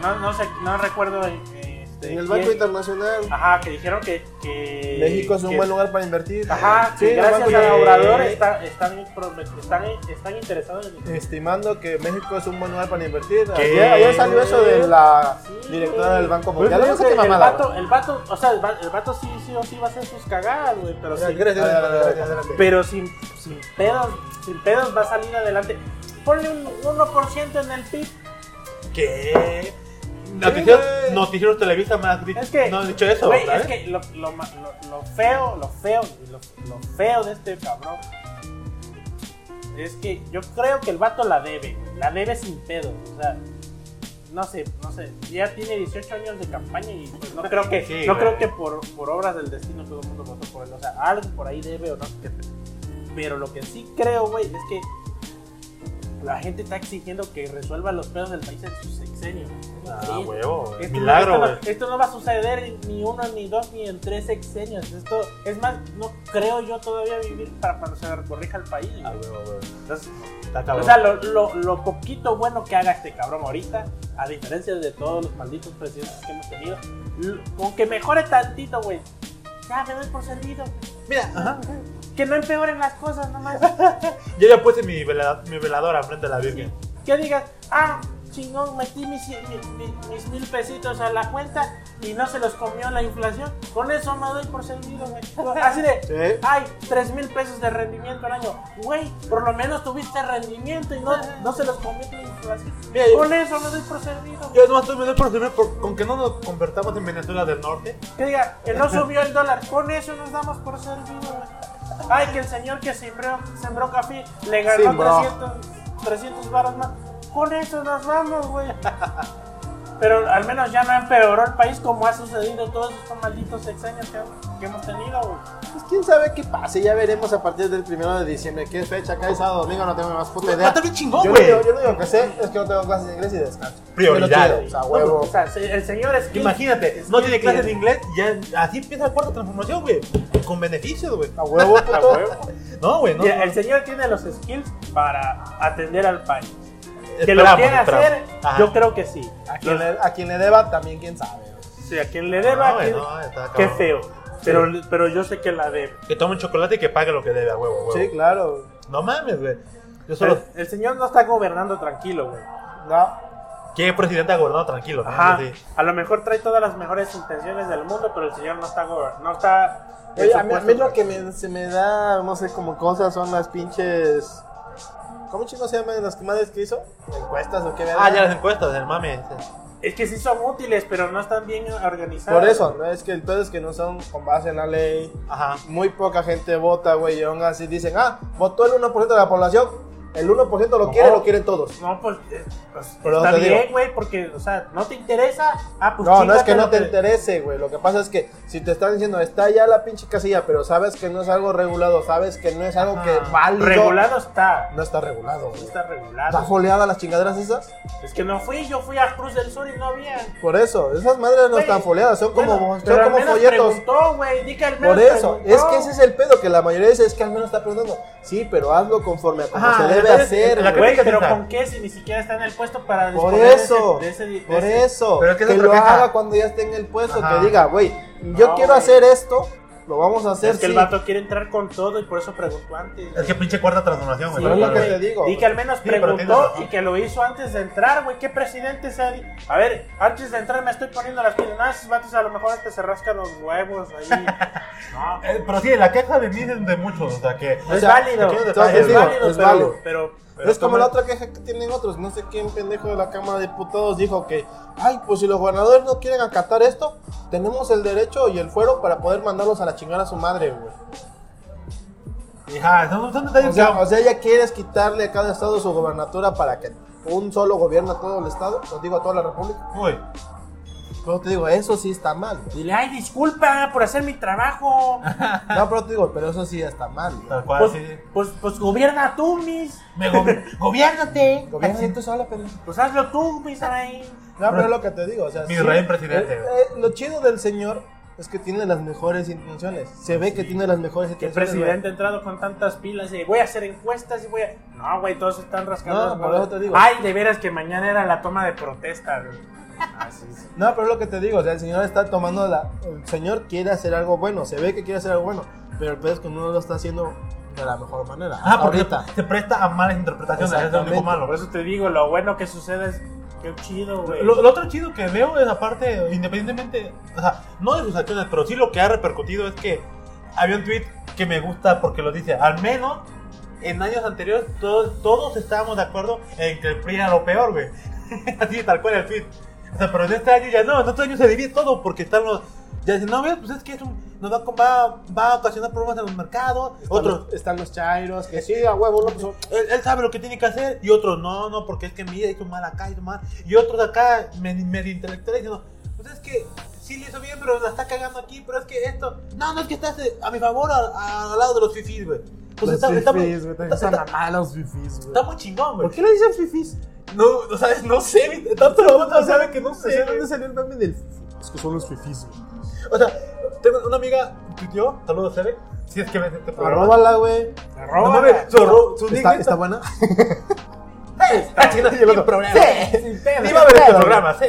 C: No, no sé, no recuerdo. eh, este,
A: En el
C: quién-
A: Banco
B: Ah,
A: Internacional,
C: Ajá, que dijeron que. que-
A: México es un
C: que-
A: buen lugar para invertir.
C: Ajá, sí,
A: el
C: gracias
A: Banco
C: a
A: Internacional-
C: Obrador está- están, promet- están, están interesados en
A: Estimando que México es un buen lugar para invertir.
B: ¿Qué?
A: Ayer, ayer salió eso de la
C: Sí,
A: directora
C: güey.
A: del Banco
C: Pues,
A: Mundial.
C: pero
A: No sé
C: es
A: qué
C: que el
A: mamada.
C: vato, el vato, o sea, el va- el vato sí, sí o sí va a hacer sus cagadas, güey, pero
A: güey.
C: sin,
A: Gracias, adelante, adelante.
C: pero sin, sin pedos, sin pedos va a salir adelante. Ponle un 1% en el PIB.
B: ¿Qué? Noticieros,
A: güey.
B: noticieros Televisa me has dicho,
C: Es que
B: no han dicho eso,
C: güey,
B: ¿sabes?
C: es que lo, lo ma- lo- lo feo, lo feo, lo, lo feo de este cabrón Es que yo creo que el vato la debe, güey. La debe sin pedo. O sea, no sé, no sé. Ya tiene 18 años de campaña y pues, no creo que,
B: Sí,
C: no
B: güey.
C: creo que por, por obras del destino todo el mundo votó por él. O sea, algo por ahí debe o no. sé qué pedo. Pero lo que sí creo, güey, es que la gente está exigiendo que resuelva los pedos del país en su sexenio. güey.
B: Ah,
C: Sí,
B: huevo, güey.
C: esto no-
B: Milagro,
C: esto no,
B: güey.
C: esto no va a suceder en ni uno, ni dos, ni en tres sexenios. Esto, es más, no creo yo todavía vivir para cuando se corrija el país. güey.
B: Ah, huevo, güey.
C: Entonces,
B: Está
C: o
B: cabrón.
C: sea, lo, lo- lo poquito bueno que haga este cabrón ahorita, a diferencia de todos los malditos presidentes que hemos tenido, l- con que mejore tantito, güey. Ya me doy por servido.
B: Mira, ajá.
C: Que no empeoren las cosas nomás.
B: Yo ya puse mi, vela- mi veladora frente a la Virgen.
C: que digas, ah, chingón, metí mis, cien- mi- mi- mis mil pesitos a la cuenta y no se los comió la inflación. Con eso me doy por servido, güey. Así de,
B: Sí.
C: ay, tres mil pesos de rendimiento al año. Güey, por lo menos tuviste rendimiento y no, no se los comió la inflación.
B: Mira,
C: Con eso me doy por servido. güey.
B: Yo nomás estoy me doy por servir por- con que no nos convertamos en Venezuela del Norte.
C: Que diga, que no subió el dólar. Con eso nos damos por servido, güey. Ay, que el señor que sembró, sembró café le ganó
A: Simbró.
C: 300, 300 varos más. Con eso nos vamos, güey. Pero al menos ya no empeoró el país como ha sucedido todos estos malditos sexenios que, que hemos tenido, güey.
A: Pues quién sabe qué pase, ya veremos a partir del primero de diciembre. ¿Qué fecha? Cae sábado, domingo, no tengo ni más puta
B: Va a
A: idea.
B: estar bien chingón,
A: Yo lo,
B: Ah, güey.
A: digo, yo lo digo que sé es que no tengo clases de inglés y descanso.
B: Prioridades.
A: Pero chido, O sea,
C: O
A: huevo.
C: sea, si el señor es...
B: Imagínate, no tiene clases de inglés, ya así empieza la cuarta transformación, güey. Con beneficios, güey.
A: A huevo, puto.
B: No, güey, no.
C: Mira, el
B: no.
C: señor tiene los skills para atender al país. Que lo
B: Esperamos,
C: quiera hacer,
B: esperamos. Ajá.
C: yo creo que sí.
A: A quien, le, a quien le deba también, quién sabe.
C: O sea, quien le deba,
B: No, güey,
C: quien-
B: no,
A: Ah,
B: está
C: qué
B: cabrón.
C: feo. Pero, pero yo sé que la debe.
B: Que tome un chocolate y que pague lo que debe a huevo, huevo.
A: Sí, claro. Eh.
B: No mames, güey. Yo
C: El,
B: solo.
C: el señor no está gobernando tranquilo, güey.
A: No.
B: ¿Qué presidente ha gobernado tranquilo?
A: Ah,
B: ¿no?
C: Ajá.
B: Sí.
C: A lo mejor trae todas las mejores intenciones del mundo, pero el señor no está gobernando. No está. en
A: Oye,
C: su
A: a mí, a
C: puesto
A: mí lo que me- se me da, no sé, como cosas son las pinches. ¿Cómo chicos se llaman las que madres que hizo? ¿Encuestas o qué verga?
B: Ah, ya las encuestas, el mame.
C: Es que sí son útiles, pero no están bien organizados.
A: Por eso, ¿no? es que el pedo es que no son con base en la ley.
B: Ajá.
A: Muy poca gente vota, güey, y aún así dicen, ah, votó el 1% de la población. El 1% lo quiere, lo quieren todos.
C: No, pues. eh, pues,
A: Por eso
C: está
A: te digo.
C: bien, güey, porque, o sea, no te interesa. Ah, pues.
A: No, no es que
C: chíngatelo,
A: no te
C: pero-
A: interese, güey. Lo que pasa es que si te están diciendo, está ya la pinche casilla, pero sabes que no es algo regulado, sabes que no es algo que
C: Ah,
A: válido.
C: Regulado está.
A: No está regulado,
C: No
A: güey.
C: está
A: ¿Está
C: regulado.
A: foleada las chingaderas esas?
C: Es que no fui, yo fui a Cruz del Sur y no había.
A: Por eso, esas madres no
C: Güey,
A: están foleadas, son como,
C: Bueno,
A: son
C: pero al
A: como
C: menos
A: folletos.
C: preguntó, güey, di que al menos
A: Por eso,
C: preguntó.
A: es que ese es el pedo que la mayoría dice, es que al menos está preguntando. Sí, pero hazlo conforme a como se
B: Ajá,
A: debe
B: entonces,
A: hacer.
B: la
A: güey.
C: Güey,
B: crítica
C: pero
B: sincera.
C: ¿con qué si ni siquiera está en el puesto para
A: Por
C: disponer de ese-
A: eso,
C: de ese- de
A: por
C: ese-
A: eso,
B: Pero es que
A: que,
B: esa es
A: lo
B: otra queja.
A: haga cuando ya esté en el puesto,
B: Ajá.
A: que diga, güey, yo
C: No,
A: quiero
C: güey.
A: hacer esto, lo vamos a hacer,
C: Es que el
A: sí.
C: vato quiere entrar con todo y por eso preguntó antes.
B: Es que pinche cuarta transformación,
C: Sí,
B: güey.
A: pero es lo que
C: güey.
A: te digo.
C: Y que al menos
B: Sí, pero tienes
C: preguntó
B: razón.
C: y que lo hizo antes de entrar, güey. ¿Qué presidente se ha di- A ver, antes de entrar me estoy poniendo las pilas. Nah, esos vatos a lo mejor hasta se rascan los huevos ahí. no,
B: Eh, Pero sí, la queja de mí es de muchos, o sea que.
C: es
A: sea,
C: válido.
B: pequeños
A: entonces
B: detalles,
C: Es
A: digo,
C: válido,
A: es
C: pero,
A: válido.
C: pero, pero
A: Es como
C: toma-
A: la otra queja que tienen otros. No sé quién pendejo de la Cámara de Diputados dijo que, ay, pues si los gobernadores no quieren acatar esto, tenemos el derecho y el fuero para poder mandarlos a la chingada a su madre, güey.
B: Ajá, son, son detalles
A: O sea,
B: que-
A: o sea, ya quieres quitarle a cada estado su gobernatura para que un solo gobierna todo el estado, o digo a toda la república.
B: Uy,
A: Pero te digo, eso sí está mal. güey.
C: Dile, ay, disculpa por hacer mi trabajo.
A: No, pero te digo, pero eso sí está mal. güey.
B: tal cual,
C: pues,
B: sí.
C: pues, pues gobierna tú, mis.
B: Me gobi- gobiérnate.
A: Gobierna tú sola, pendejo.
C: Pues hazlo tú, mis ahí.
A: No, pero es lo que te digo, o sea,
B: Mi rey presidente,
A: eh,
B: güey.
A: eh, lo chido del señor es que tiene las mejores intenciones. Se ve que tiene las mejores
C: Que el
A: intenciones. güey.
C: presidente ha entrado con tantas pilas y voy a hacer encuestas y voy a. No, güey, todos están rascando.
A: No,
C: las
A: por
C: bolas.
A: eso te digo.
C: Ay, de veras que mañana era la toma de protesta, güey. Ah,
A: No, pero es lo que te digo, o sea, el señor está tomando la... El señor quiere hacer algo bueno, se ve que quiere hacer algo bueno, pero el pedo es que no lo está haciendo de la mejor manera.
B: Ah, porque
A: ahorita.
B: se presta a malas interpretaciones, es lo único
A: Exactamente.
B: malo.
C: Por eso te digo, lo bueno que sucede es. Qué chido, güey.
B: Lo, lo otro chido que veo es aparte, independientemente, o sea, no de sus acciones, pero sí lo que ha repercutido es que había un tweet que me gusta porque lo dice, al menos en años anteriores todos, todos estábamos de acuerdo en que el PRI era lo peor, güey. Así tal cual el tweet. O sea, pero en este año ya no, en este año se divide todo porque están los Ya dicen, no, mira, pues es que es un- nos va, a- va, va a ocasionar problemas en el mercado. Otros,
A: Otros están los chairos que sí, a huevo, no, pues, son-
B: él, él sabe lo que tiene que hacer. Y otros, no, no, porque es que mira, hizo mal acá, hizo mal. Y otros acá, medio medio intelectuales, diciendo, pues es que sí le hizo bien, pero la está cagando aquí. Pero es que esto, no, no, es que estás eh, a mi favor, a- a- al lado de los fifís, güey. Pues está, está muy- está- está-
A: malos fifis,
B: está muy chingón, güey.
A: ¿Por qué le dicen fifis?
B: No, o sea, no sé, tanto otro sabe que no
A: O sea,
B: sé.
A: ¿de ¿Dónde salió el mame del fifi? Es que son los fifis, güey.
B: O sea, tengo una amiga, tuiteó, saludos, Cere, si es que ves este programa.
A: Arróbala, güey.
B: No mames, su, arro- su
A: ¿Está,
B: nick
A: está buena?
B: Está chido,
A: Y el otro,
B: problema.
A: sí,
B: Sí, iba a ver este programa, sí.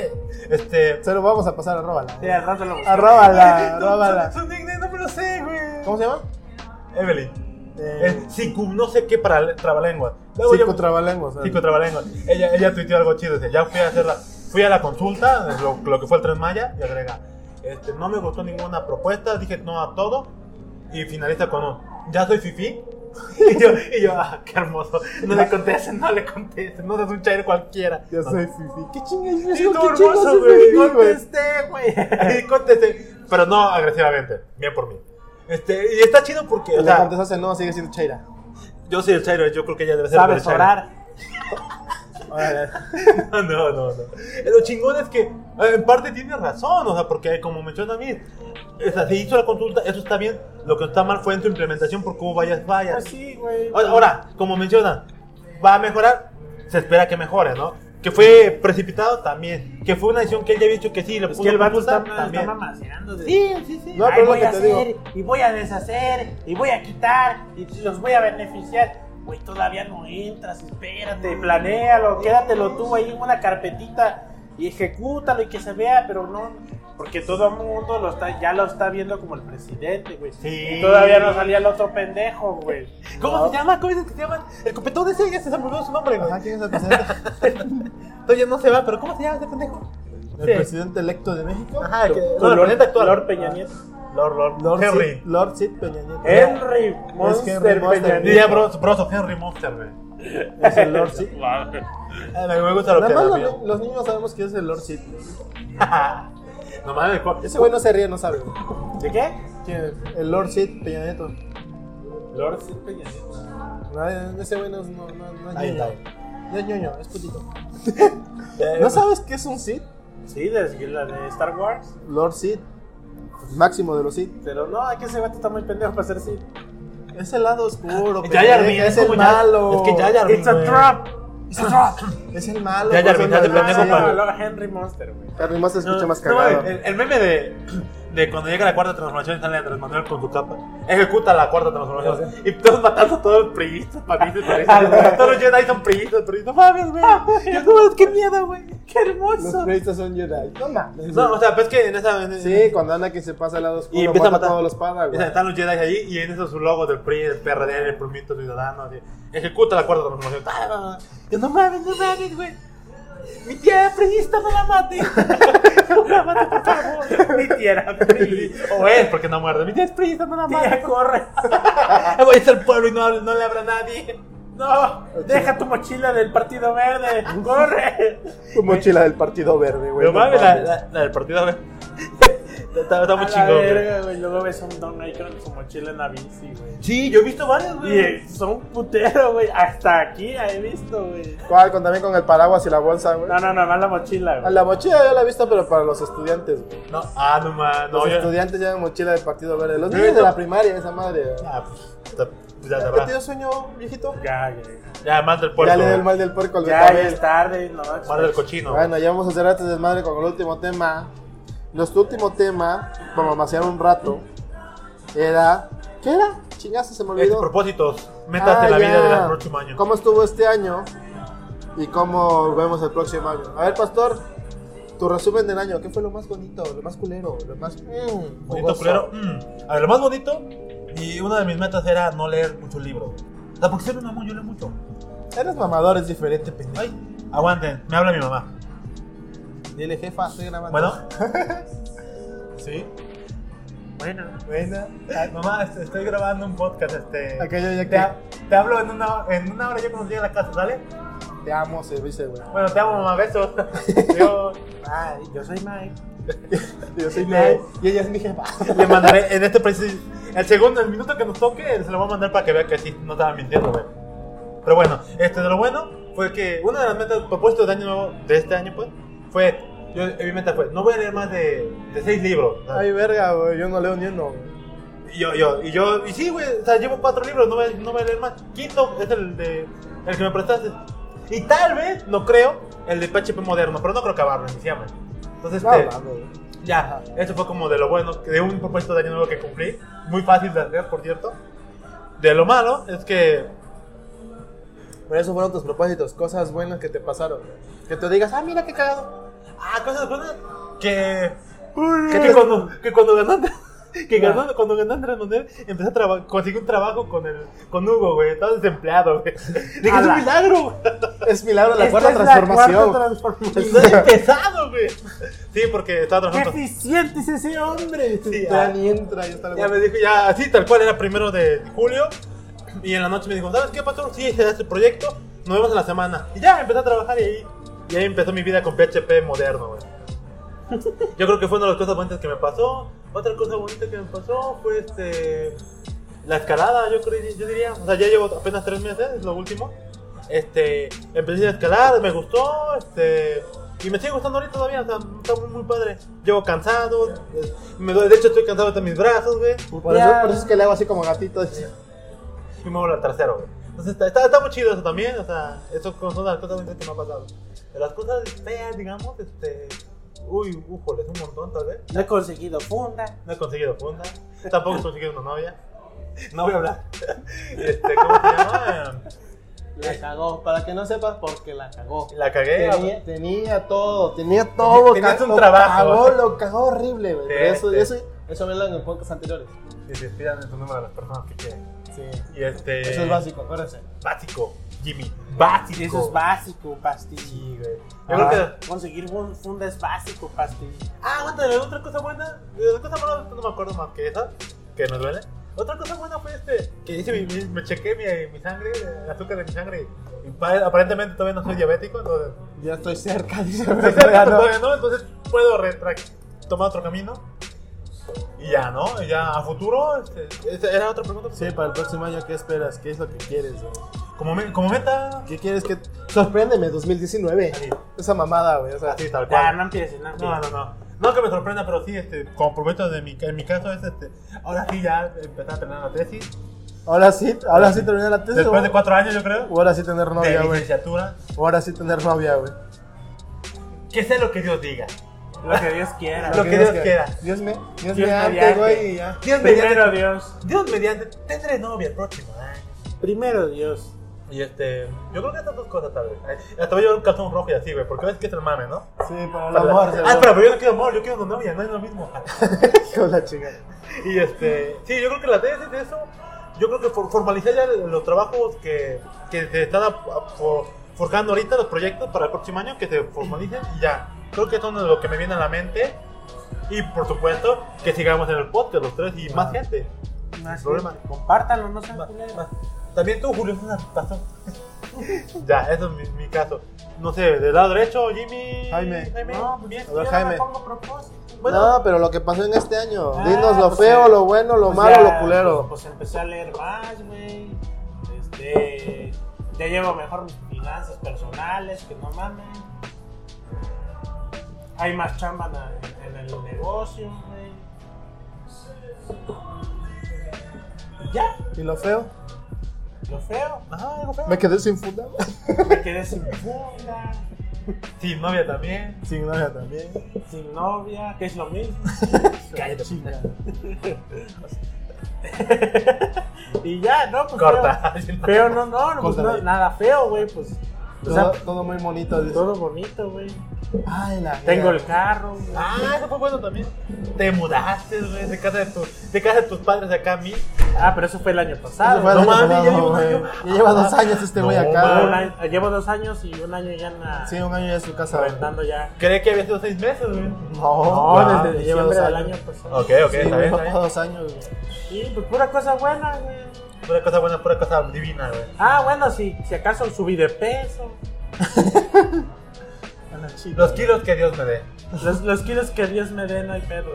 B: Este...
A: Se lo vamos a pasar, arróbala.
C: Sí, al rato lo busco.
A: Arróbala,
B: Ay, no,
A: arróbala.
B: Su su nickname no me lo sé, güey.
A: ¿Cómo se llama?
B: Evelyn.
A: Eh,
B: Es Siku, no sé qué para trabalenguas. Luego yo-
A: Cinco trabalenguas. ¿sabes?
B: Cinco trabalenguas. Ella, ella tuiteó algo chido, dice, ya fui a hacerla, fui a la consulta, lo, lo que fue el Tren Maya, y agrega, este, no me gustó ninguna propuesta, dije no a todo, y finaliza con un, ya soy fifi. Y yo, y yo, ah, qué hermoso. No le contesten, no le contesten, no seas un chairo cualquiera.
A: Ya soy fifi. Ah. ¿Qué chingas es
B: Sí,
A: eso?
B: tú
A: ¿Qué chingas
B: hermoso,
A: es
B: güey.
A: fifi,
B: Contesté, güey. Sí, contesté. Pero no agresivamente. Bien por mí. Este, y está chido porque, o
A: O sea,
B: sea,
A: contestaste no, sigue siendo chaira.
B: yo soy el chairo, yo creo que ella debe ser el
C: Sabes
B: chairo.
C: orar.
A: Órale.
B: No, no, no. no. Lo chingón es que eh, en parte tiene razón, o sea, porque como menciona David, o sea, se hizo la consulta, eso está bien, lo que está mal fue en tu implementación porque hubo varias
C: Pues
B: fallas.
A: Sí, güey.
B: Ahora, ahora, como menciona, va a mejorar, se espera que mejore, ¿no? Que fue precipitado también, que fue una decisión que él ya había dicho que sí, le
C: Es
B: puso
C: que el vato
B: consulta,
C: está, Pues está mamaseando de- pues
B: Sí, sí, sí.
A: No,
C: Ay,
A: pero es lo
C: voy
A: que
C: a
A: te digo.
C: hacer, y voy a deshacer, y voy a quitar, y los voy a beneficiar. Güey, todavía no entras, espérate, planéalo, quédatelo tú ahí en una carpetita y ejecútalo y que se vea, pero no, porque todo el mundo lo está, ya lo está viendo como el presidente, güey.
B: Sí.
C: Y todavía no salía el otro pendejo, güey.
B: ¿Cómo se llama? ¿Cómo dices que se llama? El copetón ese ya se me olvidó su nombre, güey.
A: Ajá, ¿quién es el presidente?
B: Todavía no se va, pero ¿cómo se llama ese pendejo?
A: El
B: Sí.
A: presidente electo de México.
B: Ajá, que-
A: Con
B: no, el
A: Lord-
B: presidente actual. Ah.
C: Lord Peña Nieto.
B: Lord, Lord,
A: Lord
B: Henry.
A: Sid, Lord Sid Peña Nieto.
C: Henry Monster
A: Henry Monster.
C: Peña
B: Diría
C: Nieto.
B: Bros, Bros of Henry Monster, güey.
A: Es el Lord Sid.
B: Eh, me, me gusta lo
A: Nada
B: que
A: más
B: da,
A: los,
B: mío.
A: ni- los niños sabemos que es el Lord Sid.
B: No mames, ¿cuál?
A: Ese güey no se ríe, no sabe.
C: ¿De qué?
A: ¿Quién es? El Lord Sid Peña Nieto.
C: Lord Sid Peña Nieto.
A: Nadie- Ese güey no, es- no, no, no es
B: Ahí
A: ñoño.
B: está.
A: No es ñoño, es putito.
B: Eh,
A: ¿No sabes qué es un Sid?
C: Sí, de la de Star Wars.
A: Lord Sid. Máximo de los Sid.
C: Pero no, aquí ese vato está muy pendejo para ser así.
A: Es el lado oscuro.
B: Ya ya
A: pendeja, es
B: es
A: el
B: como ya-
A: malo.
B: Es que ya ya
C: It's a trap.
A: Es el malo.
B: Ya, ya,
A: pues,
B: ya,
A: anda-
B: de pendejo
A: Ah,
B: para-
A: sí,
C: Lord Henry Monster, güey.
A: Henry Moss se escucha más
B: No, eh,
A: cagado.
B: el, el meme de, de cuando llega la cuarta transformación y sale Andrés Manuel con su capa. Ejecuta la cuarta transformación. Y todos matando a todos los priistas, papistas, priistas. Todos los Jedi son priistas, priistas. No mames, güey. Yo, no, qué miedo, güey. Qué
A: Los
B: hermoso.
A: Priestas son Jedi. No mames.
B: No, o sea, pues que en esa. en-
A: Sí, cuando anda que se pasa al lado oscuro,
B: Y empieza a
A: mata
B: matar.
A: todos los padas,
B: O sea, están los Jedi allí y en eso su logo del PRI, del PRD, del Movimiento Ciudadano. así, ejecuta la cuarta transformación. Ah, no, no. Yo, no mames, no mames, güey. Mi tía priista no la mate. no la mate, por favor.
C: Mi tierra, mi
B: O es, porque no muerde. Mi tía es priista, no la
C: tía,
B: mate.
C: corre.
B: Voy a ser pueblo y no, no le habrá nadie.
C: No, deja tu mochila del Partido Verde, corre.
A: Tu mochila del partido verde, güey.
B: Pero
A: no
B: mames, la, la- la del partido, güey. Está, está muy
C: A la
B: chingón, güey.
C: verga, güey. Luego ves a un don ahí con su mochila en la bici, güey.
B: Sí, yo he visto varios,
C: Y
B: güey.
C: eh, son putero, güey. Hasta aquí la he visto, güey.
A: ¿Cuál? Con, también con el paraguas y la bolsa, güey.
C: No, no, no, no la mochila,
A: A
C: güey.
A: la mochila yo la he visto, pero para los estudiantes, güey.
B: No, ah, no mames.
A: Los
B: No, yo.
A: estudiantes llevan mochila del partido verde. Los
B: Yo he
A: niños de
B: visto-
A: la primaria, esa madre. güey.
B: Ah, pues, ya- pues ya
A: ¿Ya
B: sabrás.
A: te dio sueño, viejito?
C: Ya, güey.
B: Ya, más del puerto.
A: ya le dio
B: güey.
A: el mal del puerco al
C: Ya, ya
A: Betabel.
C: es tarde, no.
B: Más del cochino.
A: Bueno, ya vamos a hacer antes desmadre con el último tema. Nuestro último tema, para mamasear un rato, era. ¿Qué era? Chingazo, se me
B: Este,
A: olvidó.
B: propósitos, metas de la
A: Ah,
B: vida
A: ya.
B: del próximo año.
A: ¿Cómo estuvo este año? ¿Y cómo vemos el próximo año? A ver, pastor, tu resumen del año. ¿Qué fue lo más bonito, lo más culero, lo más. mm,
B: Bonito,
A: jugoso?
B: culero. Mm. A ver, lo más bonito y una de mis metas era no leer mucho libro. O sea, porque soy un mamón, yo leo mucho.
A: Eres mamador, es diferente, pendejo.
B: Ay, aguanten, me habla mi mamá.
A: Dile, jefa, estoy grabando.
B: Bueno. ¿Sí?
C: Bueno.
B: Bueno, Ay, mamá, este, estoy grabando un podcast, este...
A: Acá yo ya
B: Te,
A: que.
B: ha- te hablo en una, en una hora ya cuando llegue a la casa, ¿sale?
A: Te amo, se dice, güey.
B: Bueno, te amo, mamá, besos. yo...
C: Ay, yo soy Mike.
A: Yo soy
B: Le-
A: nuevo.
B: y ella dije, le mandaré en este preciso. El segundo, el minuto que nos toque, se lo voy a mandar para que vea que sí, no estaba mintiendo, güey. Pero bueno, este, de lo bueno fue que una de las metas propuestas de año nuevo, de este año, pues, fue. Yo, mi meta fue, no voy a leer más de, de seis libros. ¿sabes?
A: Ay, verga, güey, yo no leo ni uno. güey.
B: Y yo, yo, y yo, y sí, güey, o sea, llevo cuatro libros, no voy, a- no voy a leer más. Quinto es el de el que me prestaste. Y tal vez, no creo, el de PHP moderno, pero no creo que acabarlo, ni se llama. Entonces,
A: No,
B: este,
A: mames.
B: ya, eso fue como de lo bueno, de un propósito de año nuevo que cumplí. Muy fácil de hacer, por cierto. De lo malo es que
A: Pero esos fueron tus propósitos, cosas buenas que te pasaron. güey. Que te digas, ah, mira qué cagado.
B: Ah, cosas buenas. Que. Que, que cuando, que cuando ganaste. Que ganó- cuando ganaste Andrés Manuel, empecé a traba- conseguí un trabajo con, el, con Hugo, güey. Estaba desempleado, güey. Dije, es un
A: Ala.
B: milagro, güey.
A: Es milagro la
C: Esta
A: cuarta
C: es la
A: transformación.
C: cuarta
B: Estoy pesado, güey. Sí, porque estaba
C: ¡Qué
B: trabajando.
C: eficiente es ese hombre!
B: Sí,
A: Ya
B: ah,
A: ni entra, ya está
B: ya me dijo, ya, así tal cual, era primero de julio. Y en la noche me dijo, ¿sabes qué, pastor? Sí, se da este proyecto. Nos vemos en la semana. Y ya empecé a trabajar y ahí, y ahí empezó mi vida con PHP moderno, güey. Yo creo que fue una de las cosas bonitas que me pasó. Otra cosa bonita que me pasó fue este. La escalada, yo, creo- yo diría. O sea, ya llevo apenas tres meses, es lo último. Este. Empecé a escalar, me gustó, este. Y me sigue gustando ahorita todavía, o sea, está muy, muy padre. Llevo cansado, eh, me duele- de hecho estoy cansado de mis brazos, güey.
A: Por eso, por eso es que le hago así como gatito.
B: Y me muevo al trasero, güey. Entonces está, está, está muy chido eso también, o sea, eso con- son las cosas bonitas que me ha pasado. De las cosas feas, digamos, este. Uy, ujole, es un montón tal vez.
C: No he conseguido funda.
B: No he conseguido funda. Tampoco he conseguido una novia. No voy a hablar. Este, ¿Cómo se llama?
A: La cagó. Para que no sepas por qué la cagó.
B: La cagué.
A: Tenía, tenía todo, tenía todo.
B: Tenías
A: cagó,
B: un trabajo. Este.
A: Cagó, lo cagó horrible, güey.
B: Sí,
A: Pero Eso,
B: sí.
A: eso, eso me lo en podcast anteriores.
B: Que se pidan el número de las personas que quieren.
A: Sí.
B: Y este.
A: Eso es básico, acuérdense.
B: Básico, Jimmy. Básico.
C: Y eso es básico, Pasti.
B: Sí, güey. Yo
C: Ah,
B: creo que.
C: Conseguir un funda es básico, Pasti.
B: Ah, aguanta, otra cosa buena. de La cosa mala pues, no me acuerdo más que esa, que me duele. Otra cosa buena fue este, que hice mi- mi- me chequé mi, mi sangre, el azúcar de mi sangre. Y pa- aparentemente todavía no soy diabético, entonces.
A: Ya estoy cerca, dice.
B: Pues,
A: pero ya
B: exacto,
A: no.
B: todavía no, entonces puedo retrac- tomar otro camino. Y ya, ¿no? Y ya a futuro, este, esa era otra pregunta.
A: Sí, para el próximo año, ¿qué esperas? ¿Qué es lo que quieres, güey?
B: Como, me- como meta.
A: ¿Qué quieres que.? Sorpréndeme, 2019.
B: Así,
A: Esa mamada, güey. O sea,
B: así, tal cual.
C: Ya, no empieces, no
B: No, no, no. No que me sorprenda, pero sí, este, como prometo de mi, en mi caso es este, ahora sí ya empezar a terminar la tesis.
A: ahora sí, ahora sí terminar la tesis.
B: Después de
A: o-
B: cuatro años, yo creo.
A: o ahora sí tener novia,
B: de
A: güey.
B: licenciatura.
A: O ahora sí tener novia, güey.
B: Que sea lo que Dios diga.
C: empieces. Lo que Dios quiera.
B: Lo que Dios quiera.
A: Dios me, Dios,
C: Dios
A: me ante,
C: mediante.
A: güey, y ya.
B: Dios
C: Primero
B: mediante.
C: Dios.
B: Dios mediante. Tendré novia el próximo año.
C: Primero Dios.
B: Y este. Yo creo que estas dos cosas, tal vez. Ay, Hasta voy a llevar un calzón rojo y así, güey. Porque ves que es el mame, ¿no?
A: Sí, para el amor. se
B: Ah,
A: va.
B: pero, pero yo no quiero amor, yo quiero novia, no es lo mismo.
A: Hijo de la chingada.
B: y este. Sí, yo creo que la tesis de eso. Yo creo que for- formalizar ya los trabajos que, que te están a- a- for- forjando ahorita, los proyectos para el próximo año, que te formalicen y ya. Creo que eso es lo que me viene a la mente. Y por supuesto, que sigamos en el podcast los tres y más gente.
C: No es
B: Problema.
C: que- Compártanlo, no sean
B: Va-
C: culeros.
B: va. También tú, Julio, una pasó. ya, eso es mi, mi caso. No sé, del lado derecho, Jimmy.
A: Jaime.
C: No, pues, bien,
A: A ver,
C: yo
A: Jaime.
C: no me pongo propósito.
B: Bueno.
A: no, pero lo que pasó en este año.
C: Ah,
A: Dinos lo
C: pues,
A: feo,
C: eh,
A: lo bueno, lo
C: Pues
A: malo,
C: ya,
A: lo culero.
C: Pues, pues empecé a leer más, güey. Este. Ya llevo mejor mis finanzas personales, que no mames. Hay más chamba na- en, en el negocio, güey. Ya,
A: ¿Y lo feo?
C: lo feo.
B: Ajá, algo feo.
A: Me quedé sin funda.
C: Me quedé sin funda,
B: Sin novia también.
A: Sin novia también.
C: sin novia, que es lo mismo.
B: Cállate.
C: Y ya, ¿no? Pues
B: Corta.
C: Feo, feo no, no, pues
A: Córtala.
C: no, nada feo, güey, pues. O
A: Todo,
C: sea,
A: todo muy bonito. dice.
C: todo bonito, güey.
A: Ay, la
C: Tengo el
A: verga.
C: carro, güey.
B: Ah, eso fue bueno también. Te mudaste, güey, de casa de, tu, de casa de tus padres acá a mí.
C: Ah, pero eso fue el año
A: Eso
C: pasado.
A: fue el año
B: No mames, ya
A: pasado,
B: lleva un
A: güey.
B: año.
A: Ya lleva dos años este
B: No
A: güey
C: Llevo
A: acá.
C: un
A: güey.
C: año- ah, llevo dos años y un año ya en la,
A: Sí, un año ya es su casa. güey.
C: rentando ya.
B: Creí que había sido seis meses, güey.
A: No,
C: No,
B: no,
C: Oh, desde
A: lleva dos
C: diciembre del
A: años.
C: año pasado.
B: Ok, ok,
A: Sí,
B: está
A: güey,
B: bien, está
A: lleva
B: bien.
A: dos años. güey.
C: Sí, pues pura cosa buena, güey.
B: Pura cosa buena, pura cosa divina, güey.
C: Ah, bueno, si, si acaso subí de peso.
A: A la
B: Los kilos que Dios me dé.
C: Los, los kilos que Dios me dé, no hay pedo.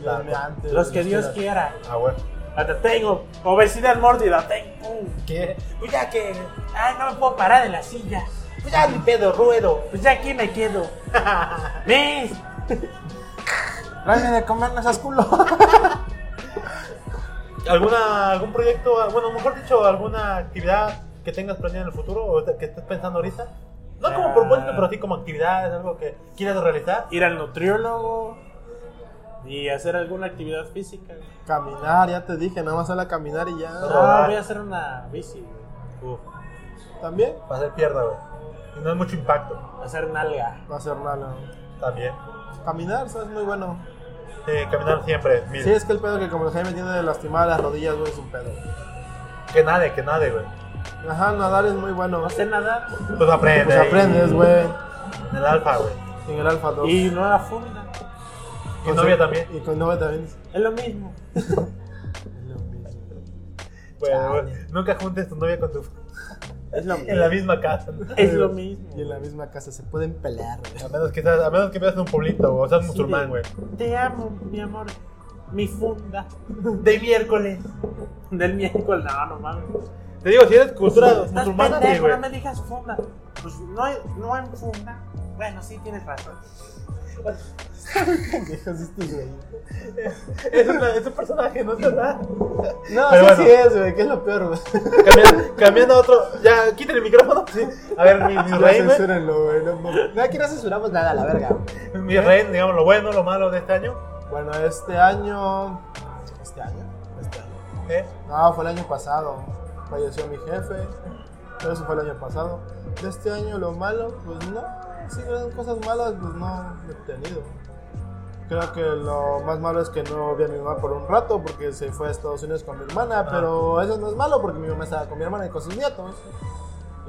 B: Claro.
C: Los que Dios quiera.
B: Ah, bueno.
C: Hasta tengo obesidad mórbida, tengo.
B: ¿Qué?
C: Pues ya que. Ay, no me puedo parar de la silla. Pues ya ni pedo, ruedo. Pues ya aquí me quedo. ¿Ves?
A: Tráeme de comerme esas culos.
B: ¿Alguna, ¿Algún proyecto, bueno, mejor dicho, alguna actividad que tengas planeada en el futuro o que estés pensando ahorita? No como
C: Ah.
B: propósito, pero así como actividades, algo que quieras realizar.
C: Ir al nutriólogo. Y hacer alguna actividad física. güey.
A: Caminar, ya te dije, nada más sale a caminar y ya.
C: No, voy a hacer una bici, güey.
A: También
B: Para hacer pierna, güey. Y no es mucho impacto.
C: Hacer nalga.
A: no hacer nada.
B: También.
A: Caminar, ¿sabes? Muy bueno.
B: Sí, caminar siempre. Mira.
A: Sí, es que el pedo que como el Jaime tiene lastimadas las rodillas, güey, es un pedo.
B: Que nade, que nade, güey.
A: Ajá, nadar es muy bueno.
C: No sé nadar.
B: Pues aprende.
A: Pues
B: ahí.
A: aprendes, güey.
B: En el alfa, güey.
A: En el Alfa 2.
C: Y no la funda.
A: Pues
B: Y novia también.
A: Y con novia también.
C: Es lo mismo.
B: Bueno, güey, nunca juntes tu novia con tu.
C: Es lo
B: En la
C: mismo.
B: misma casa. ¿no?
C: Es lo mismo.
A: Y en la misma casa se pueden pelear, güey.
B: A menos que seas, a menos que vivas en un pueblito, güey, o seas
C: Sí,
B: musulmán, güey.
C: Te amo, mi amor. Mi funda. De miércoles. Del miércoles, no, no mames.
B: Te digo, si eres
A: Pues
B: cultura
C: Estás
B: musulmana, sí,
C: pendejo,
B: güey.
C: no me digas funda. Pues no, hay- no hay funda. Bueno, sí tienes razón.
A: Dejas estos, este güey.
B: Es, una- es un personaje, no es verdad.
A: No,
B: Pero
A: así
B: bueno.
A: es, güey, que es lo peor, güey.
B: Cambiando, cambiando a otro. Ya, quiten el micrófono. Sí. A ver, mi, mi
A: Ya
B: rey, güey.
A: censúrenlo, güey. No, mames. No, aquí no censuramos nada, la verga. güey.
B: Mi rey, digamos, lo bueno, lo malo de este año.
A: Bueno, este año. ¿Este año? Este año.
B: ¿eh?
A: No, fue el año pasado. Falleció mi jefe. Pero eso fue el año pasado. De este año lo malo, pues no. Sí, no, cosas malas, pues no he tenido. Creo que lo más malo es que no vi a mi mamá por un rato porque se fue a Estados Unidos con mi hermana, pero eso no es malo porque mi mamá estaba con mi hermana y con sus nietos.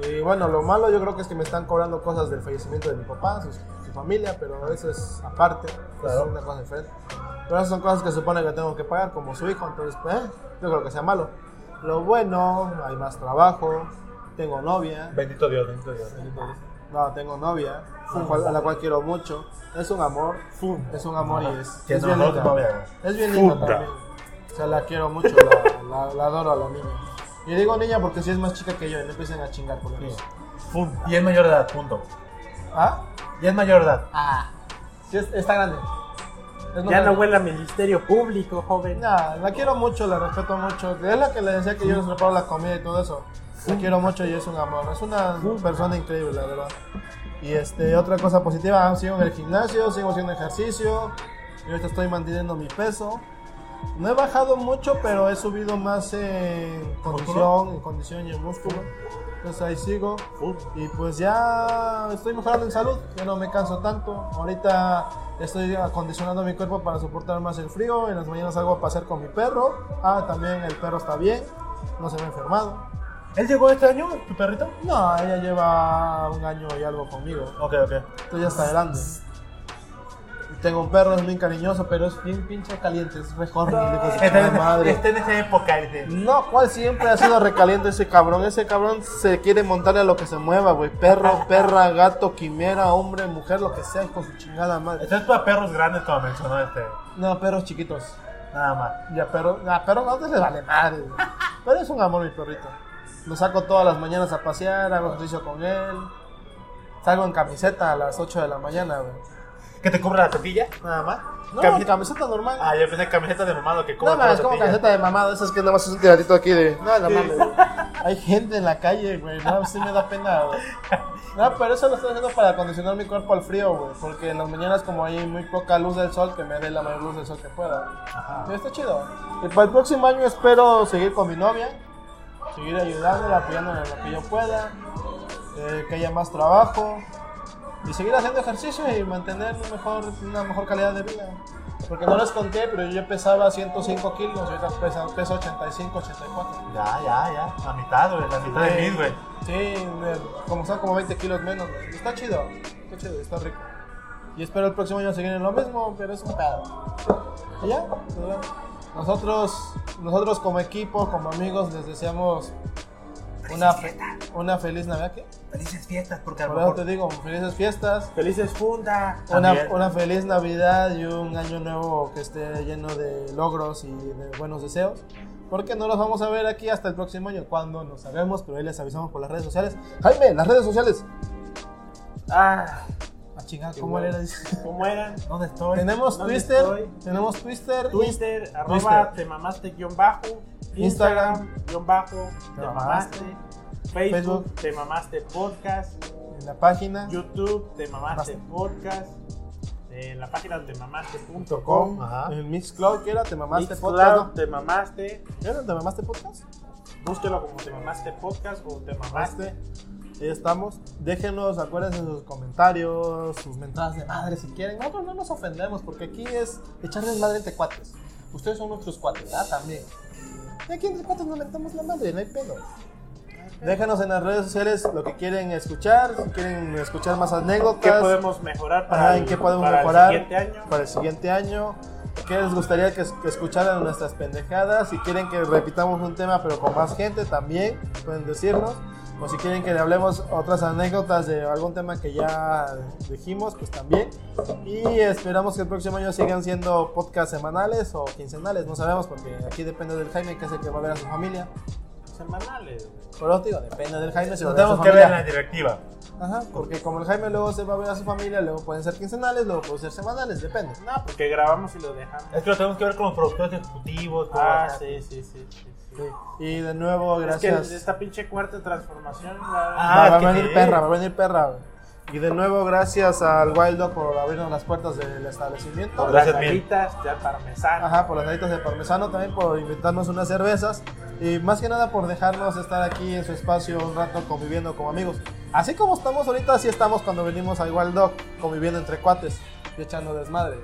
A: Y bueno, lo malo yo creo que es que me están cobrando cosas del fallecimiento de mi papá, su, su familia, pero eso es aparte,
B: Claro.
A: es una cosa diferente. Pero esas son cosas que supone que tengo que pagar como su hijo, entonces pues, eh, yo creo que sea malo. Lo bueno, hay más trabajo, tengo novia.
B: Bendito Dios, bendito Dios.
A: No, tengo novia, a la cual- a la cual quiero mucho. Es un amor. Es un amor y es,
B: Que
A: es
B: no,
A: bien
B: no,
A: linda.
B: no, no.
A: Es bien linda
B: Funda.
A: también. O sea, la quiero mucho, la, la- la adoro a la niña. Y digo niña porque si es más chica que yo, y no empiecen a chingar por mí.
B: Pum. Y es mayor de edad, punto.
A: ¿Ah?
B: Y es mayor de edad.
A: Ah. Sí, es- está grande. Es
C: Ya
A: normal.
C: no huele a ministerio público, joven.
A: Nah, la quiero mucho, la respeto mucho. Es la que le decía que yo les preparo la comida y todo eso. La quiero mucho y es un amor. Es una persona increíble, la verdad. Y este, otra cosa positiva, ah, sigo en el gimnasio, sigo haciendo ejercicio. Yo ahorita estoy manteniendo mi peso. No he bajado mucho, pero he subido más en condición, en condición y en músculo. Entonces ahí sigo. Y pues ya estoy mejorando en salud, ya no me canso tanto. Ahorita estoy acondicionando mi cuerpo para soportar más el frío. En las mañanas salgo a pasear con mi perro. Ah, también el perro está bien, no se me ha enfermado.
B: ¿Él llegó este año, tu perrito?
A: No, ella lleva un año y algo conmigo.
B: Ok, ok.
A: Entonces ya está grande. Y Tengo un perro, es bien cariñoso, pero es bien pinche caliente, es mejor.
B: Está en, está en esa época, dice.
A: No, cual siempre ha sido recaliente ese cabrón. Ese cabrón se quiere montar a lo que se mueva, güey. Perro, perra, gato, quimera, hombre, mujer, lo que sea, con su chingada madre.
B: Esto es para perros grandes, como mencionó este.
A: No, perros chiquitos.
B: Nada más.
A: Ya, perro, a perro no se vale madre, güey. Pero es un amor mi perrito. Lo saco todas las mañanas a pasear, hago ejercicio con él. Salgo en camiseta a las 8 de la mañana, güey.
B: Que te cubra la tetilla, nada más.
A: No,
B: Camiseta-
A: camiseta normal.
B: Ah, yo pensé camiseta de mamado que cubre
A: No,
B: toda
A: no,
B: la
A: es como
B: tetilla.
A: camiseta de mamado, esas que nada más es un tiratito aquí de. No, no
B: Sí.
A: mames, güey. Hay gente en la calle, güey. No, sí me da pena, güey. No, pero eso lo estoy haciendo para acondicionar mi cuerpo al frío, güey. Porque en las mañanas, como hay muy poca luz del sol, que me dé la mayor luz del sol que pueda.
B: Ajá.
A: Pero está chido. Y para el próximo año espero seguir con mi novia, seguir ayudándola, apoyándola en lo que yo pueda, eh, que haya más trabajo y seguir haciendo ejercicio y mantener un mejor, una mejor calidad de vida. Porque no les conté, pero yo pesaba 105 kilos, ahorita pesa- peso 85, 84.
B: Ya, ya, ya. La mitad, güey. La mitad de
A: Sí.
B: mil, güey.
A: Sí, me- como son como 20 kilos menos. güey. Está chido, está chido, está rico. Y espero el próximo año seguir en lo mismo, pero es un pedo. Y ya, ¿verdad? nosotros, nosotros como equipo, como amigos, les deseamos Una, fe- una feliz Navidad, ¿qué?
G: Felices fiestas, porque a lo
A: Bueno,
G: mejor
A: te digo, felices fiestas.
G: Felices funda.
A: Una,
G: También.
A: una feliz Navidad y un año nuevo que esté lleno de logros y de buenos deseos. Porque no los vamos a ver aquí hasta el próximo año, cuando no sabemos, pero ahí les avisamos por las redes sociales. Jaime, las redes sociales.
G: Ah,
A: Ah, chinga, ¿cómo era?
C: ¿Cómo eran?
G: ¿dónde estoy?
A: Tenemos
C: ¿Dónde
A: Twitter,
C: estoy?
A: tenemos Twitter,
C: Twitter, arroba
A: Twister.
C: te mamaste guión bajo.
A: Instagram,
C: Instagram, guión bajo, te
A: mamaste.
C: mamaste. Facebook,
A: Facebook.
C: te mamaste podcast.
A: en la página.
C: YouTube, te mamaste podcast. En la página de mamaste.com.
A: Com, en Mixcloud, que era Te Mamaste Podcast.
C: Mixcloud, te mamaste.
A: ¿no? ¿Era Te Mamaste Podcast?
C: Búsquelo como te mamaste podcast o te mamaste.
A: Mamaste. Este, Ahí estamos. Déjenos, acuérdense sus comentarios, sus mentadas de madre si quieren. Nosotros no nos ofendemos porque aquí es echarles madre entre cuates. Ustedes son nuestros cuates, ¿verdad? También. Y aquí entre cuates nos metemos la madre, no hay pedo. Déjanos en las redes sociales lo que quieren escuchar, si quieren escuchar más
C: ¿Qué
A: anécdotas.
C: podemos mejorar para,
A: Ajá,
C: el,
A: en qué podemos
C: para el
A: mejorar
C: siguiente año?
A: para el siguiente año. ¿Qué les gustaría que, es- que escucharan nuestras pendejadas? Si quieren que repitamos un tema pero con más gente también, pueden decirnos. O si quieren que le hablemos otras anécdotas de algún tema que ya dijimos, pues también. Y esperamos que el próximo año sigan siendo podcast semanales o quincenales, no sabemos, porque aquí depende del Jaime, que es el que va a ver a su familia.
C: Semanales.
A: Por eso te digo, depende del Jaime. Si va a
B: Nos
A: ver a su
B: tenemos que ver
A: familia.
B: en la directiva.
A: Ajá, porque como el Jaime luego se va a ver a su familia, luego pueden ser quincenales, luego pueden ser semanales, depende.
C: No, pues, porque grabamos y lo dejamos.
B: Es que lo tenemos que ver con los productores ejecutivos. con
C: Ah,
B: las-
C: sí, sí, sí. sí, sí.
A: Y de nuevo,
C: Es
A: gracias.
C: que esta pinche cuarta transformación. la-
B: Ah,
A: va,
B: es
A: va a
B: que
A: venir
B: sí.
A: perra, va a venir perra. güey. Y de nuevo, gracias al Wild Dog por abrirnos las puertas del establecimiento.
B: Gracias,
C: las
B: mil.
C: alitas de parmesano.
A: Ajá, por las galletas de parmesano, también por invitarnos unas cervezas. Y más que nada por dejarnos estar aquí en su espacio un rato conviviendo como amigos. Así como estamos ahorita, así estamos cuando venimos al Wild Dog, conviviendo entre cuates y echando desmadre.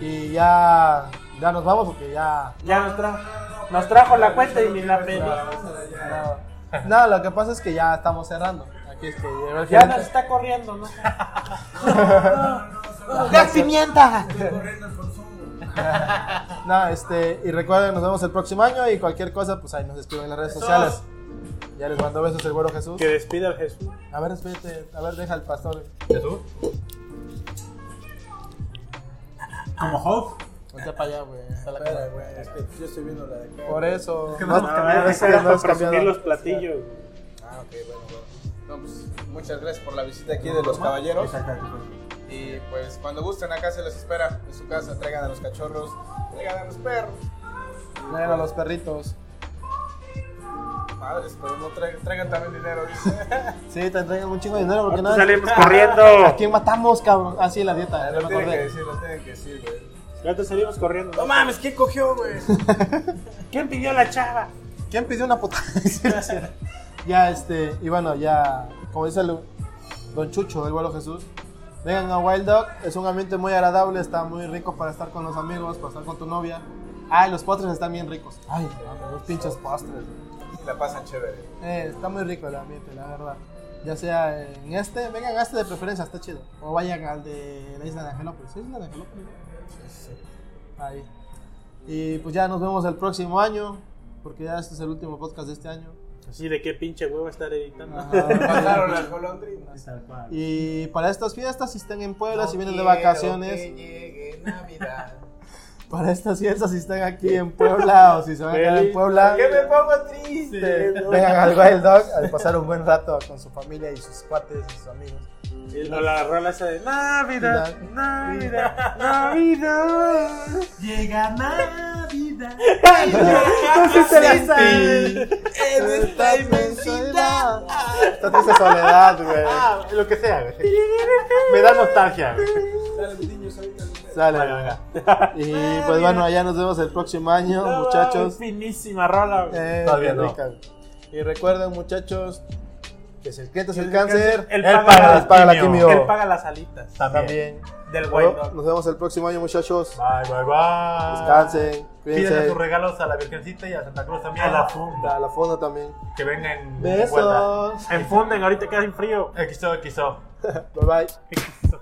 A: Y ya, ya nos vamos porque ya...
C: Ya nos trajo, nos trajo la cuenta y ni la pedí.
A: Nada, Nada, lo que pasa es que ya estamos cerrando. Aquí es que llegó el
C: Ya
A: gerente.
C: nos está corriendo, ¿no?
G: ¡Gas pimienta!
A: No, este, y recuerden, nos vemos el próximo año y cualquier cosa, pues ahí nos escriben en las redes sociales. Ya les mando besos el güero Jesús.
C: Que despida el Jesús.
A: A ver, espérate, a ver, deja el pastor.
B: Jesús.
G: Como Hope.
A: Voltea para allá, güey. está la
F: Espera,
A: cara.
F: güey, es que yo estoy viendo la de acá.
A: Por eso.
B: No, no,
A: no, es que no
C: para
A: has cambiado.
C: presumir los platillos.
F: Ah, ok, bueno, bueno. No, pues, muchas gracias por la visita aquí de los caballeros. Y pues cuando gusten acá se les espera. En su casa traigan a los cachorros, traigan a los perros.
A: Miren a los perritos.
F: Madres, pero no traigan, traigan también dinero, dice.
A: Sí, te entregan un chingo de dinero porque
C: Ahorita
A: nada.
C: salimos corriendo.
A: ¿A quién matamos, cabrón? Ah, sí, la dieta. ya
F: lo
A: me
F: tienen que
A: acordé.
F: decir, lo tienen que decir, güey.
C: Ahorita salimos corriendo.
F: No mames, ¿quién cogió, güey?
C: ¿Quién pidió la chava?
A: ¿Quién pidió una puta? Sí, lo sé. ya, este, y bueno, ya, como dice el- Don Chucho del Vuelo Jesús, vengan a Wild Dog, es un ambiente muy agradable, está muy rico para estar con los amigos, para estar con tu novia. Ay, los postres están bien ricos. Ay, no, los pinches postres.
F: Y la pasan chévere.
A: Eh, está muy rico el ambiente, la verdad. Ya sea en este, vengan a este de preferencia, está chido. O vayan al de la isla de Angelópolis. ¿Sí ¿Es isla de Angelópolis? Ahí. Y pues ya nos vemos el próximo año, porque ya este es el último podcast de este año.
C: Así de qué pinche huevo estar editando.
A: Ajá.
F: Pasaron las golondrinas.
A: y para estas fiestas, si están en Puebla, si vienen de vacaciones,
F: Que llegue Navidad.
A: para estas fiestas, si están aquí en Puebla o si se van a quedar en
C: Feliz-
A: Puebla,
F: ¿Qué me pongo triste?
A: este, vengan al Wild Dog a pasar un buen rato con su familia y sus cuates y sus amigos.
C: Y no la rola esa de Navidad,
A: Navidad.
C: Navidad, Navidad.
G: Llega Navidad.
A: No sé si te la sabes.
F: En esta inmensidad.
A: Esta triste soledad, güey.
B: Lo que sea, güey. Me da nostalgia, güey.
F: Dale, mis niños, ahorita los veo.
A: Sale.
B: Venga, venga.
A: Y pues bueno, allá nos vemos el próximo año,
C: No,
A: muchachos.
C: Finísima rola. güey.
A: Eh,
B: Todavía
A: qué
B: no.
A: rica, güey. Y recuerden, muchachos, que si el cliente es el cáncer,
C: Él
B: Él
C: paga,
B: paga
C: las,
A: les paga la quimio.
C: él paga las alitas
B: También.
A: también.
C: del Wild
A: Bueno,
C: Dog.
A: nos vemos el próximo año, muchachos.
B: Bye, bye, bye.
A: Descansen,
B: Pídenle
A: cuídense.
B: sus regalos a la Virgencita y a Santa Cruz también.
C: A la funda.
A: A la fondo también.
B: Que vengan en
A: Besos.
C: Enfunden, ahorita queda en frío.
B: XO, XO.
A: Bye bye.
C: Eso.